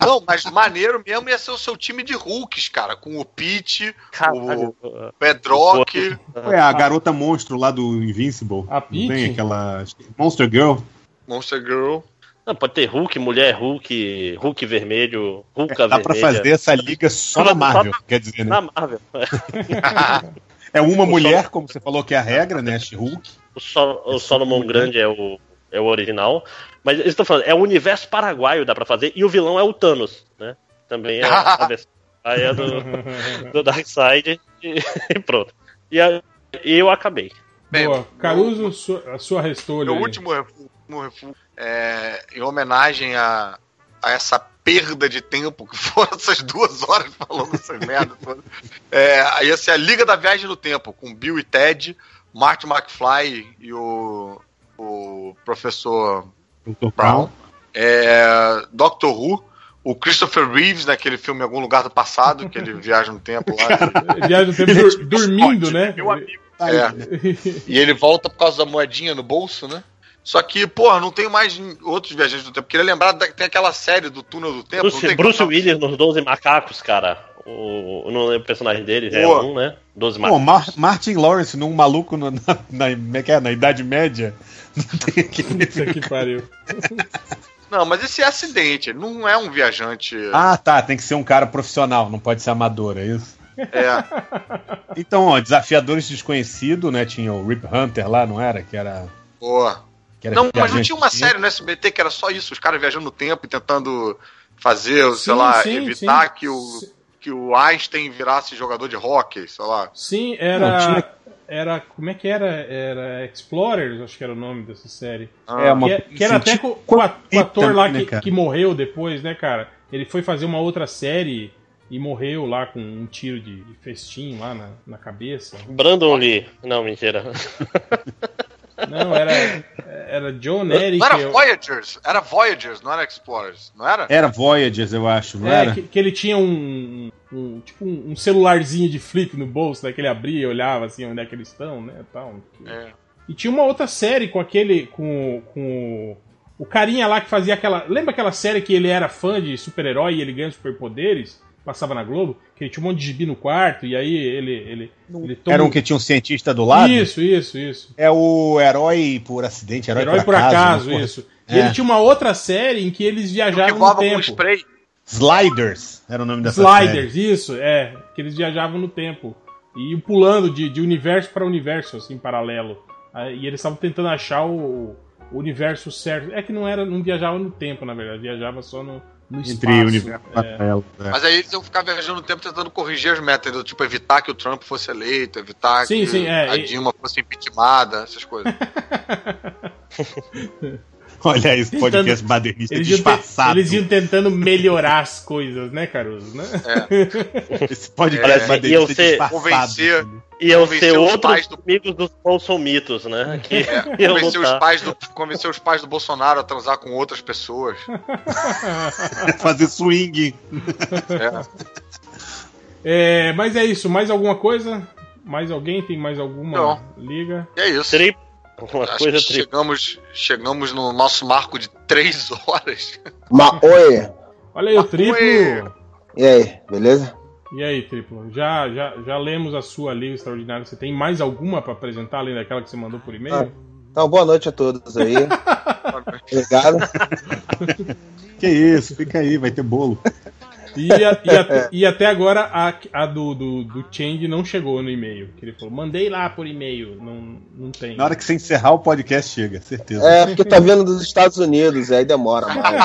Não, mas maneiro mesmo ia ser o seu time de Hulks, cara. Com o Pete, Caralho. o Bedrock. É a garota monstro lá do Invincible. A Não Tem Pete? aquela acho que- Monster Girl. Monster Girl. Não, pode ter Hulk, mulher Hulk, Hulk vermelho, Hulk Tá É, Dá né? vermelha. pra fazer essa liga Só só na- na Marvel, quer dizer, né? Na Marvel. É uma mulher, como você falou, que é a regra, né? A She-Hulk. O, Sol, o Solomon né? Grande é o, é o original. Mas eles estão falando, é o universo paraguaio, dá pra fazer. E o vilão é o Thanos, né? Também é a versão aí é do, do Darkseid. E, e pronto. E, a- e eu acabei. Bem, Boa. Caruso, sua, a sua restolha. Meu aí. último refúgio, último refúgio, é, em homenagem a, a essa perda de tempo que foram essas duas horas falando essas merdas todas. É, aí ia ser a Liga da Viagem do Tempo, com Bill e Ted, Martin McFly e o, o professor Brown, é, Doctor Who, o Christopher Reeves naquele filme Em Algum Lugar do Passado, que ele viaja no tempo lá. Viagem no tempo dur- dormindo, né? Meu amigo. Tá É. E ele volta por causa da moedinha no bolso, né? Só que, porra, não tem mais outros viajantes do tempo. Queria lembrar da, tem aquela série do Túnel do Tempo. não Bruce, É, tem um Bruce como- Willis nos 12 Macacos, cara. O, eu não lembro o personagem dele, é Boa. um, né? 12 Pô, Macacos. Mar- Martin Lawrence num maluco no- na, na- como é que é? na Idade Média. Não tem aquele- Isso aqui pariu. Não, mas esse é acidente. Ele não é um viajante. Ah, tá. Tem que ser um cara profissional, não pode ser amador, é isso? É, Então, ó, Desafiadores Desconhecido, né? Tinha o Rip Hunter lá, não era? Que era. boa. que era Não, mas não viajante. tinha uma série no SBT que era só isso. Os caras viajando no tempo e tentando fazer, sei Sim, lá, sim, evitar sim. Que, o, que o Einstein virasse jogador de hóquei, sei lá. Sim, Não, tinha- era. Era. Como é que era? Era Explorers, acho que era o nome dessa série. Ah, É, uma- Que, que era até senti- com, com, a- com o ator lá né, que, cara? que morreu depois, né, cara? Ele foi fazer uma outra série e morreu lá com um tiro de, de festim lá na, na cabeça. Brandon Lee. Não, mentira. Não, era. Era John Eric. Não era eu- Voyagers, era Voyagers, não era Explorers, não era? Era Voyagers, eu acho, não É, era? que, que ele tinha um, um- tipo um, um celularzinho de flip no bolso, né? Que ele abria e olhava assim onde é que eles estão, né? Tal. É. E tinha uma outra série com aquele. com, com o, o carinha lá que fazia aquela. Lembra aquela série que ele era fã de super-herói e ele ganha superpoderes? Passava na Globo? Que ele tinha um monte de gibi no quarto e aí ele. ele, ele toma Era um que tinha um cientista do lado? Isso, isso, isso. É o herói por acidente, herói, Herói por acaso, né, porra? isso. E É. ele tinha uma outra série em que eles Que viajavam no voava com tempo. spray. Sliders era o nome dessa série. Sliders, isso, é. Que eles viajavam no tempo. E iam pulando de, de universo para universo, assim, paralelo. Ah, E eles estavam tentando achar o, o universo certo. É que não era, não viajava no tempo, na verdade, viajava só no, no espaço. Entre o universo é. paralelo, né? Mas aí eles iam ficar viajando o tempo tentando corrigir as metas, do tipo evitar que o Trump fosse eleito, evitar Sim, que sim, é, a e- Dilma fosse impeachmentada, essas coisas. Olha esse podcast badernista Eles, iam te- disfarçado. eles iam tentando melhorar as coisas, né, Caruso? né? Esse podcast Parece- iam badernista ser- disfarçado. convencer- E eu Convenceu ser os outros pais do- amigos dos Bolsomitos, né? Que É, eu tá convencer, os lutar. pais do, convencer os pais do Bolsonaro a transar com outras pessoas. Fazer swing. É. É, mas é isso, mais alguma coisa? Mais alguém? Tem mais alguma Não. liga? E é isso. Tri- Uma Acho coisa que tri... chegamos, chegamos no nosso marco de três horas. Mas, oi, Olha aí o triplo. e aí, beleza? E aí, Triplo, já, já, já lemos a sua liga extraordinária. Você tem mais alguma pra apresentar, além daquela que você mandou por e-mail? Ah. Então, boa noite a todos aí. Obrigado. Que isso, fica aí, vai ter bolo. E, a- e É. a- e até agora a, a do, do, do Chang não chegou no e-mail. Que ele falou, mandei lá por e-mail. Não, não tem. Na hora que você encerrar o podcast, chega, certeza. É, porque tá vindo dos Estados Unidos, aí demora mais.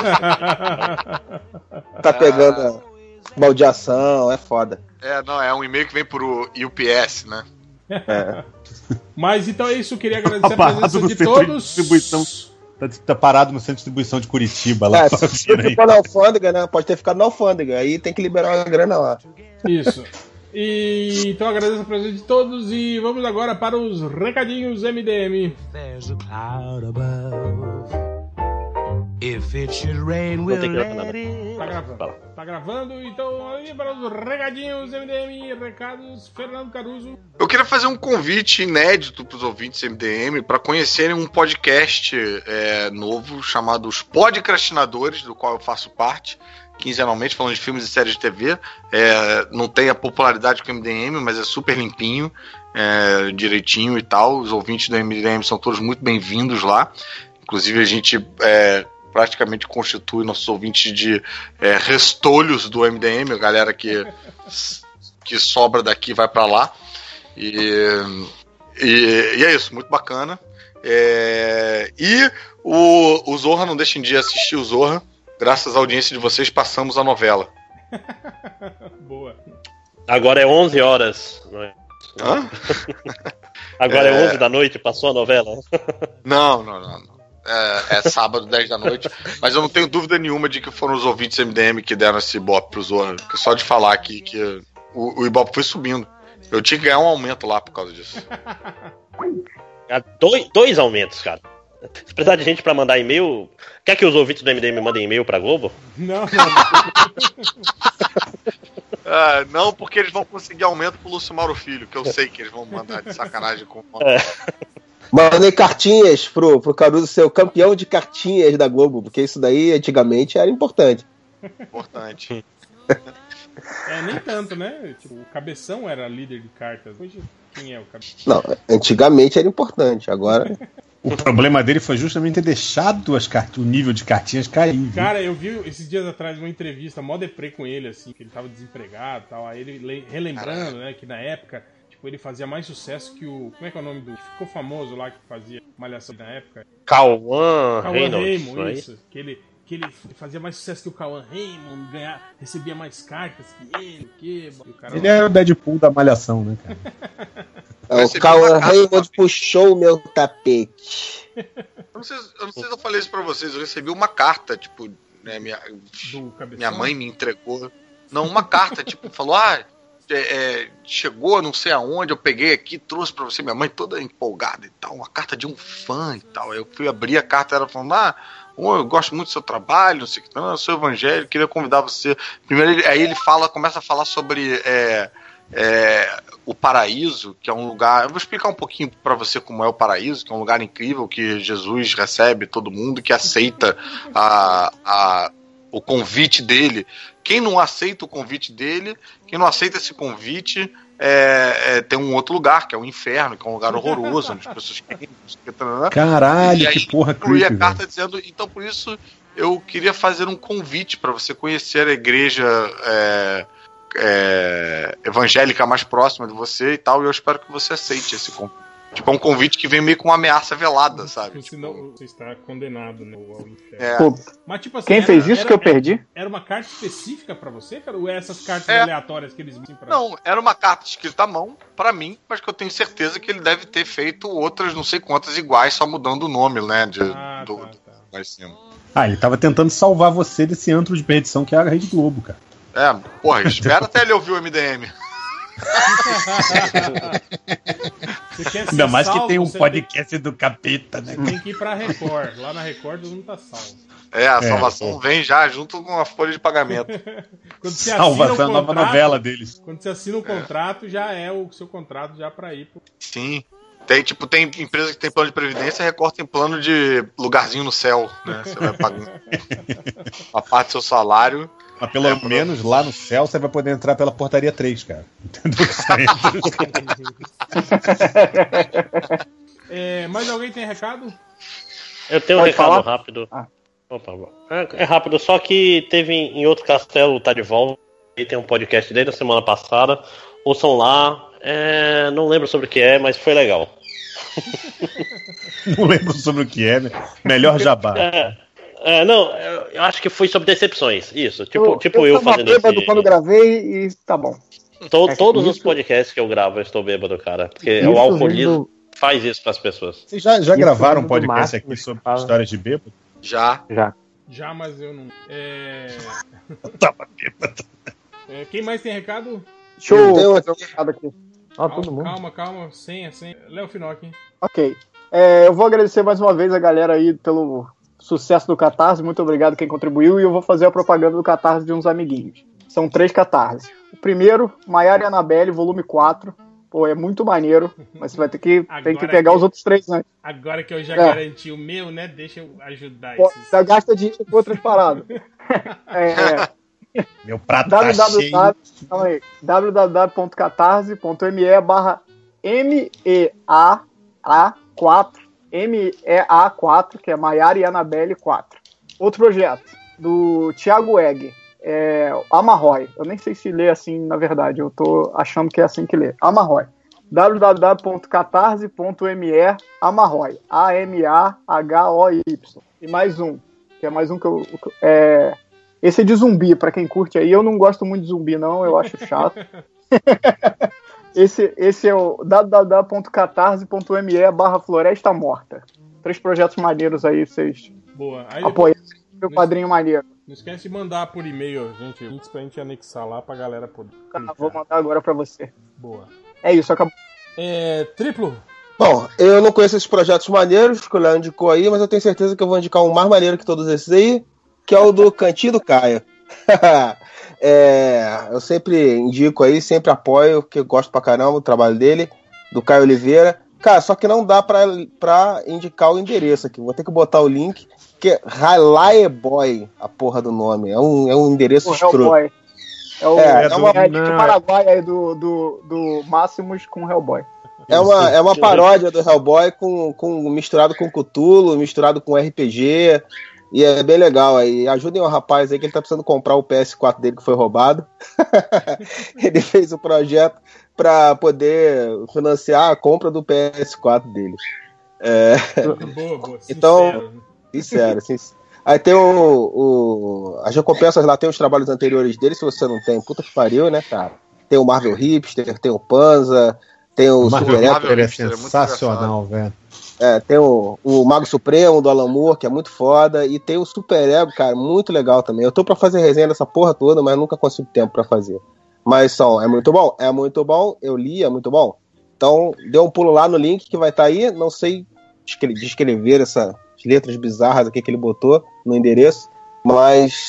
Tá pegando a baldeação, é foda. É, não, é um e-mail que vem pro UPS, né? Mas então é isso, eu queria agradecer a Parado presença no de centro de todos. distribuição. Tá, tá parado no centro de distribuição de Curitiba lá. É, só se vendo tá aí. ficou na alfândega, né? Pode ter ficado na alfândega, aí tem que liberar uma grana lá. Isso. E, então eu agradeço a presença de todos e vamos agora para os recadinhos MDM. There's a cloud above. If it should rain, Não we'll tem que gravar let nada. Tá it. gravando. Tá gravando, então aí para os recadinhos MDM, recados, Fernando Caruso. Eu queria fazer um convite inédito para os ouvintes MDM para conhecerem um podcast é, novo chamado Os Podcrastinadores, do qual eu faço parte, quinzenalmente, falando de filmes e séries de TV. É, não tem a popularidade que o MDM, mas é super limpinho, é, direitinho e tal. Os ouvintes do MDM são todos muito bem-vindos lá. Inclusive, a gente é, praticamente constitui nossos ouvintes de é, restolhos do MDM, a galera que, que sobra daqui vai para lá. E, e, e é isso, muito bacana. É, e o, o Zorra, não deixem de assistir o Zorra. Graças à audiência de vocês, passamos a novela. Boa. Agora é 11 horas. não é? Hã? Agora é... É. 11 da noite, passou a novela. Não, não, não. não. É, é sábado, 10 da noite. Mas eu não tenho dúvida nenhuma de que foram os ouvintes MDM que deram esse Ibope pro Zorra. Que Só de falar aqui que o, o Ibope foi subindo. Eu tinha que ganhar um aumento lá por causa disso. Há dois, dois aumentos, cara. Se precisar de gente pra mandar e-mail, quer que os ouvintes do MDM mandem e-mail pra Globo? Não, não. Ah, não, porque eles vão conseguir aumento pro Lúcio Mauro Filho, que eu sei que eles vão mandar de sacanagem com o Mandei cartinhas pro, pro Caruso ser o campeão de cartinhas da Globo, porque isso daí antigamente era importante. importante. É, nem tanto, né? Tipo, o Cabeção era líder de cartas. Hoje, quem é o Cabeção? Não, antigamente era importante, agora. é O problema dele foi justamente ter deixado as cart- o nível de cartinhas cair. viu? Cara, eu vi esses dias atrás uma entrevista mó deprê com ele, assim, que ele tava desempregado e tal. Aí ele le- relembrando, né, que na época, tipo, ele fazia mais sucesso que o. Como é que é o nome do. que Ficou famoso lá que fazia malhação na época? Cauã Cauã Reynolds. Raymond, não é isso? isso. Que ele, que ele fazia mais sucesso que o Cauã Raymond, ganhar, recebia mais cartas que ele, que. E o cara é Ele era o Deadpool da malhação, né, cara? o Cauã Raymond puxou o meu tapete. Eu não, sei, eu não sei se eu falei isso pra vocês, eu recebi uma carta, tipo, né, minha, do Cabeção. minha mãe me entregou. Não, uma carta, tipo, falou, ah, é, é, chegou não sei aonde, eu peguei aqui, trouxe pra você, minha mãe toda empolgada e tal, uma carta de um fã e tal. Aí eu fui abrir a carta, ela falando, ah, ô, eu gosto muito do seu trabalho, não sei o que, não, eu sou evangélico, queria convidar você. Primeiro, ele- aí ele fala, começa a falar sobre é, é, o paraíso, que é um lugar. Eu vou explicar um pouquinho pra você como é o paraíso, que é um lugar incrível que Jesus recebe todo mundo, que aceita a- a, o convite dele. Quem não aceita o convite dele, quem não aceita esse convite, é, é, tem um outro lugar, que é o inferno, que é um lugar horroroso, onde as pessoas querem. não sei o que, tananã. E Caralho, aí, que porra concluí creepy, a velho. carta dizendo, então por isso eu queria fazer um convite para você conhecer a igreja é, é, evangélica mais próxima de você e tal, e eu espero que você aceite esse convite. Tipo, é um convite que vem meio com uma ameaça velada, sabe? Tipo, senão você está condenado né, ao inferno. É, Pô, Mas, tipo assim, quem era- fez isso era- que eu perdi? Era uma carta específica pra você, cara? Ou é essas cartas É. aleatórias que eles mandam pra Não, era uma carta escrita à mão, pra mim, mas que eu tenho certeza que ele deve ter feito outras, não sei quantas iguais, só mudando o nome, né? De, Ah, do, tá, do- tá. lá em cima. Ah, ele tava tentando salvar você desse antro de perdição que é a Rede Globo, cara. É, porra, espera até ele ouvir o MDM. Você quer ser Ainda mais que salvo, tem um você podcast do capeta, né? Tem, você tem que ir pra Record. Lá na Record todo mundo tá salvo. É, a É, salvação vem já junto com a folha de pagamento. Quando você Salvação, assina a o nova contrato- novela deles. Quando você assina o contrato, já é o seu contrato já pra ir pro. Sim. Tem, tipo, tem empresa que tem plano de previdência, recorta tem plano de lugarzinho no céu, né? Você vai pagando a parte do seu salário. Mas pelo menos lá no céu você vai poder entrar pela portaria 3, cara. Entendeu? É, mais alguém tem recado? Eu tenho um Pode recado falar? rápido. Ah. Opa, bom. É- é rápido, só que teve em em outro castelo, tá de volta. Aí tem um podcast desde a semana passada. Ouçam lá. É, não lembro sobre o que é, mas foi legal. Não lembro sobre o que é, né? Melhor jabá. É, é, não, eu eu acho que foi sobre decepções. Isso, tipo eu, tipo eu eu, tava fazendo bêbado esse... quando gravei e tá bom. to- é que Todos isso- os podcasts que eu gravo, eu estou bêbado, cara. Porque Isso É o alcoolismo vindo- faz isso pras pessoas. Vocês já, já Isso gravaram é um do podcast máximo, aqui sobre fala. histórias de bêbado? Já. Já. Já, mas eu não. É, Tava bêbado. é, quem mais tem recado? Deixa Eu tenho eu aqui- fazer um recado aqui. Ó, calma, todo mundo. calma, calma, senha, senha. Léo Finock, hein? Ok. É, eu vou agradecer mais uma vez a galera aí pelo sucesso do Catarse. Muito obrigado quem contribuiu. E eu vou fazer a propaganda do Catarse de uns amiguinhos. São três Catarses. O primeiro, Maiara e Anabelle, volume 4. Pô, é muito maneiro, mas você vai ter que, tem que Agora pegar aqui. os outros três né? antes. Agora que eu já É. garanti o meu, né? Deixa eu ajudar Pô, tá- esses. Já gasta dinheiro com outras paradas. É, Meu prato tá cheio. www. calma aí, www.catarse.me barra MEA4 MEA4, que é Maiara e Anabelle 4. Outro projeto, do Thiago Egg, é Amarrói. Eu nem sei se lê assim, na verdade, eu tô achando que é assim que lê. Amarrói. www.catarse.me Amarroy. A-M-A-H-O-Y. E mais um, que é mais um que eu. que eu- É... Esse é de zumbi, pra quem curte aí. Eu não gosto muito de zumbi, não, eu acho chato. esse, esse é o www.catarse.me barra Floresta Morta. Três projetos maneiros aí, vocês Boa. Aí apoiam. depois, Meu padrinho maneiro. não esquece de mandar por e-mail, gente, links pra gente anexar lá pra galera poder. Tá, vou mandar agora pra você. Boa. É isso, acabou. É, triplo? Bom, eu não conheço esses projetos maneiros que o Léo indicou aí, mas eu tenho certeza que eu vou indicar um mais maneiro que todos esses aí, que é o do Cantinho do Caio. É, eu sempre indico aí, sempre apoio, porque eu gosto pra caramba do trabalho dele, do Caio Oliveira. Cara, só que não dá pra, pra indicar o endereço aqui, vou ter que botar o link, que é Ralaeboy, a porra do nome. É um, é um endereço O escroto. Hellboy. É o, é, É, é uma, do- é tipo não, Paraguai aí do, do, do Máximos com Hellboy. É uma, é uma paródia do Hellboy com, com, misturado com Cthulhu, misturado com RPG. E é bem legal aí. Ajudem o rapaz aí que ele tá precisando comprar o PS4 dele que foi roubado. ele fez o projeto pra poder financiar a compra do PS4 dele. É, Boa, boa. Então- sincero. né? sincero, sincero. Aí tem o, o- As recompensas lá, tem os trabalhos anteriores dele, se você não tem. Puta que pariu, né, cara? Tem o Marvel Hipster, tem o Panza, tem o Marvel Super Marvel Marvel é Hipster é muito sensacional, velho. é, tem o, o Mago Supremo do Alan Moore, que é muito foda, e tem o Super Ego, cara, muito legal também. Eu tô pra fazer resenha dessa porra toda, mas nunca consigo tempo pra fazer. Mas são, é muito bom, é muito bom, eu li, é muito bom. Então, dê um pulo lá no link que vai estar aí, não sei descre- descrever essas letras bizarras aqui que ele botou no endereço, mas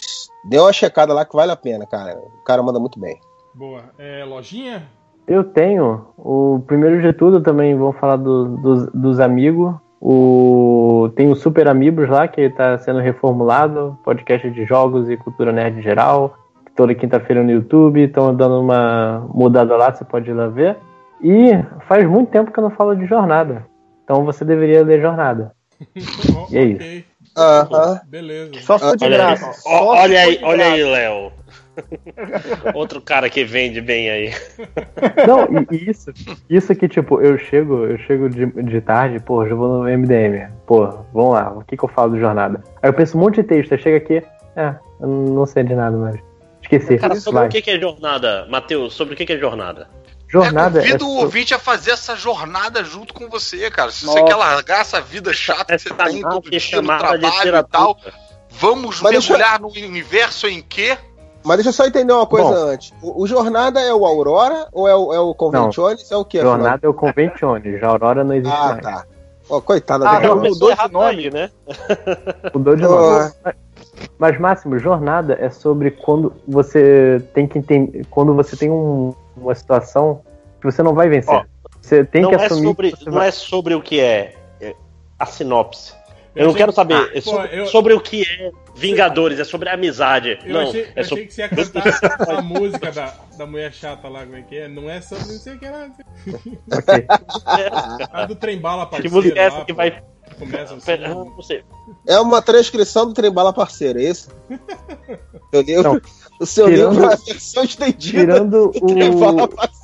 dê uma checada lá que vale a pena, cara. O cara manda muito bem. Boa. É, lojinha? Eu tenho. O primeiro de tudo também vou falar do- dos, dos amigos. O, tem o Super Amigos lá que está sendo reformulado, podcast de jogos e cultura nerd em geral. Toda quinta-feira no YouTube, estão dando uma mudada lá, você pode ir lá ver. E faz muito tempo que eu não falo de jornada. Então você deveria ler jornada. E aí? Ok. Aham. Beleza. Só se for Ah, de Olha aí, graça. Ó, Só se olha for aí, de olha graça. aí, Léo. Outro cara que vende bem aí. Não, e- e isso, isso que, tipo, eu chego, eu chego de, de tarde, pô, já vou no MDM. Pô, vamos lá, o que, que eu falo do jornada? Aí eu penso um monte de texto, aí chega aqui, é, eu não sei de nada mais. Esqueci. Cara, sobre Vai. o que que é jornada, Matheus? Sobre o que que é jornada? Jornada é, é. convido o ouvinte a fazer essa jornada junto com você, cara. Se você Nossa. quer largar essa vida chata que você tá em é todo dia no trabalho e tal, vamos Mas deixa- mergulhar no universo em que? Mas deixa eu só entender uma coisa antes. O, o Jornada é o Aurora ou é o, é o Conventiones? É o que? Jornada é o Conventiones, já Aurora não existe Ah, mais. tá. Ó, coitada Ah, da não, garota. mudou de nome. Aí, né? Mudou de Pô. nome. Mas- Mas, Máximo, jornada é sobre quando você tem que entender. Quando você tem um- uma situação que você não vai vencer. Ó, você tem Não que é assumir. sobre, que você não vai- é sobre o que é, é a sinopse. Eu não achei- quero saber Ah, é pô, sobre, eu- sobre o que é Vingadores, é sobre a amizade. Eu, Não, achei, eu é achei sobre. que você ia cantar a música da, da mulher chata lá, como é que é? Não é sobre não sei o que era. é Ok. A do trem-bala Que parceiro. música é essa lá, que pô, vai. Começa assim. Pera, eu não sei. É uma transcrição do Trembala Parceiro, é isso? Eu li o- Não. o seu Tirando- livro é a versão estendida Tirando do Trembala o. Parceiro.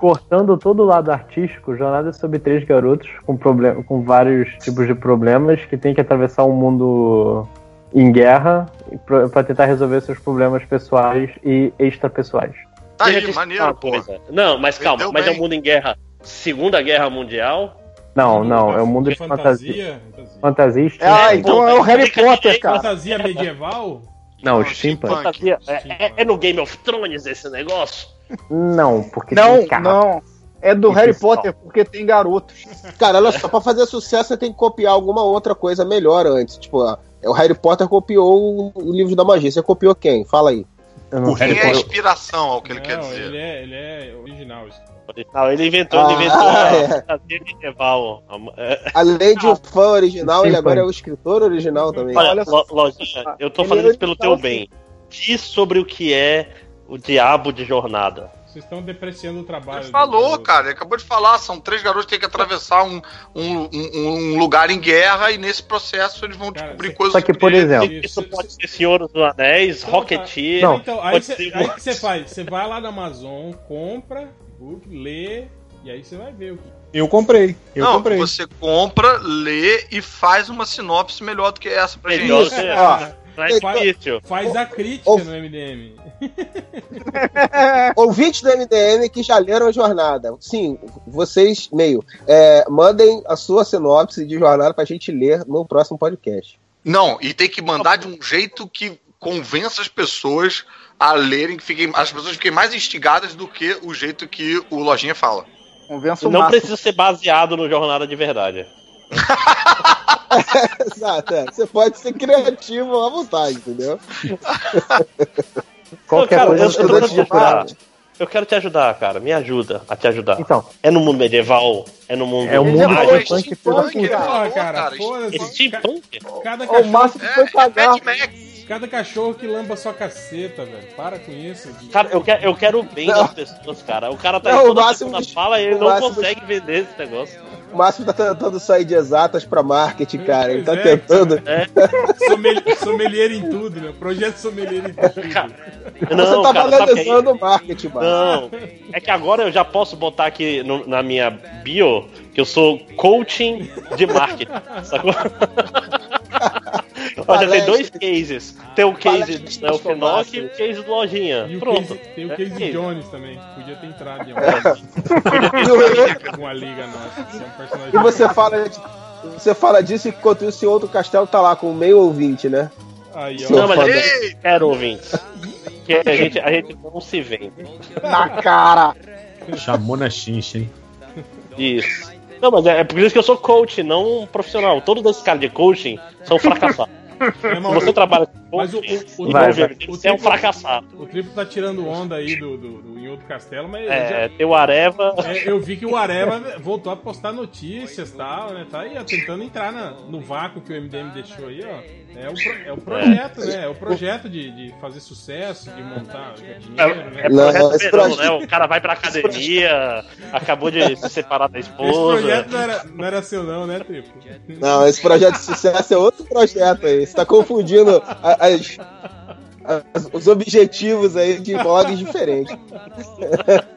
Cortando todo o lado artístico, Jornada é sobre três garotos com, problem- com vários tipos de problemas que tem que atravessar um mundo em guerra para tentar resolver seus problemas pessoais e extrapessoais. Tá Deixa eu aí, te maneiro, falar uma pô. coisa. Não, mas calma, Vendeu mas é um bem. mundo em guerra. Segunda Guerra Mundial. Não, não, é um mundo de fantasia. fantasia. Fantasia, Fantasia, Ah, É, então pô, é o mas Harry fica Potter, direito, cara. Fantasia medieval? Não, Não, steampunk. steampunk. Fantasia- É, é- é no Game of Thrones esse negócio? Não, porque Não, tem carro. não. É do Tem Harry pessoal. Potter porque tem garotos. Cara, olha só, pra fazer sucesso você tem que copiar alguma outra coisa melhor antes. Tipo, ó, o Harry Potter copiou o- o livro da magia. Você copiou quem? Fala aí. Eu não O sei Quem Harry é a qual- inspiração ao que ele não, quer dizer? Ele é, ele é original. isso. Não, ele inventou, ele Ah, inventou a é. fantasia medieval. A- é- Além de um fã original, ele Sim, agora pai. é o escritor original também. Olha, Ah. Olha Lo- Lojinha, eu tô Ele fazendo isso pelo tá original, teu assim. bem. Diz sobre o que é o diabo de jornada. Vocês estão depreciando o trabalho. Ele falou, do- cara, ele acabou de falar, são três garotos que têm que atravessar um, um, um- um lugar em guerra e nesse processo eles vão Cara, descobrir sim. coisas. Só que, por sobre ele. exemplo, Isso, Isso isso- pode ser Senhor dos Anéis, Então, Rocketeer. Não, então, aí pode você ser aí um- que você faz? Você vai lá na Amazon, compra, book, lê E aí você vai ver o que. Eu comprei. Eu não, comprei. você compra, lê e faz uma sinopse melhor do que essa pra Melhor gente. do É, que Ó, Traz Então- vídeo. Faz a crítica Ô, no MDM. Ouvintes do MDM que já leram a jornada. Sim, vocês, meio, é, mandem a sua sinopse de jornada pra gente ler no próximo podcast. Não, e tem que mandar de um jeito que convença as pessoas a lerem, que fiquem, as pessoas fiquem mais instigadas do que o jeito que o Lojinha fala. é Convença o Não máximo. precisa ser baseado no Jornada de Verdade. Exato, é. Você pode ser criativo à vontade, entendeu? Qualquer Cara, coisa eu- você eu tô pode tentando procurar. lembrar. Eu quero te ajudar, cara. Me ajuda a te ajudar. Então, É no mundo medieval? É no mundo. É o mundo mágico? medieval. punk, filho da ele puta. falou, Porra, cara, foda-se. Steampunk? Cada Ó, O cachorro, É, máximo que foi pagar. Mad Max. cada cachorro que lamba sua caceta, velho. Para com isso. gente. Cara, eu quero, eu quero o bem Não. das pessoas, cara. O cara tá Não, em o toda máximo segunda de- fala e ele o não máximo de- consegue vender esse negócio. O Máximo tá tentando sair de exatas pra marketing, cara. Ele tá Pois é, tentando. Sommelier, sommelier em tudo, meu. Projeto sommelier em tudo. Não, Você tá cara, sabe o que é valorizando o marketing, mano. Não, é que agora eu já posso botar aqui no- na minha bio que eu sou coaching de marketing, sacou? Ó, já tem dois cases. Tem o case Palestra de do Finoc Tomás, e o case do Lojinha. E o Pronto. Casey, tem o É Casey case. Jones também. Podia ter entrado em alguma- E o- alguma liga nossa. que é um E personagem- você fala, você fala disso enquanto isso, o outro castelo tá lá com meio ouvinte, né? Aí, ó. Não, mas é. Foda. eu não quero ouvintes. Que a gente, a gente não se vende. Na cara. Chamou na xincha, hein? Isso. Não, mas é, é por isso que eu sou coach, não um profissional. Todos esses caras de coaching são fracassados. Meu Se irmão, você trabalha com Mas o- coaching, o- o- e vai, não vai. vende, você é um fracassado. O Triplo tá tirando onda aí do, do, do- em outro castelo, mas É, tem o Areva. eu, já- é, eu vi que o Areva voltou a postar notícias e tal, né? Tá aí, ó, tentando entrar na- no vácuo que o MDM deixou aí, ó. É o, pro- é o projeto, né? É o projeto de, de fazer sucesso, de montar dinheiro, né? É Não, projeto esse verão, projeto- né? O cara vai pra academia, acabou de se separar da Esse esposa. projeto não era, não era seu não, né, Triplo? Não, esse projeto de sucesso é outro projeto aí. Você tá confundindo a- as- as- os objetivos aí de blogs diferentes.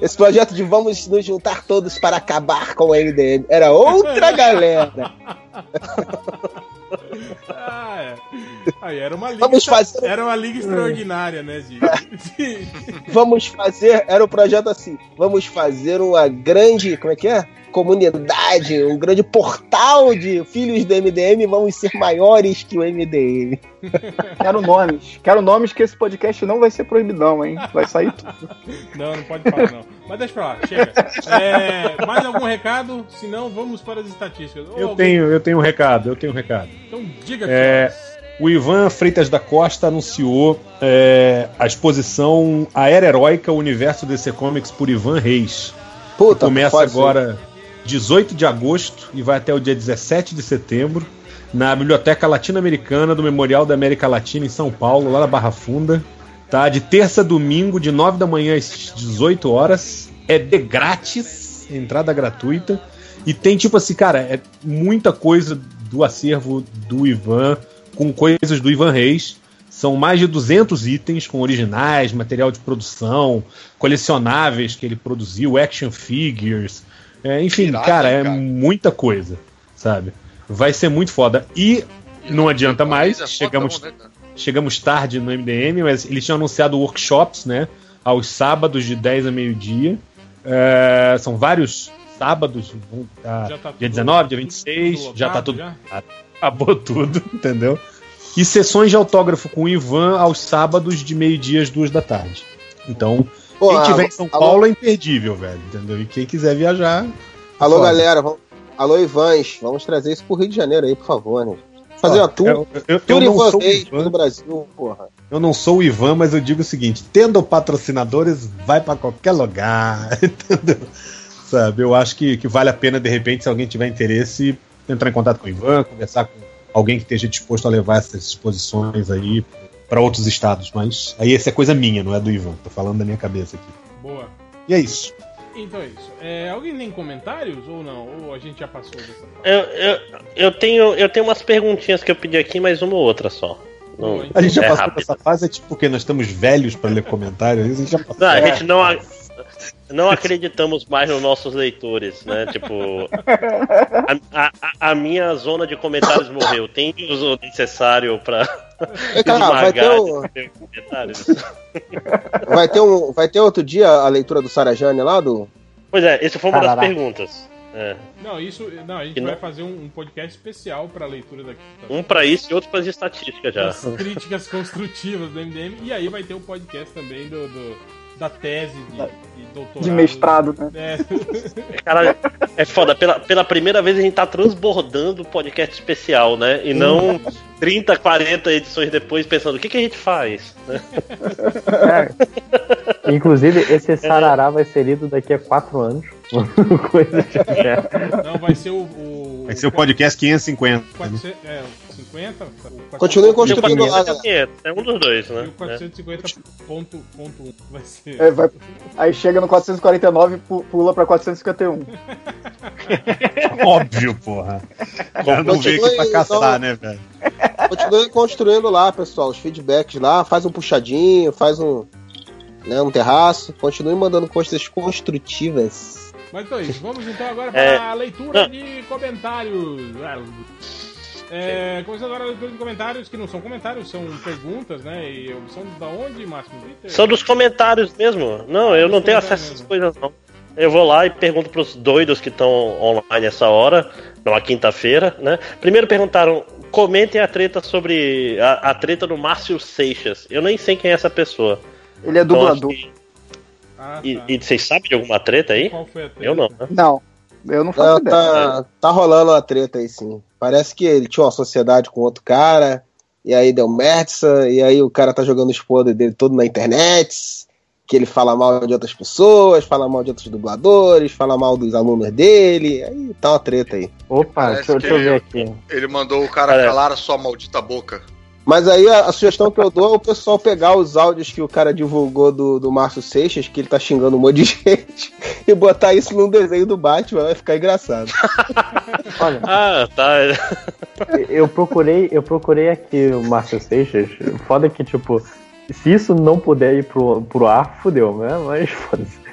Esse projeto de vamos nos juntar todos para acabar com o MDM era outra galera. Ah, é. Aí era uma liga, Vamos fazer, era uma liga extraordinária, né, de, de- vamos fazer. Era o projeto assim. Vamos fazer uma grande, como é que é? Comunidade, um grande portal de filhos do MDM. Vamos ser maiores que o MDM. Quero nomes. Quero nomes que esse podcast não vai ser proibidão, hein? Vai sair tudo. Não, não pode falar, não. Mas deixa pra lá, chega. É, mais algum recado? Se não, vamos para as estatísticas. Ô, Eu alguém- tenho, eu tenho um recado, eu tenho um recado. Então diga É, que O Ivan Freitas da Costa anunciou é, a exposição A Era Heróica, o Universo DC Comics por Ivan Reis. Tá Puta, Começa pode ser. agora 18 de agosto e vai até o dia 17 de setembro na Biblioteca Latino-Americana do Memorial da América Latina em São Paulo, lá na Barra Funda. Tá de terça a domingo, de 9 da manhã às 18 horas. É de grátis, entrada gratuita. E tem tipo assim, cara, é muita coisa do acervo do Ivan com coisas do Ivan Reis. São mais de 200 itens com originais, material de produção, colecionáveis que ele produziu, action figures. É, enfim, Irado, cara, hein, é cara? muita coisa, sabe? Vai ser muito foda. E não adianta mais, Mas é chegamos, fodão, né, cara? chegamos tarde no MDM, mas eles tinham anunciado workshops, né? Aos sábados de 10 a meio-dia. É, são vários sábados, vão- tá, sim. Já tá tudo- dia 19, dia tudo 26, já tá lotado, tudo já? acabou tudo, entendeu? E sessões de autógrafo com o Ivan aos sábados de meio-dia às duas da tarde. Então, Pô, quem tiver alô- em São alô- Paulo é imperdível, velho, entendeu? E quem quiser viajar. Alô, foda. galera. vamos- Alô, Ivans. Vamos trazer isso pro Rio de Janeiro aí, por favor, né? Fazer uma tour. Eu, eu- eu tour não Ivan sou um o Reis Ivan, pelo Brasil, porra. eu não sou o Ivan, mas eu digo o seguinte: tendo patrocinadores, vai pra qualquer lugar, entendeu? Sabe? Eu acho que, que vale a pena, de repente, se alguém tiver interesse, entrar em contato com o Ivan, conversar com alguém que esteja disposto a levar essas exposições aí pra outros estados. Mas aí essa é coisa minha, não é do Ivan. Tô falando da minha cabeça aqui. Boa. E é isso. Então é isso. É, alguém tem comentários ou não? Ou a gente já passou dessa parte? Eu, eu, eu, tenho, eu tenho umas perguntinhas que eu pedi aqui, mas uma ou outra só. Não, Boa, então. A gente já É passou rápido. dessa fase, é tipo porque nós estamos velhos pra ler comentário, a gente já passou. Não, a gente não. a- não acreditamos mais nos nossos leitores, né? Tipo, a, a- a minha zona de comentários morreu. Tem o necessário pra Ei, cara, Tá, vai ter o- esses comentários? Vai ter, um, vai ter outro dia a leitura do Sarajane lá do. Pois é, essa foi uma das Caraca. perguntas. É. Não, isso. Não, a gente Que não- vai fazer um, um podcast especial pra leitura daqui. Um pra isso e outro pras estatísticas já. As críticas construtivas do MDM. E aí vai ter o podcast também do, do- da tese de, de doutorado. De mestrado, né? É. Caralho, é foda. Pela, pela primeira vez a gente tá transbordando o podcast especial, né? E Hum. não 30, 40 edições depois pensando o que, que a gente faz. né? Inclusive, esse sarará vai ser lido daqui a quatro anos. Coisa de... Não, vai ser o. o Vai ser o podcast 550. né? 400, é, o 50? O 450, Continue construindo Tem o a- 400 e o 500, é um dos dois, né? E o 450.1 vai ser. É, vai- Aí chega no 449 e um. pu- pula pra 451. Óbvio, porra. O cara não veio aqui pra caçar, né, velho? Continue construindo lá, pessoal. Os feedbacks lá, faz um puxadinho, faz um. Né, um terraço. Continue mandando coisas construtivas. Mas então é isso. Vamos então agora para É. a leitura de comentários. É, começando agora a leitura de comentários, que não são comentários, são perguntas, né? E são da onde, Máximo? Twitter? São É. dos comentários mesmo. Não, eu não tenho acesso a essas coisas, não. Eu vou lá e pergunto pros doidos que estão online essa hora, numa quinta-feira, né? Primeiro perguntaram, comentem a treta sobre a, a treta do Márcio Seixas. Eu nem sei quem é essa pessoa. Ele é Então, dublador. acho que- Ah, tá. e, e vocês sabem de alguma treta aí? Qual foi a treta? Eu não, né? Não, eu não faço Ah, ideia. tá, tá rolando uma treta aí, sim. Parece que ele tinha uma sociedade com outro cara, e aí deu merda, e aí o cara tá jogando os podres dele todo na internet, que ele fala mal de outras pessoas, fala mal de outros dubladores, fala mal dos alunos dele, aí tá uma treta aí. Opa, Parece deixa, eu- que deixa é eu ver aqui. Ele mandou o cara Cara. calar a sua maldita boca. Mas aí a, a sugestão que eu dou é o pessoal pegar os áudios que o cara divulgou do, do Márcio Seixas, que ele tá xingando um monte de gente, e botar isso num desenho do Batman, vai ficar engraçado. Olha, Ah, tá. eu procurei, eu procurei aqui o Márcio Seixas. Foda que, tipo, se isso não puder ir pro, pro ar, fudeu, né? Mas foda-se.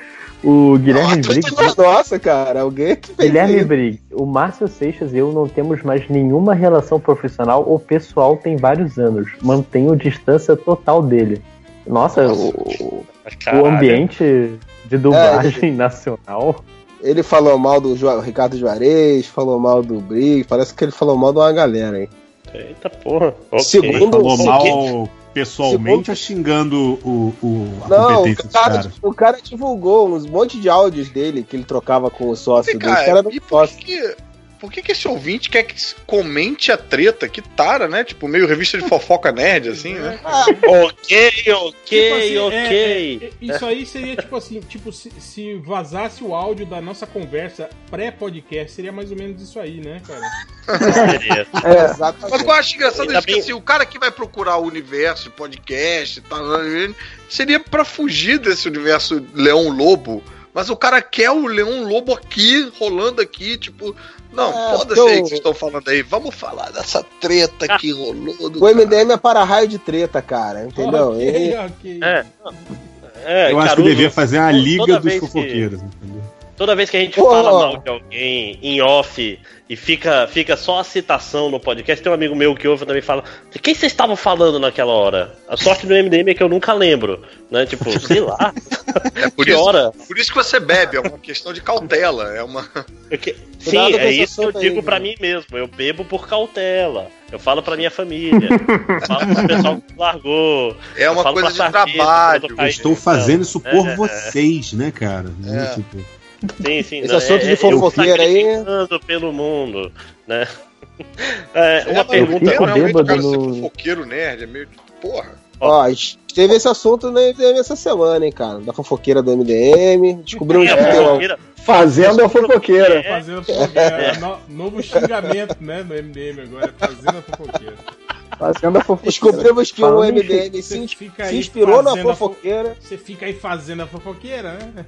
O Guilherme Briggs. Nossa, tá cara, alguém que fez Guilherme isso. Briggs, o Márcio Seixas e eu não temos mais nenhuma relação profissional ou pessoal tem vários anos. Mantenho distância total dele. Nossa, o, o- Caralho. o ambiente de É, dublagem nacional. Ele falou mal do Ju- Ricardo Juarez, falou mal do Briggs, parece que ele falou mal de uma galera aí. Eita porra. Ok. Segundo- Ele falou Segundo- mal pessoalmente Segundo- ou xingando o, o, a Não, o competência dos cara, tipo, caras? o cara divulgou uns monte de áudios dele que ele trocava com o sócio Vem dele. cá, O cara não e por sócio. que, por que que esse ouvinte quer que se comente a treta? Que tara, né? Tipo, meio revista de fofoca nerd, assim, né? Ok, Tipo ok, Ah, assim, é, ok. é, é, isso aí seria tipo assim, tipo, se, se vazasse o áudio da nossa conversa pré-podcast, seria mais ou menos isso aí, né, cara? Seria. É. Mas Exatamente. eu acho engraçado Ainda isso, que bem- assim, o cara que vai procurar o universo, podcast e tal, seria pra fugir desse universo Leão Lobo. Mas o cara quer o Leão Lobo aqui, rolando aqui, tipo. Não, É, foda-se porque aí o- Ah, que vocês estão falando aí. Vamos falar dessa treta que rolou. Do O MDM é para-raio de treta, cara, entendeu? Ok, E- ok. É. É, Eu acho que Caruso, devia fazer a liga toda dos vez que- É, fofoqueiros. entendeu? Toda vez que a gente Pô. fala mal de alguém em off e fica, fica só a citação no podcast, tem um amigo meu que ouve também e fala: "De quem vocês estavam falando naquela hora? A sorte do MDM é que eu nunca lembro, né? Tipo, sei lá. É por que isso, hora? por isso que você bebe, é uma questão de cautela. É uma. Eu que- Cuidado Sim, com é esse isso que eu assunto aí, digo pra né? mim mesmo. Eu bebo por cautela. Eu falo pra minha família. Eu falo pro pessoal que largou. É uma falo coisa pra de Sargento, trabalho. né? pra- Eu estou Então, fazendo isso por é. vocês, né, cara? É. Tipo, Sim, sim. Esse né? assunto de eu fofoqueiro aí- sacrificando pelo mundo, né? É, uma É, mas pergunta. eu entendo, agora. realmente, o cara Bêbado no- ser fofoqueiro nerd, é meio. Porra. Ó, a gente teve esse assunto no MDM essa semana, hein, cara? Da fofoqueira do MDM. Descobrimos que tem um, uma- fofoqueira- Fazendo a fofoqueira. É. Fazendo fofoqueira. No- novo xingamento, né, no MDM agora. Fazendo a fofoqueira. Fazenda fofoqueira. Descobrimos que um o Falando em MDM Você se, in- fica se aí inspirou na fazendo a fo- fofoqueira. Você fica aí fazendo a fofoqueira, né?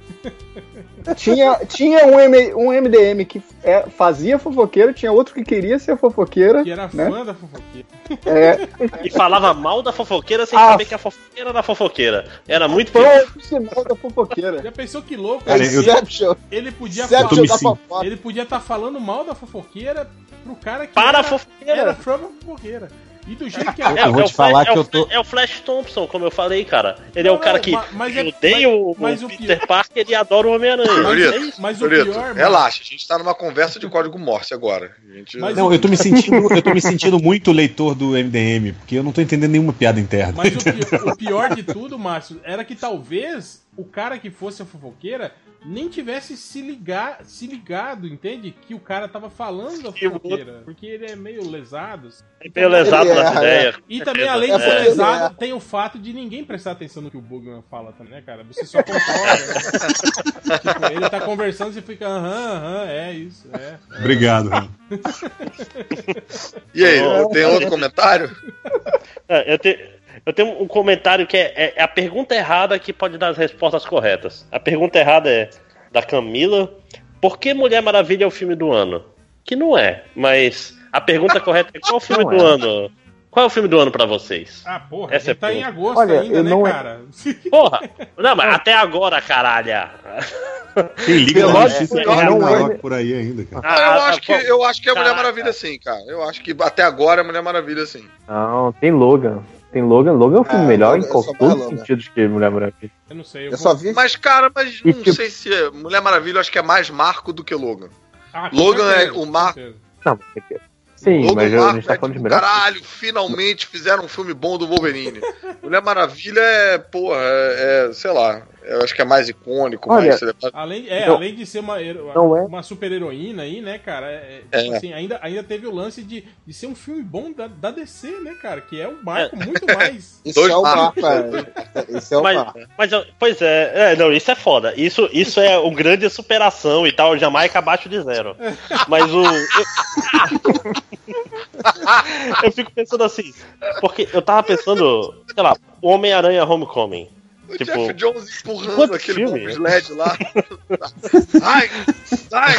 Tinha, tinha um, M- um MDM que é, fazia fofoqueiro, tinha outro que queria ser fofoqueira. Que era né? fã da fofoqueira. É, E falava mal da fofoqueira sem Ah. saber que a fofoqueira da fofoqueira. Era muito fã pior. original da fofoqueira. Já pensou que louco? Cara, eu- Inception. Ele podia Eu tô Inception me é da falar. sentindo- fofoca. Ele podia estar falando mal da fofoqueira pro cara que Para a era, fofoqueira. era fã da fofoqueira. E do jeito que a Eu vou Flash- te falar é que o eu tô- Flash- É o Flash Thompson, como eu falei, cara. Ele é Não, o cara não, que ma- mas é- odeia o, mas- mas o o Peter Parker e adora o Homem-Aranha. Senhorito, É isso. Mas o Senhorito, pior, mano- é relaxa, a gente tá numa conversa de código Morse agora. A gente- Mas- Não, eu tô me sentindo, eu tô me sentindo muito leitor do MDM, porque eu não tô entendendo nenhuma piada interna. Mas o, pi- o pior de tudo, Márcio, era que talvez o cara que fosse a fofoqueira nem tivesse se, ligar, se ligado, entende? Que o cara tava falando da Sim, o fofoqueira. Porque ele é meio lesado. assim. É meio lesado Ele nas erra, né? ideias. E com também, certeza. além de É, ser porque ele lesado, tem o fato de ninguém prestar atenção no que o Bugman fala também, né, cara? Você só concorda. né? tipo, ele tá conversando e você fica, aham, aham, é isso, é. Obrigado. Ram. E aí, Não, tem não. outro comentário? É, eu, te- eu tenho um comentário que é, é- é a pergunta errada que pode dar as respostas corretas. A pergunta errada é da Camila: Por que Mulher Maravilha é o filme do ano? Que não é, mas a pergunta correta é: Qual o filme Não do é. ano? Qual é o filme do ano pra vocês? Ah, porra, Essa Essa é tá boa. em agosto Olha, ainda, eu né, não- cara? Porra! Não, mas É. até agora, caralha! Quem liga Eu na acho justiça que tem não, Ragnarok mas- por aí ainda, cara. Ah, eu, ah, acho que, bom. Tá, eu acho que é Mulher Caraca. Maravilha sim, cara. Eu acho que até agora é Mulher Maravilha sim. Não, tem Logan. Tem Logan. Logan é um filme Ah, melhor Logan, em eu qual- sou todos os malandro. sentidos que Mulher Maravilha. Eu não sei, eu, vou... Eu só vi. Mas, cara, mas não E tipo- sei se é- Mulher Maravilha, eu acho que é mais Marco do que Logan. Ah, com Logan é certeza, o com Mar- certeza. Não, mas é que- sim, Logan mas a gente tá é falando de tipo, melhor. Caralho, finalmente fizeram um filme bom do Wolverine. Mulher Maravilha é, porra, é, é, sei lá, eu acho que é mais icônico, Olha, mais. sei lá. Além, é, Não. além de ser uma, hero- Não é. uma super heroína aí, né, cara? É, é, tipo É. assim, ainda, ainda teve o lance de, de ser um filme bom da, da DC, né, cara? Que é um marco muito mais. Isso Dois é o papos. mapa. Isso Então é tá. o Mas, mapa. mas eu- pois é, é, não, isso é foda. Isso, isso é um grande superação e tal, Jamaica abaixo de zero. Mas o. eu- eu fico pensando assim, porque eu tava pensando, sei lá, Homem-Aranha Homecoming. O Tipo, Jeff Jones empurrando quanto aquele filme? Bob Sled lá. ai, ai,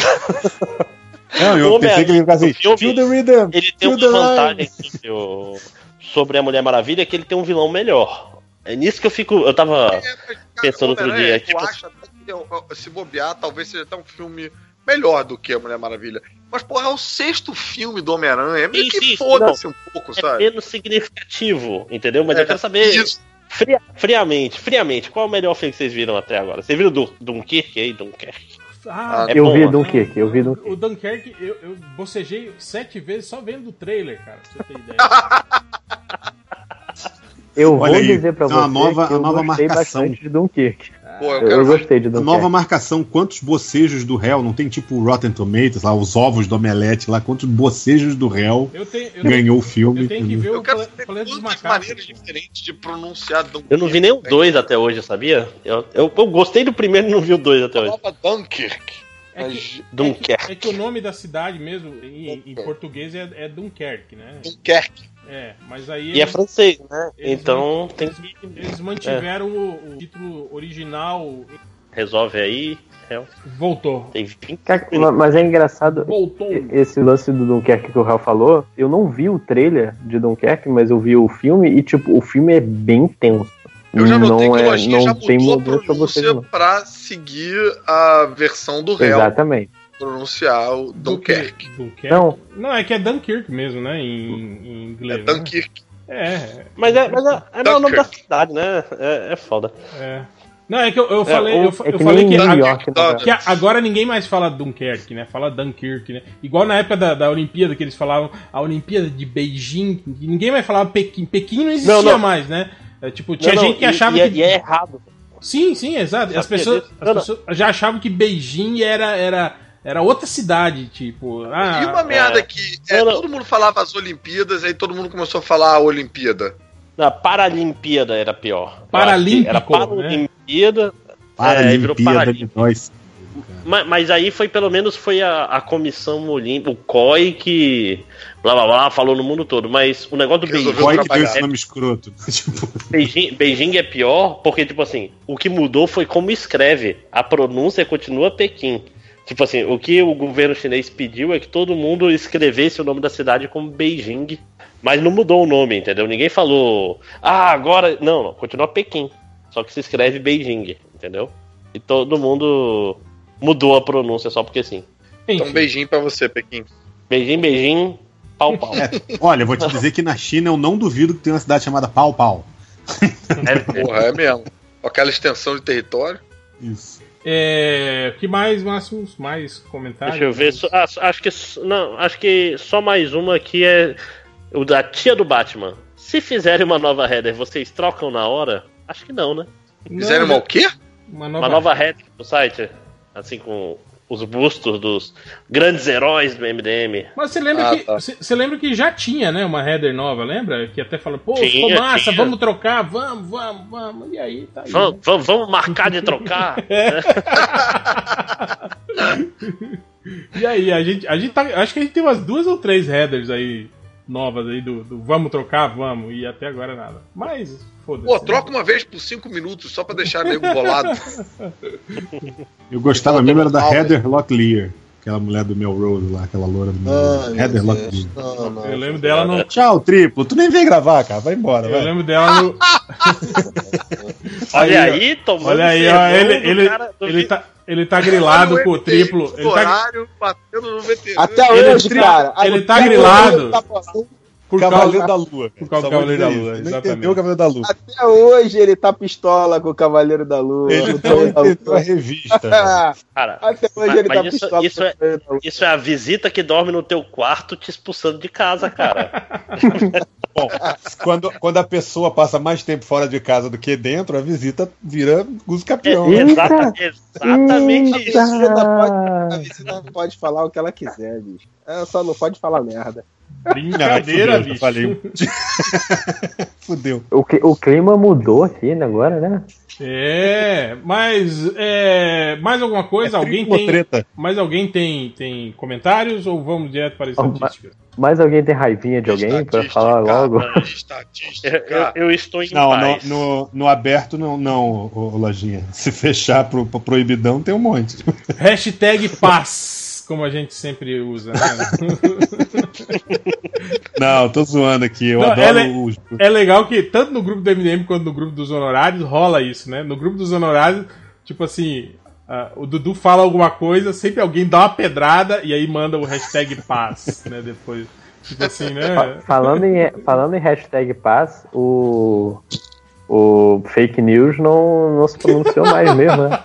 Não, eu Homem- pensei que ele ia ficar assim, filme- Feel the Rhythm, Ele tem feel uma the vantagem line. sobre, o- sobre a Mulher Maravilha que ele tem um vilão melhor. É nisso que eu fico. Eu tava. É, mas, cara, Pensando outro Homem-Aranha, dia, Eu tipo- acho até que eu- eu- se bobear, talvez seja até um filme melhor do que a Mulher Maravilha. Mas, porra, é o sexto filme do Homem-Aranha. É meio Sim, que sim, foda-se um pouco, É sabe? menos significativo, entendeu? Mas É, eu quero saber. Isso. Fria- friamente, friamente, qual é o melhor filme que vocês viram até agora? Vocês viram do Dunkirk aí, Dunkirk? Ah, É eu bom, vi né? Dunkirk, um eu vi Dunkirk. O Dunkirk, eu, eu bocejei sete vezes só vendo o trailer, cara, pra você ter ideia. Eu Olha vou aí, dizer pra é uma você nova- que a eu nova gostei marcação. bastante de Dunkirk. Pô, eu Eu, quero ver. gostei de A Dunkirk. nova marcação, quantos bocejos do réu, não tem tipo Rotten Tomatoes, lá, os ovos do omelete lá, quantos bocejos do réu Eu tenho, eu, tenho- ganhou o filme. eu tenho que ver Eu o quero Pla- saber Planeta dos quantas Macacos. maneiras diferentes de pronunciar Dunkirk. Eu não vi nem o Tem 2 até hoje, sabia? Eu, eu, eu gostei do primeiro e não vi o 2 até É a hoje. Nova Dunkirk. É que, é, que, Dunkirk. é que o nome da cidade mesmo, em, em português, é, é Dunkirk, né? Dunkirk. É, mas aí. E é eles- francês, né? eles Então man- tem eles- que. Eles mantiveram o- o título original. Resolve aí. é, Voltou. Tem 20 Cara, minutos. Mas é engraçado, Voltou. E- esse lance do Dunkirk que o Raul falou, eu não vi o trailer de Dunkirk, mas eu vi o filme e, tipo, o filme é bem tenso. Eu já notei não que o é, Lojinha não já tem mudou a modelo pra você pronúncia não. pra seguir a versão do réu. Exatamente. Pronunciar o Dunkirk. Dunkirk. Dunkirk. Não, Não, é que é Dunkirk mesmo, né? Em, em inglês. É né? Dunkirk. É, Mas é, mas é, é não, o nome da cidade, né? É, é foda. é. Não, é que eu, eu falei, ou- eu, fa- é eu que falei nem que, em a- New York, Dunkirk, né, que a- agora ninguém mais fala Dunkirk, né? Fala Dunkirk, né? Igual na época da, da Olimpíada, que eles falavam a Olimpíada de Beijing, ninguém mais falava Pequim. Pequim não existia Não, não. mais, né? É, tipo, tinha Não, não, gente que e- achava e, é- que. E é errado. Sim, sim, exato. E As Sabia pessoas, disso? as Não, não. pessoas já achavam que Beijing era, era, era outra cidade, tipo. Ah, E uma merda que é, Não, não. todo mundo falava as Olimpíadas, aí todo mundo começou a falar a Olimpíada. Na Paralimpíada era pior. Eu acho que Paralímpico, né? Era Paralimpíada. Para É, é, aí virou Olimpíada Paralímpico. de nós. ma- mas aí foi pelo menos foi a, a comissão olímpica, o COI que blá blá blá falou no mundo todo, mas o negócio do Beijing, Resolveu Boy que deu trabalhar. esse nome escroto. Tipo, Beijing, Beijing é pior, porque tipo assim, o que mudou foi como escreve, a pronúncia continua Pequim. Tipo assim, o que o governo chinês pediu é que todo mundo escrevesse o nome da cidade como Beijing, mas não mudou o nome, entendeu? Ninguém falou, ah, agora. Não, não, continua Pequim. Só que se escreve Beijing, entendeu? E todo mundo mudou a pronúncia só porque sim. Então, um beijinho pra você, Pequim. Beijing, beijing, pau, pau. é, olha, eu vou te dizer que na China eu não duvido que tem uma cidade chamada Pau Pau. Porra, é mesmo. Com Aquela extensão de território. Isso. É, que mais, Máximos? Mais comentários? Deixa eu ver. só- ah, acho que. Não, acho que só mais uma aqui é. O da tia do Batman. Se fizerem uma nova header, vocês trocam na hora? Acho que não, né? Não, assim, Fizeram uma o quê? uma Uma nova header no site. Assim com os bustos dos grandes heróis do MDM. Mas você lembra, Ah, que, tá. você você lembra que já tinha, né, uma header nova, lembra? Que até fala, pô, Tinha, ficou massa, tinha. vamos trocar, vamos, vamos, vamos. E aí, tá aí. Vamos, vamos, vamos marcar de trocar. E aí, a gente, a gente tá. Acho que a gente tem umas duas ou três headers aí novas aí do, do vamos trocar, vamos, e até agora nada. Mas, foda-se. né? Pô, troca uma vez por cinco minutos só pra deixar o nego bolado. Eu gostava mesmo é era da Heather Locklear, aquela mulher do Melrose lá, aquela loura do Melrose. Heather Locklear. Não, não. Eu lembro dela no. Tchau, triplo. Tu nem vem gravar, cara. Vai embora, Eu vai. lembro dela no. Ah, Olha aí, tomando Olha aí, ó. sermão Ele, do ele, cara do ele, tá, ele tá grilado com o triplo. Ele tá, Horário batendo no veterano. Até Ele hoje, tri- cara. ele a- tá até hoje grilado. ele tá passando- por Cavaleiro causa, da Lua. por causa Só do Cavaleiro da vou dizer Lua, isso. Não exatamente. entendeu o Cavaleiro da Lua. Até hoje ele tá pistola com o Cavaleiro da Lua. Ele o Cavaleiro da não entendeu a Lua. revista. velho. Ah, cara. Até hoje Mas- ele mas tá isso- pistola isso com o é- Cavaleiro da Lua. Isso é a visita que dorme no teu quarto te expulsando de casa, cara. Bom, quando, quando a pessoa passa mais tempo fora de casa do que dentro, a visita vira Guzo É, Campeão. né? exata- exatamente isso. tá A visita pode- a visita pode falar o que ela quiser, bicho. Ela só não pode falar merda. né, Brincadeira, Não, bicho. Falei. Fudeu. O, cli- o clima mudou aqui né, agora, né? É, mas. É, mais alguma coisa? alguém Triplo tem. treta. Mas alguém tem, tem comentários ou vamos direto para a estatística? Mais alguém tem raivinha de alguém pra falar logo? Estatística. Eu, eu- eu estou em Não, no, paz. no, no aberto não, não ô, ô, Lojinha. Se fechar pro, pro proibidão, tem um monte. Hashtag paz, como a gente sempre usa. Né? Não, tô zoando aqui. Eu Não, adoro ela é- os. É legal que tanto no grupo do MDM quanto no grupo dos honorários rola isso, né? No grupo dos honorários, tipo assim, ah, o Dudu fala alguma coisa, sempre alguém dá uma pedrada e aí manda o hashtag paz, né? Depois. Tipo assim, né? Falando em, falando em hashtag paz, o, o fake news não, não se pronunciou mais mesmo, né?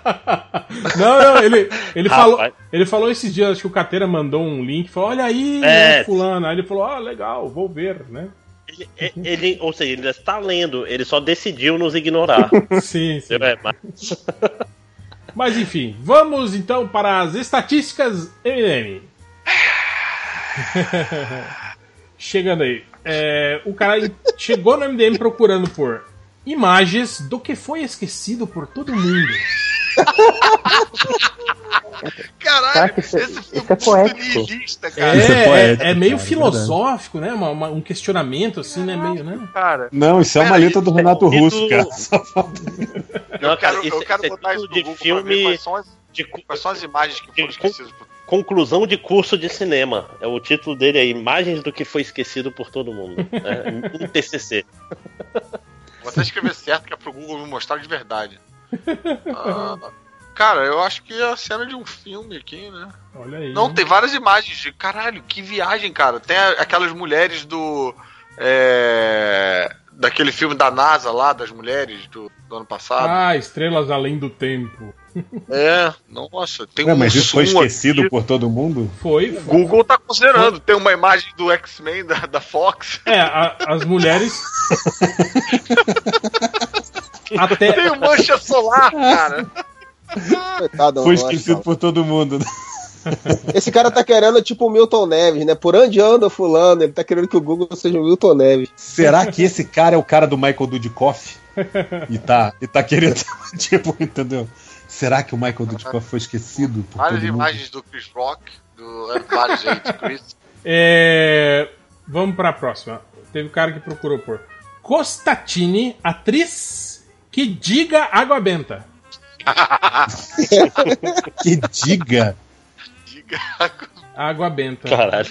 Não, não, ele, ele, falou, Rapaz. ele falou esses dias, acho que o Cateira mandou um link, falou, olha aí, É. fulano. Aí ele falou, ah, legal, vou ver, né? Ele- Ele, ou seja, ele está lendo, ele só decidiu nos ignorar. Sim, sim. É, mas- Mas enfim, vamos então para as estatísticas M&M. MDM. Chegando aí. É, o cara chegou no MDM procurando por imagens do que foi esquecido por todo mundo. Caralho, Caraca, isso é- esse filme isso é poético. niilista, cara. Isso é É, poético, é, é meio cara, é filosófico, né? Uma- uma- um questionamento assim, né? Meio, né? Cara, Não, isso é uma letra do Renato um e Russo, do- cara. Só falta- Não, cara, eu quero, isso- eu quero isso é botar título isso no de Google pra ver filme quais são, as, de cu- quais são as imagens que foram de- esquecidas. conclusão de curso de cinema. É o título dele é Imagens do que foi esquecido por todo mundo. É, um TCC. Vou até escrever certo, que é pro Google me mostrar de verdade. Ah, cara, eu acho que é a cena de um filme aqui, né? Olha aí. Não, tem várias imagens de caralho, que viagem, cara. Tem a- aquelas mulheres do. é, daquele filme da NASA lá, das mulheres do, do ano passado. Ah, estrelas além do tempo. É, nossa, tem Não, mas isso foi zoom esquecido aqui. por todo mundo? Foi. O Google tá considerando. Tem uma imagem do X-Men da, da Fox. É, a- as mulheres. Até, Tem o Mancha Solar, cara. Coitado, eu Foi gosto, esquecido por todo mundo. né? cara. Esse cara tá querendo tipo o Milton Neves, né? Por onde anda o fulano? Ele tá querendo que o Google seja o Milton Neves. Será que esse cara é o cara do Michael Dudikoff? E tá, e tá querendo, tipo, entendeu? Será que o Michael Dudikoff foi esquecido? Por Várias todo mundo? imagens do Chris Rock, do é, vários gente, Chris. É, Vamos pra próxima. Teve um cara que procurou por Costatini, atriz que diga água benta. Que diga! Água benta. Caralho.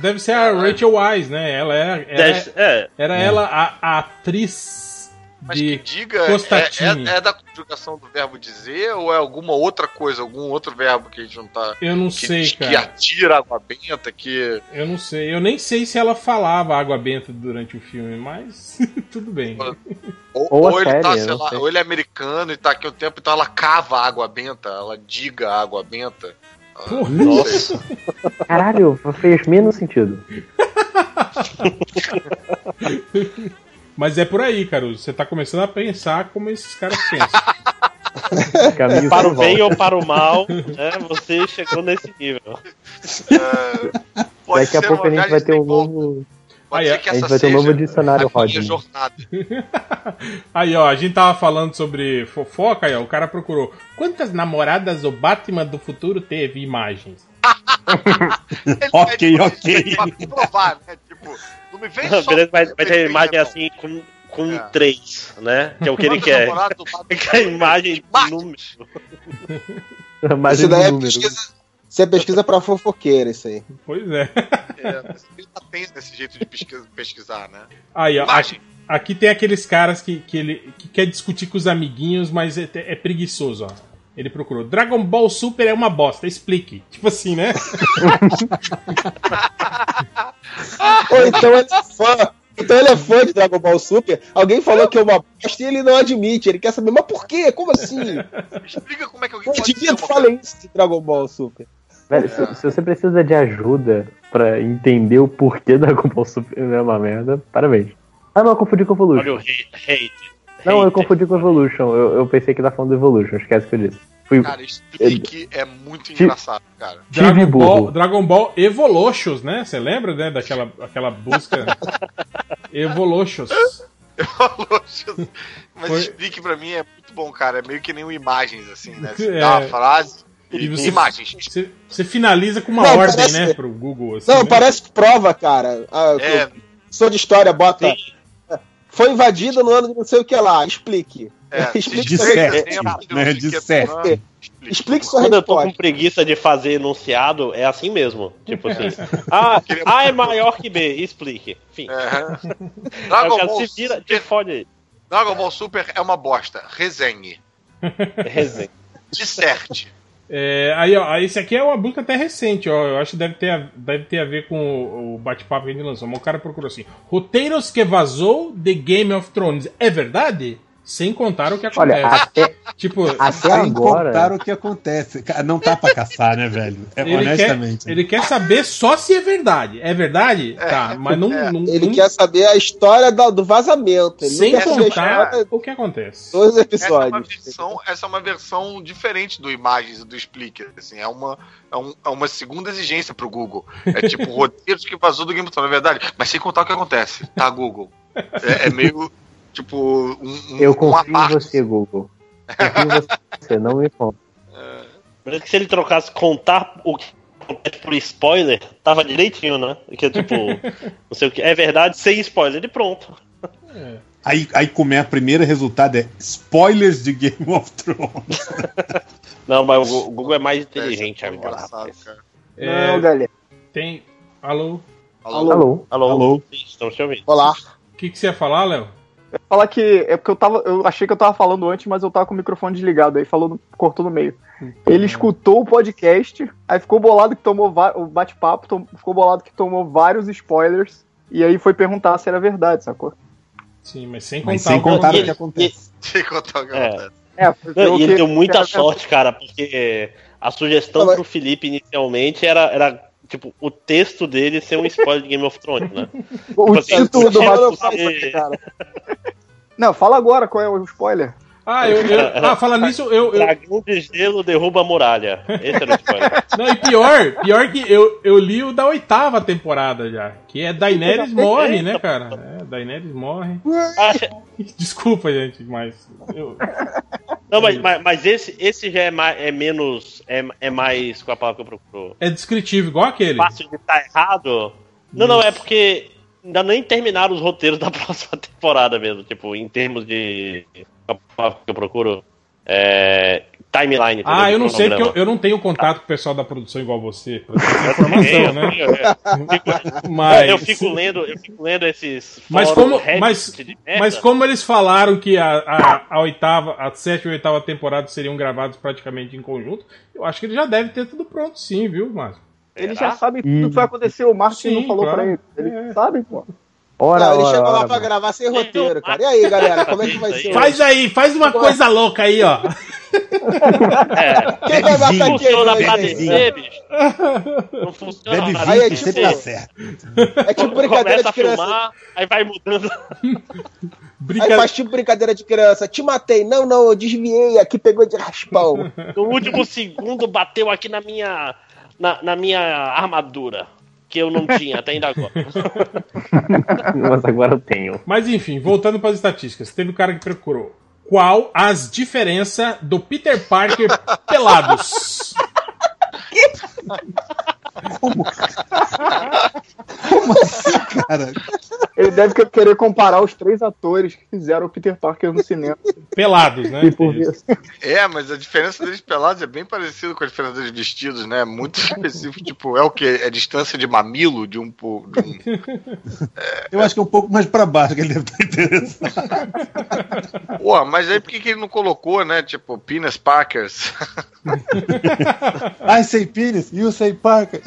Deve ser a Rachel Wise, né? Ela era, Deve- era, é. era ela a, a atriz Mas que de diga, é- Costatini. é, é da conjugação do verbo dizer ou é alguma outra coisa, algum outro verbo que a gente não tá. Eu não Que, sei, que cara. atira água benta, que. Eu não sei. Eu nem sei se ela falava água benta durante o filme, mas tudo bem. Ou, Ou a ou ele tá, série, sei eu lá, sei. ou ele é americano e tá aqui um tempo, então ela cava água benta, ela diga água benta. Ah, Porra. não sei. Caralho, fez menos sentido. Mas é por aí, Caruso. Você tá começando a pensar como esses caras pensam. Caminho Para sem o volta. bem ou para o mal, né? Você chegou nesse nível. Pode Daqui a ser pouco a uma gente vai ter um viagem sem volta. novo. Ah, Pode ser é. que A gente essa vai ter um novo seja dicionário, a minha Rodney. jornada. Aí, ó, a gente tava falando sobre fofoca, aí, ó, o cara procurou. Quantas namoradas o Batman do futuro teve imagens? Ele Ok, pede pra ok. gente Pra provar, né? Tipo, não me vem só. Beleza, vai, vai ter a perfeito, imagem não. assim com, com É. três, né? Que é o que ele Quantos quer. namorados do Batman Ele quer a imagem de Mate. número. Mais isso um daí é número. pesquisa. Isso é pesquisa pra fofoqueira, isso aí. Pois é. É, mas ele tá tenso nesse jeito de pesquisa- pesquisar, né? Aí, ó, a- Imagem. aqui tem aqueles caras que, que ele que quer discutir com os amiguinhos, mas é, é preguiçoso, ó. Ele procurou. Dragon Ball Super é uma bosta, explique. Tipo assim, né? Ou então ele é fã. Então ele é fã de Dragon Ball Super. Alguém falou que é uma bosta e ele não admite. Ele quer saber, mas por quê? Como assim? Me explica como é que alguém O pode dizer indivíduo uma coisa. fala isso de Dragon Ball Super. Velho, se, se você precisa de ajuda pra entender o porquê da compulsão é uma merda, parabéns. Ah, não, eu confundi com Evolution. Olha o hate. hate. não, eu Hater. confundi com Evolution. Eu, eu pensei que tá falando do Evolution, esquece o que eu disse. Fui Cara, explique é muito engraçado, cara. Tive Dragon Ball, burro. Dragon Ball Evolutions, né? Você lembra, né? Daquela aquela busca. Evolutions. Falou, Jesus. Mas Foi- explique pra mim é muito bom, cara. É meio que nem um imagens, assim, né? Você É. dá uma frase E e você- imagens. Você, você finaliza com uma Não, ordem, parece- né? Pro Google. Assim, Não, né? parece que prova, cara. Ah, É, Sou de história, bota. Sim. Foi invadida no ano de não sei o que lá. Explique. é. se Explique sua- explica, disserte, né? Não né? sei o que, Disserte. não, explique. Explique sua Quando eu tô com resposta. preguiça de fazer enunciado, é assim mesmo. Tipo assim. Ah, A é maior que B, explique. Enfim. É. Aí o Dragon, cara Ball se vira, te fode aí. Dragon Ball Super é uma bosta. Resenhe. Resenha. Disserte. É, aí, ó, esse aqui é uma busca até recente, ó. Eu acho que deve ter a, deve ter a ver com o, o bate-papo que a gente lançou. Mas o cara procurou assim: roteiros que vazou de Game of Thrones. É verdade? Sem contar o que acontece. Olha, até, tipo, até Sem contar agora. o que acontece. Cara, Não tá pra caçar, né, velho? É, ele, quer, honestamente. ele quer saber só se é verdade. É verdade? Tá, mas não. não- É, um Ele não- quer saber a história da- do vazamento. Ele sem não quer saber é a contar história de o que acontece. dois Essa é, uma episódios. versão, essa é uma versão diferente do Imagens e do Explique. Assim, é, uma, é, um- é uma segunda exigência pro Google. É tipo roteiros que vazou do Game of Thrones, é verdade. Mas sem contar o que acontece, tá, Google? É, é meio tipo um, um- Eu uma confio em parte. você, Google. Confio em você, não me conta. Parece que se ele trocasse contar o que acontece por spoiler, tava direitinho, né? Que é tipo, não sei o que. É verdade, sem spoiler, e pronto. Aí, aí como é a primeira resultado é spoilers de Game of Thrones. Não, mas o Google é mais inteligente É, é agora, engraçado, rapaz. cara. É, Não, galera. tem. Alô? Alô? Alô? Alô? Alô? Sim, Estamos te ouvindo. Olá. O que, que você ia falar, Léo? Falar que. É porque eu tava. Eu achei que eu tava falando antes, mas eu tava com o microfone desligado. Aí falou, no- cortou no meio. Ele escutou o podcast, aí ficou bolado que tomou va- o bate-papo, tom- ficou bolado que tomou vários spoilers. E aí foi perguntar se era verdade, sacou? Sim, mas sem contar. Mas sem o que contar o acontece. que acontece. Sem contar o que É. acontece. É, porque Não, o e ele que- deu muita era- sorte, cara, porque a sugestão Não, mas- pro Felipe inicialmente era, era, tipo, o texto dele ser um spoiler de Game of Thrones, né? O assim, título do você- bate-papo, cara. Não, fala agora qual é o spoiler. Ah, eu, eu- ah, falar nisso, eu- eu, Dragão de gelo derruba a muralha. Esse era o spoiler. Não, e pior, pior que eu, eu li o da oitava temporada já, que é Daenerys morre, né, cara? É, Daenerys morre. Ah, Desculpa, gente, mas eu, Não, mas, mas, mas esse, esse já é, mais, é menos. É, é mais. Qual a palavra que eu procuro? É descritivo, igual aquele. Fácil de estar errado. Não, não, é porque ainda nem terminaram os roteiros da próxima temporada mesmo. Tipo, em termos de. Qual a palavra que eu procuro? É, timeline. Ah, entendeu? eu não sei porque eu, Cronograma. eu não tenho contato com o pessoal da produção igual você, pra ter essa informação, né? Eu, fico- Mas- é. eu fico lendo, eu fico lendo esses Mas fóruns, como, Reddit mas, de merda. mas como eles falaram que a, a, a oitava, a sétima e a oitava temporada seriam gravados praticamente em conjunto, eu acho que ele já deve ter tudo pronto sim, viu, Márcio? Ele Será? já sabe tudo que vai acontecer. O Martin Sim, não falou claro. É. pra ele. Ele sabe, pô. Ora, Não, ele ora, chegou lá ora, pra mano. gravar sem roteiro, cara. E aí, galera, como é que vai ser? Faz aí, faz uma coisa louca aí, ó. É, Quem vai matar não quem? funciona pra Bebezinho. descer, bicho. Não funciona Bebe pra Aí é vinho que tipo- sempre tá certo. É tipo brincadeira Começa de a criança. filmar, aí vai mudando. Aí Brinca... faz tipo brincadeira de criança. Te matei. Não, não, eu desviei. Aqui pegou de raspão. No último segundo bateu aqui na minha, na, na minha armadura. Que eu não tinha até ainda agora. Mas agora eu tenho. Mas enfim, voltando para as estatísticas, teve um cara que procurou. Qual as diferenças do Peter Parker pelados? Cara, Ele deve que- querer comparar os três atores que fizeram o Peter Parker no cinema. Pelados, né? E Tipo por Isso. isso. É, mas a diferença deles pelados é bem parecida com a diferença deles vestidos, né? É Muito específico. Tipo, é o quê? É distância de mamilo de um. po- De um... eu acho que é um pouco mais pra baixo que ele deve tá estar interessado. Pô, mas aí por que, que ele não colocou, né? Tipo, Penis Parkers. I say Pires, you say Parker.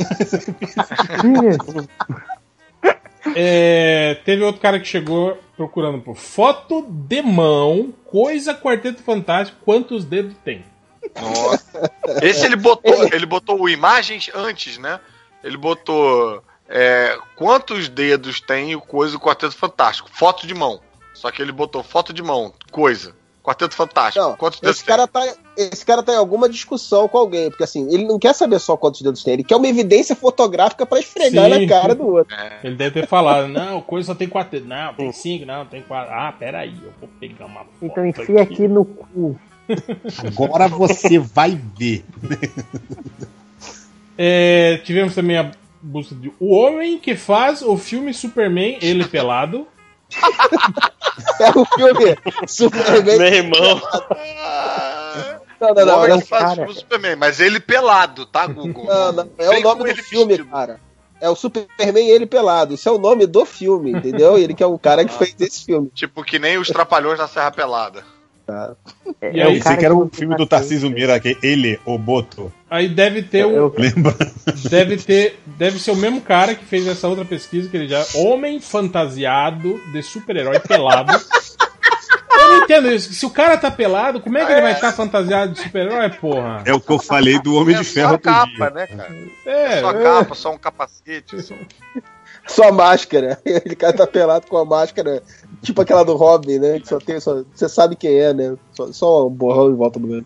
É, teve outro cara que chegou procurando por foto de mão, coisa Quarteto Fantástico, quantos dedos tem? Nossa. Esse ele botou, ele botou o imagens antes, né? Ele botou é, quantos dedos tem o coisa do Quarteto Fantástico? Foto de mão. Só que ele botou foto de mão, coisa. Quarteto Fantástico. Não, quantos dedos Esse cara, tá, esse cara tá em alguma discussão com alguém, porque assim, ele não quer saber só quantos dedos tem, ele quer uma evidência fotográfica pra esfregar Sim. na cara do outro. tem? É. Ele deve ter falado, não, coisa só tem quatro dedos. Não, tem cinco, não, tem quatro. Ah, peraí, eu vou pegar uma foto. Então enfia aqui no cu. Agora você vai ver. É, tivemos também a busca de O Homem que faz o filme Superman, ele pelado. É o filme Superman. Meu irmão. Ah, Não, não, o não. homem Não, que faz cara. o Superman, mas ele pelado, tá, Google? não, não, é Bem o como nome ele do filme, vestido. cara. É o Superman e ele pelado. Isso é o nome do filme, entendeu? Ele que é o cara Ah. que fez esse filme. Tipo que nem os Trapalhões na Serra Pelada. E aí, É, o você um Esse cara aqui era que o você filme do bateu. Tarcísio Meira, que é ele, o Boto. Aí deve ter um o, É, Eu- Lembra? deve ter, deve ser o mesmo cara que fez essa outra pesquisa que ele já homem fantasiado de super-herói pelado. Eu não entendo isso. Se o cara tá pelado, como é que ele vai estar fantasiado de super-herói, porra? É o que eu falei do Homem de Ferro só a outro capa, dia. né, cara? É, só a capa, só um capacete. Só... Só máscara. Ele cara tá pelado com a máscara, tipo aquela do Robin, né? Que só tem, só, você sabe quem é, né? Só, só um borrão em volta do meu.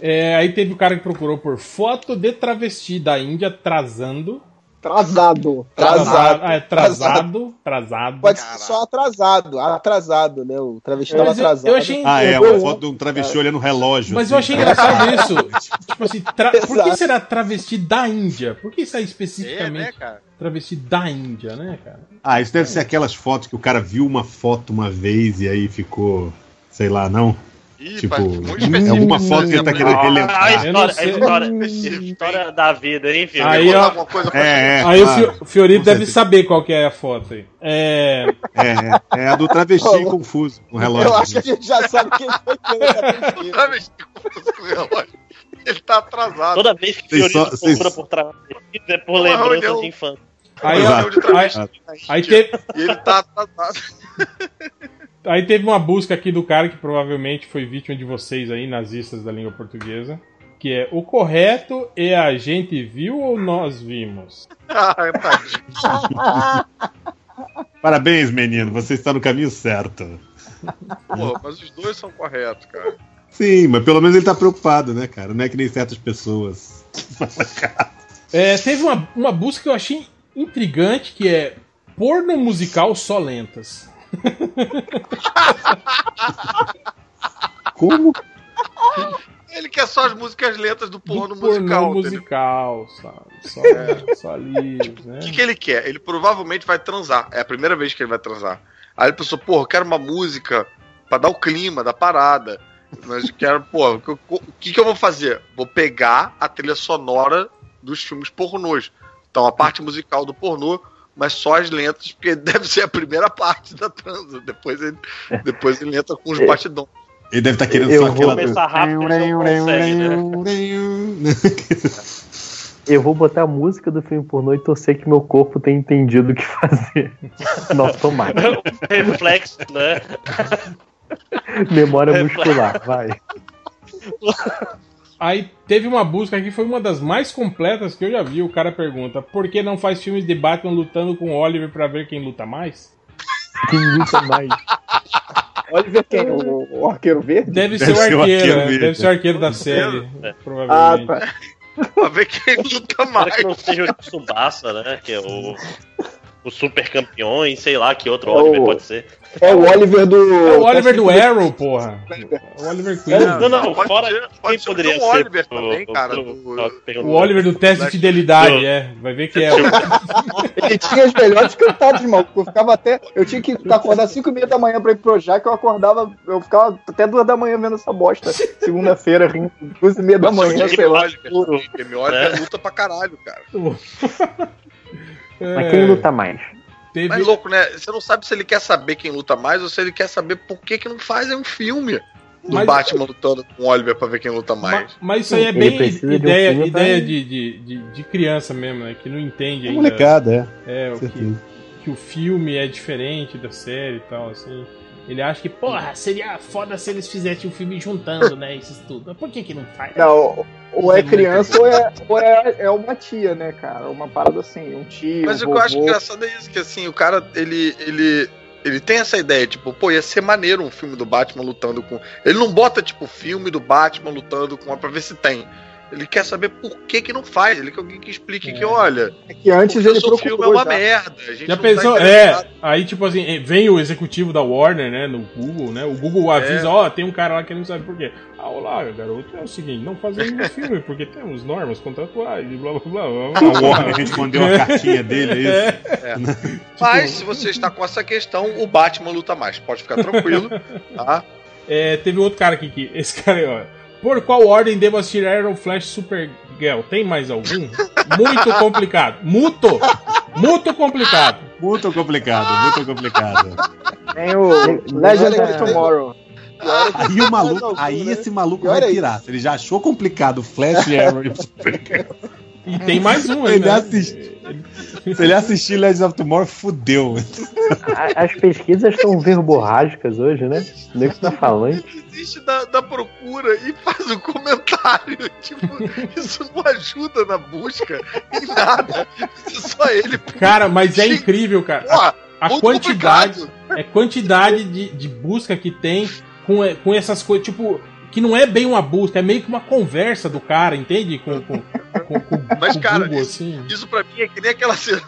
é, aí teve o cara que procurou por foto de travesti da Índia trazando. Trazado. Atrasado. Ah, é, trazado. Trazado. Pode ser só atrasado. Atrasado, né? O travesti tava Mas eu, atrasado. eu achei. Ah, é, eu- uma foto de um travesti olhando o relógio. Mas assim. eu achei engraçado isso. Tipo assim, tra- por que Exato. será travesti da Índia? Por que isso aí É, né, especificamente cara? travesti da Índia, né, cara? Ah, isso deve ser aquelas fotos que o cara viu uma foto uma vez e aí ficou, sei lá, não? Ih, Tipo, faz muito é específico. alguma foto que ele tá querendo Ah, a relembrar. Eu não história, a sei. história, Específico, hein? história da vida, hein, filho? Aí, Botar ó. alguma coisa pra- É, é, aí claro. o Fio- Fiorito Com deve certeza. saber qual que é a foto aí. É, é, é, é a do travesti Olha. confuso com o relógio. né? Eu acho que a gente já sabe quem foi que fez essa Não pesquisa. tá mexendo com o relógio. Ele tá atrasado. Toda vez que o Vocês Fiorito só- vocês- procura por travestis é por Uma lembrança reunião. de infância. aí, Exato. Reunião de travesti aí, na Índia. aí teve, E ele tá atrasado. aí teve uma busca aqui do cara que provavelmente foi vítima de vocês aí, nazistas da língua portuguesa. Que é o correto é a gente viu ou nós vimos? Ah, tadinho. Parabéns, menino, você está no caminho certo. Pô, mas os dois são corretos, cara. Sim, mas pelo menos ele tá preocupado, né, cara? Não é que nem certas pessoas. É, teve uma, uma busca que eu achei intrigante, que é porno musical só lentas. Como? só as músicas lentas do porno do musical. pornô entendeu? musical, sabe? Só, só ali, né? O que, que ele quer? Ele provavelmente vai transar. É a primeira vez que ele vai transar. Aí ele pensou, porra, eu quero uma música pra dar o clima da parada. Mas eu quero, porra, o que, o que, que eu vou fazer? Vou pegar a trilha sonora dos filmes pornôs. Então a parte musical do pornô, mas só as lentas, porque deve ser a primeira parte da transa. Depois ele, depois ele entra com os batidões. Ele deve estar querendo Eu só vou- aquela. Começar rápido, ele não consegue, né? Eu vou botar a música do filme pornô e torcer que meu corpo tenha entendido o que fazer. Nossa, tomara. Reflexo, né? É, Memória muscular, vai. Aí teve uma busca aqui, foi uma das mais completas que eu já vi. O cara pergunta: por que não faz filmes de Batman lutando com Oliver pra ver quem luta mais? Quem luta mais? Oliver quem? O, o Arqueiro Verde? Deve, Deve ser o ser o arqueiro, arqueiro né? mesmo. deve ser o arqueiro da série, né? Ah, provavelmente. tá. Pra ver quem luta Para que mais. não seja o Tsubasa, né? Que é o, o super campeão e sei lá que outro É Oliver o- pode ser. É o Oliver do. É o Oliver do Arrow, porra. É O Oliver Queen. Não, não, pode fora ser- quem pode ser poderia o ser. Oliver também, cara, do- O Oliver do teste de fidelidade, Eu- é. Vai ver Tipo, que é. o- Ele tinha as melhores cantadas, maluco. Eu ficava até. Eu tinha que acordar 5 e meia da manhã pra ir pro Jack, eu acordava. Eu ficava até 2 da manhã vendo essa bosta. Segunda-feira, rindo. 2 e meia da manhã, sei lá. Oliver, Jamie Oliver luta pra caralho, cara. É, Mas quem luta mais? teve- Mas louco, né? Você não sabe se ele quer saber quem luta mais ou se ele quer saber por que, que não faz um filme do Mas- Batman lutando com o Oliver pra ver quem luta Ma- mais. Mas isso aí é Ele bem precisa de um ideia, filme pra- ideia de, de, de, de criança mesmo, né? Que não entende ainda. Molecada, é. É, o que, certeza. que o filme é diferente da série e tal, assim. Ele acha que, porra, seria foda se eles fizessem um filme juntando, né? Isso tudo. Mas por que que não faz? Não, ou é criança ou é, ou é, é uma tia, né, cara? Uma parada assim, um tio. Mas um o que eu acho vovô. engraçado é isso, que assim, o cara, ele, ele, ele tem essa ideia, tipo, pô, ia ser maneiro um filme do Batman lutando com... Ele não bota, tipo, filme do Batman lutando com... é pra ver se tem. Ele quer saber por que que não faz, ele quer alguém que explique que, olha, É que antes porque o ele seu procurou. filme é uma já. merda, a gente Já não pensou? tá é, interessado. aí tipo assim, eh, vem o executivo da Warner, né, no Google, né? O Google É. avisa, ó, tem um cara lá que não sabe por quê. Ah, olá, garoto, é o seguinte, não fazemos filme, porque temos normas contratuais e blá blá blá blá. blá, blá. O Warner respondeu a cartinha dele, é isso? É, Tipo- Mas, se você está com essa questão, o Batman luta mais, pode ficar tranquilo, tá? é, teve outro cara aqui que. Esse cara aí, ó. Por qual ordem devo assistir Iron Flash Supergirl? Tem mais algum? Muito complicado. Muito! Muito complicado. Muito complicado, muito complicado. Tem o Legend of É. Tomorrow. Aí o maluco, aí esse maluco vai pirar. Se ele já achou complicado o Flash e Arrow, E tem mais um Ele ainda. assiste. se ele assistir Legends of Tomorrow, fudeu. A- As pesquisas estão verborrágicas hoje, né? O nego tá falando. Desiste da, da procura e faz um comentário. Tipo, isso não ajuda na busca em nada. é Só ele. Cara, mas é incrível, cara. A- Porra, a muito quantidade. complicado. é quantidade de, de busca que tem com, é- com essas coisas, tipo, que não é bem uma busca, é meio que uma conversa do cara, entende? Com, com, com, com- Mas, com o cara, Google, isso- assim. Isso pra mim é que nem aquela cena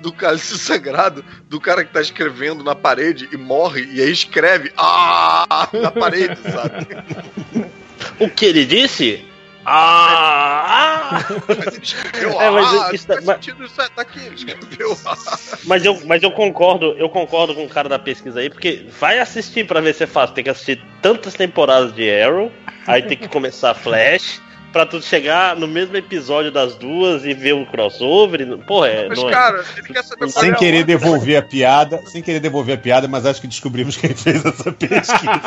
do cálice sagrado do cara que tá escrevendo na parede e morre e aí escreve ah, na parede, sabe? O que ele disse? Ah! ah! Mas ele escreveu É, mas ah, isso- não faz mas- sentido isso, é, tá aqui, ele escreveu ah. Mas eu, mas eu concordo, eu concordo com o cara da pesquisa aí, porque vai assistir pra ver se é fácil. Tem que assistir tantas temporadas de Arrow, aí tem que começar Flash, pra tu chegar no mesmo episódio das duas e ver o crossover. e- Porra, é, Mas, não é. cara, ele quer saber qual é Sem a querer ordem. devolver a piada, sem querer devolver a piada, mas acho que descobrimos quem fez essa pesquisa.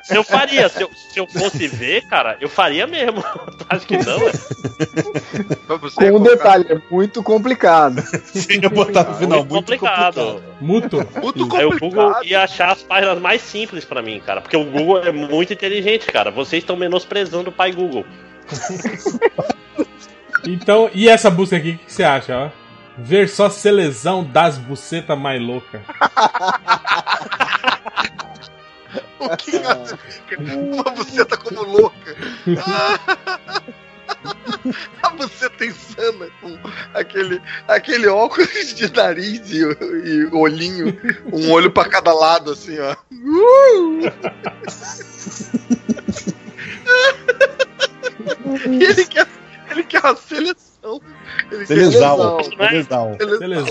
Não, eu faria, se eu, se eu fosse ver, cara, eu faria mesmo. Acho que não, é. Pra você Com um colocar- detalhe, é muito complicado. Sem eu botar no final. Muito complicado. complicado. Muito. Muito Aí o Google complicado. ia achar as páginas mais simples pra mim, cara. Porque o Google é muito inteligente, cara. Vocês estão menosprezando o pai Google. Então, e essa busca aqui, o que que você acha? Ó? Ver só seleção das bucetas mais louca. O que significa uma buceta como louca? A buceta insana com aquele, aquele óculos de nariz e, e olhinho, um olho pra cada lado, assim, ó. Uh! ele, quer, ele quer a seleção. Ele quer- Telesal. Telesal.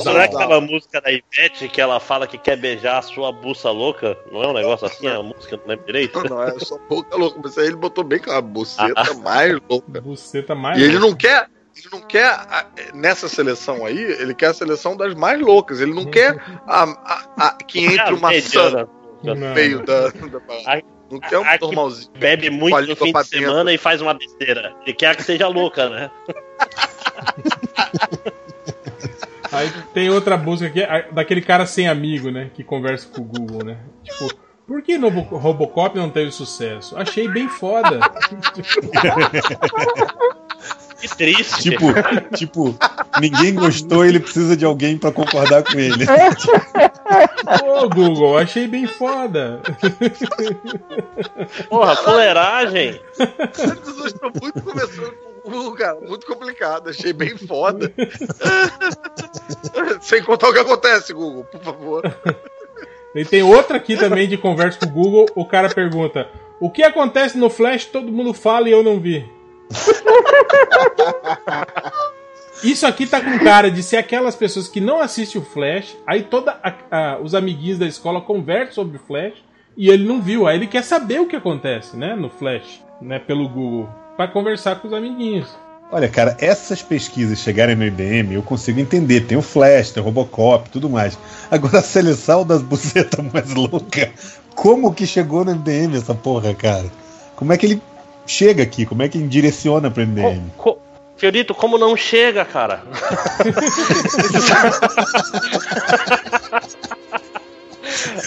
Não é aquela música da Ivete que ela fala que quer beijar a sua buça louca? Não é um negócio assim? É uma música, não lembro direito? Não, não, é só boca louca, mas aí ele botou bem claro, buceta mais louca. Buceta Ah, mais E é? ele não quer, ele não quer a- nessa seleção aí, ele quer a seleção das mais loucas. Ele não quer a, a- a- que entre uma maçã Não. no meio da, da parada. Não quer um a- a- normalzinho. Bebe muito Palito no fim pra de dentro. semana e faz uma besteira. Ele quer que seja louca, né? Aí tem outra música aqui, a- daquele cara sem amigo, né? Que conversa com o Google, né? Tipo, por que Novo- Robocop não teve sucesso? Achei bem foda. Que triste. Tipo, tipo, ninguém gostou, ele precisa de alguém pra concordar com ele. Ô, Google, achei bem foda. Porra, fuleiragem. Eles hoje estão muito começando com o Google, cara. Muito complicado, achei bem foda. Sem contar o que acontece, Google, por favor. É E tem outra aqui também de conversa com o Google. O cara pergunta: O que acontece no Flash? Todo mundo fala e eu não vi. Isso aqui tá com cara de ser aquelas pessoas que não assistem o Flash, aí toda a- a- os amiguinhos da escola conversam sobre o Flash e ele não viu. Aí ele quer saber o que acontece, né, no Flash, né, pelo Google, Pra conversar com os amiguinhos. Olha, cara, essas pesquisas chegarem no IBM, eu consigo entender. Tem o Flash, tem o Robocop, tudo mais. Agora, a seleção das bucetas mais louca, como que chegou no IBM essa porra, cara? Como é que ele chega aqui? Como é que ele direciona pro IBM? Co- Fiorito, como não chega, cara?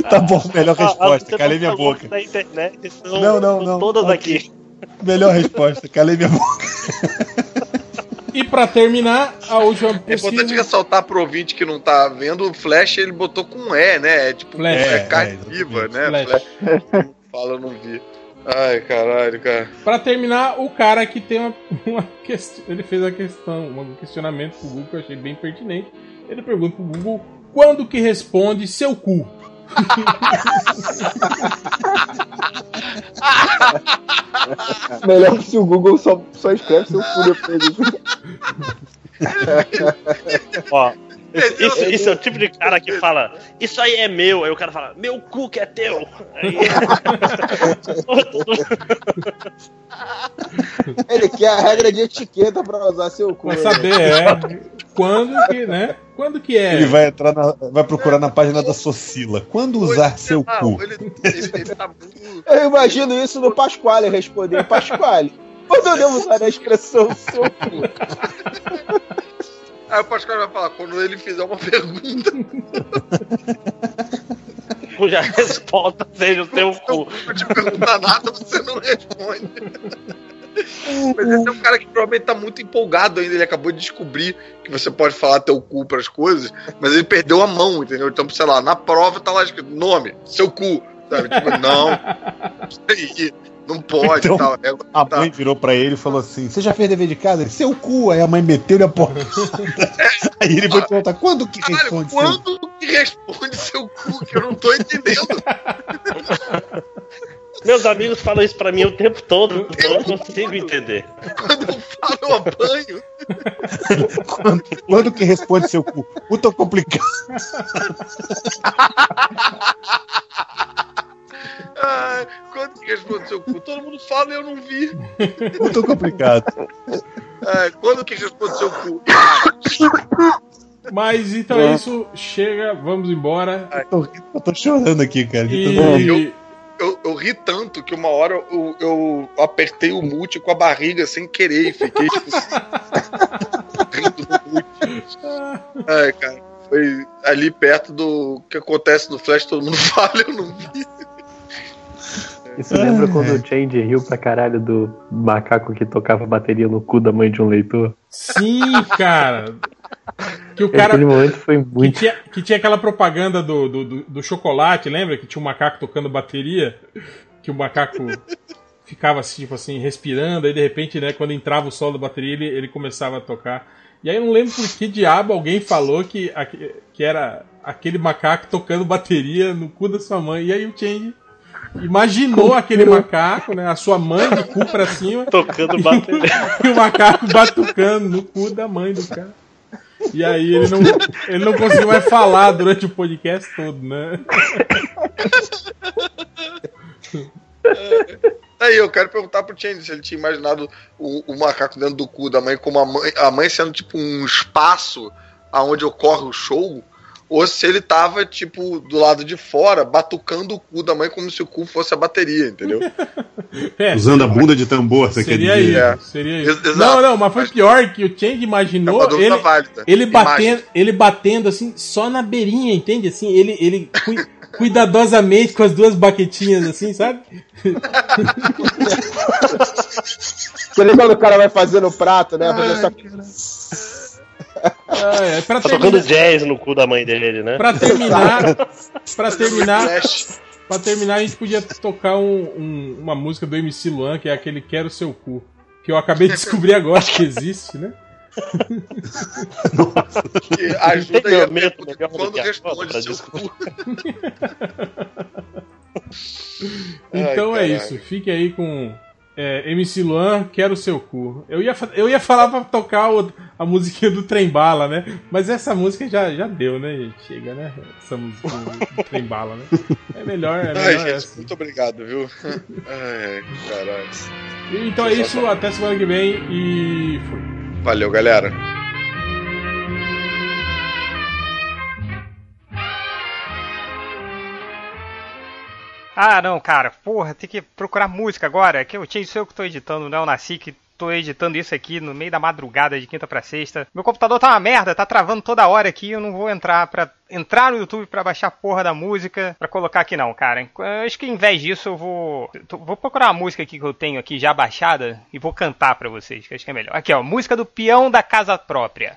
Tá bom, melhor resposta. Oh. Ah, Você Calei minha não falou boca. Da internet, são, Não, não, são não. Todas Ok. aqui. Melhor resposta. Calei minha boca. E pra terminar, a última É importante possível. ressaltar pro ouvinte que não tá vendo, o Flash ele botou com E, né? É tipo, Flash. é, É, é, carne exatamente. viva, né? Flash. Flash. Fala, eu não vi. Ai, caralho, cara. Pra terminar, o cara que tem uma, uma questão. Ele fez a questão, um questionamento pro Google que eu achei bem pertinente. Ele pergunta pro Google quando que responde seu cu. Melhor que se o Google só, só escreve seu cu depois. Ó, isso, isso- isso é o tipo de cara que fala, isso aí é meu. Aí o cara fala, meu cu que é teu. Aí... Ele quer a regra de etiqueta pra usar seu cu. Pra né? saber é quando que, né? Quando que é? Ele vai entrar na, vai procurar na página da Socila. Quando usar seu Ah, cu? Ele, ele, ele tá muito. Eu imagino isso no Pasquale responder. Pasquale, quando eu devo usar a expressão seu cu? Aí o Pascal vai falar, quando ele fizer uma pergunta, cuja resposta seja o teu cu. eu não te perguntar nada, você não responde. Mas esse é um cara que provavelmente tá muito empolgado ainda. Ele acabou de descobrir que você pode falar teu cu pras coisas, mas ele perdeu a mão, entendeu? Então, sei lá, na prova tá lá escrito nome, seu cu. Sabe? Tipo, não, isso aí, não pode. Então, tal. É, A tá. mãe virou pra ele e falou assim: Você já fez dever de casa? Ele, seu cu. Aí a mãe meteu-lhe a porta. Aí ele foi perguntar: Ah. Quando que Caralho, responde seu quando que responde seu cu? Que eu não tô entendendo. Meus amigos falam isso pra mim o tempo todo, eu não consigo entender. Quando eu falo, eu apanho. Quando, quando que responde seu cu? Puta complicado. Ah, quando que responde seu cu? Todo mundo fala e eu não vi. Puta complicado. Ah, quando que responde seu cu? Ah, Mas então é isso, chega, vamos embora. Eu tô, rindo, eu tô chorando aqui, cara. de tanto- E Eu, eu ri tanto que uma hora eu, eu apertei o mute com a barriga sem querer e fiquei tipo, rindo do mute. Ai, cara. Foi ali perto do que acontece no Flash, todo mundo fala, eu não vi. Isso lembra quando o Change riu pra caralho do macaco que tocava bateria no cu da mãe de um leitor? sim, cara. Que o cara Aquele momento foi que muito. tinha, que tinha aquela propaganda do, do, do, do chocolate, lembra? Que tinha um macaco tocando bateria, que o macaco ficava assim, tipo assim, respirando, aí de repente, né, quando entrava o solo da bateria, ele, ele começava a tocar. E aí eu não lembro por que diabo alguém falou que, aque- que era aquele macaco tocando bateria no cu da sua mãe. E aí o Change Imaginou aquele macaco, né? A sua mãe de cu pra cima. Tocando bateria. E o macaco batucando no cu da mãe do cara. E aí ele não, ele não conseguiu mais falar durante o podcast todo, né? Aí eu quero perguntar pro Change se ele tinha imaginado o, o macaco dentro do cu da mãe como a mãe, a mãe sendo tipo um espaço aonde ocorre o show, ou se ele tava tipo do lado de fora batucando o cu da mãe como se o cu fosse a bateria, entendeu? É, Usando a bunda de tambor, você quer seria dizer. isso, É. seria Ex- isso. exato. Não, não, mas foi Mas- pior que o Change É imaginou uma dúvida ele, válida. ele, Imagem. batendo, ele batendo assim, só na beirinha, entende? Assim, ele, ele cui- cuidadosamente com as duas baquetinhas assim, sabe? Você lembra quando o cara vai fazer no prato, né? Fazer essa- Ah, é, pra, Tá tocando terminar, jazz no cu da mãe dele, né? pra terminar, pra terminar, Flash. Pra terminar, a gente podia tocar um- um- uma música do MC Luan, que é aquele Quero Seu Cu. Que eu acabei de descobrir agora que existe, né? que ajuda aí a Melhor ver do que a quando foto pra responde seu discutir. cu. Ai, Então é caralho. isso. Fique aí com é, MC Luan, Quero Seu Cu. Eu ia, fa- eu ia falar pra tocar o- a musiquinha do Trembala, né? Mas essa música já, já deu, né, gente? Chega, né? Essa música do Trembala, né? É melhor, é Ai, melhor gente, essa. muito obrigado, viu? Ai, caralho. Então é isso. Até semana que vem e fui. Valeu, galera. Ah, não, cara, porra, tem que procurar música agora. Que eu tinha isso eu que tô editando, não, eu nasci que tô editando isso aqui no meio da madrugada de quinta pra sexta. Meu computador tá uma merda, tá travando toda hora aqui, eu não vou entrar pra entrar no YouTube pra baixar a porra da música pra colocar aqui não, cara. Eu acho que em vez disso eu vou eu tô- vou procurar a música aqui que eu tenho aqui já baixada e vou cantar pra vocês, que eu acho que é melhor. Aqui, ó, música do peão da casa própria.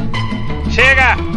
Chega!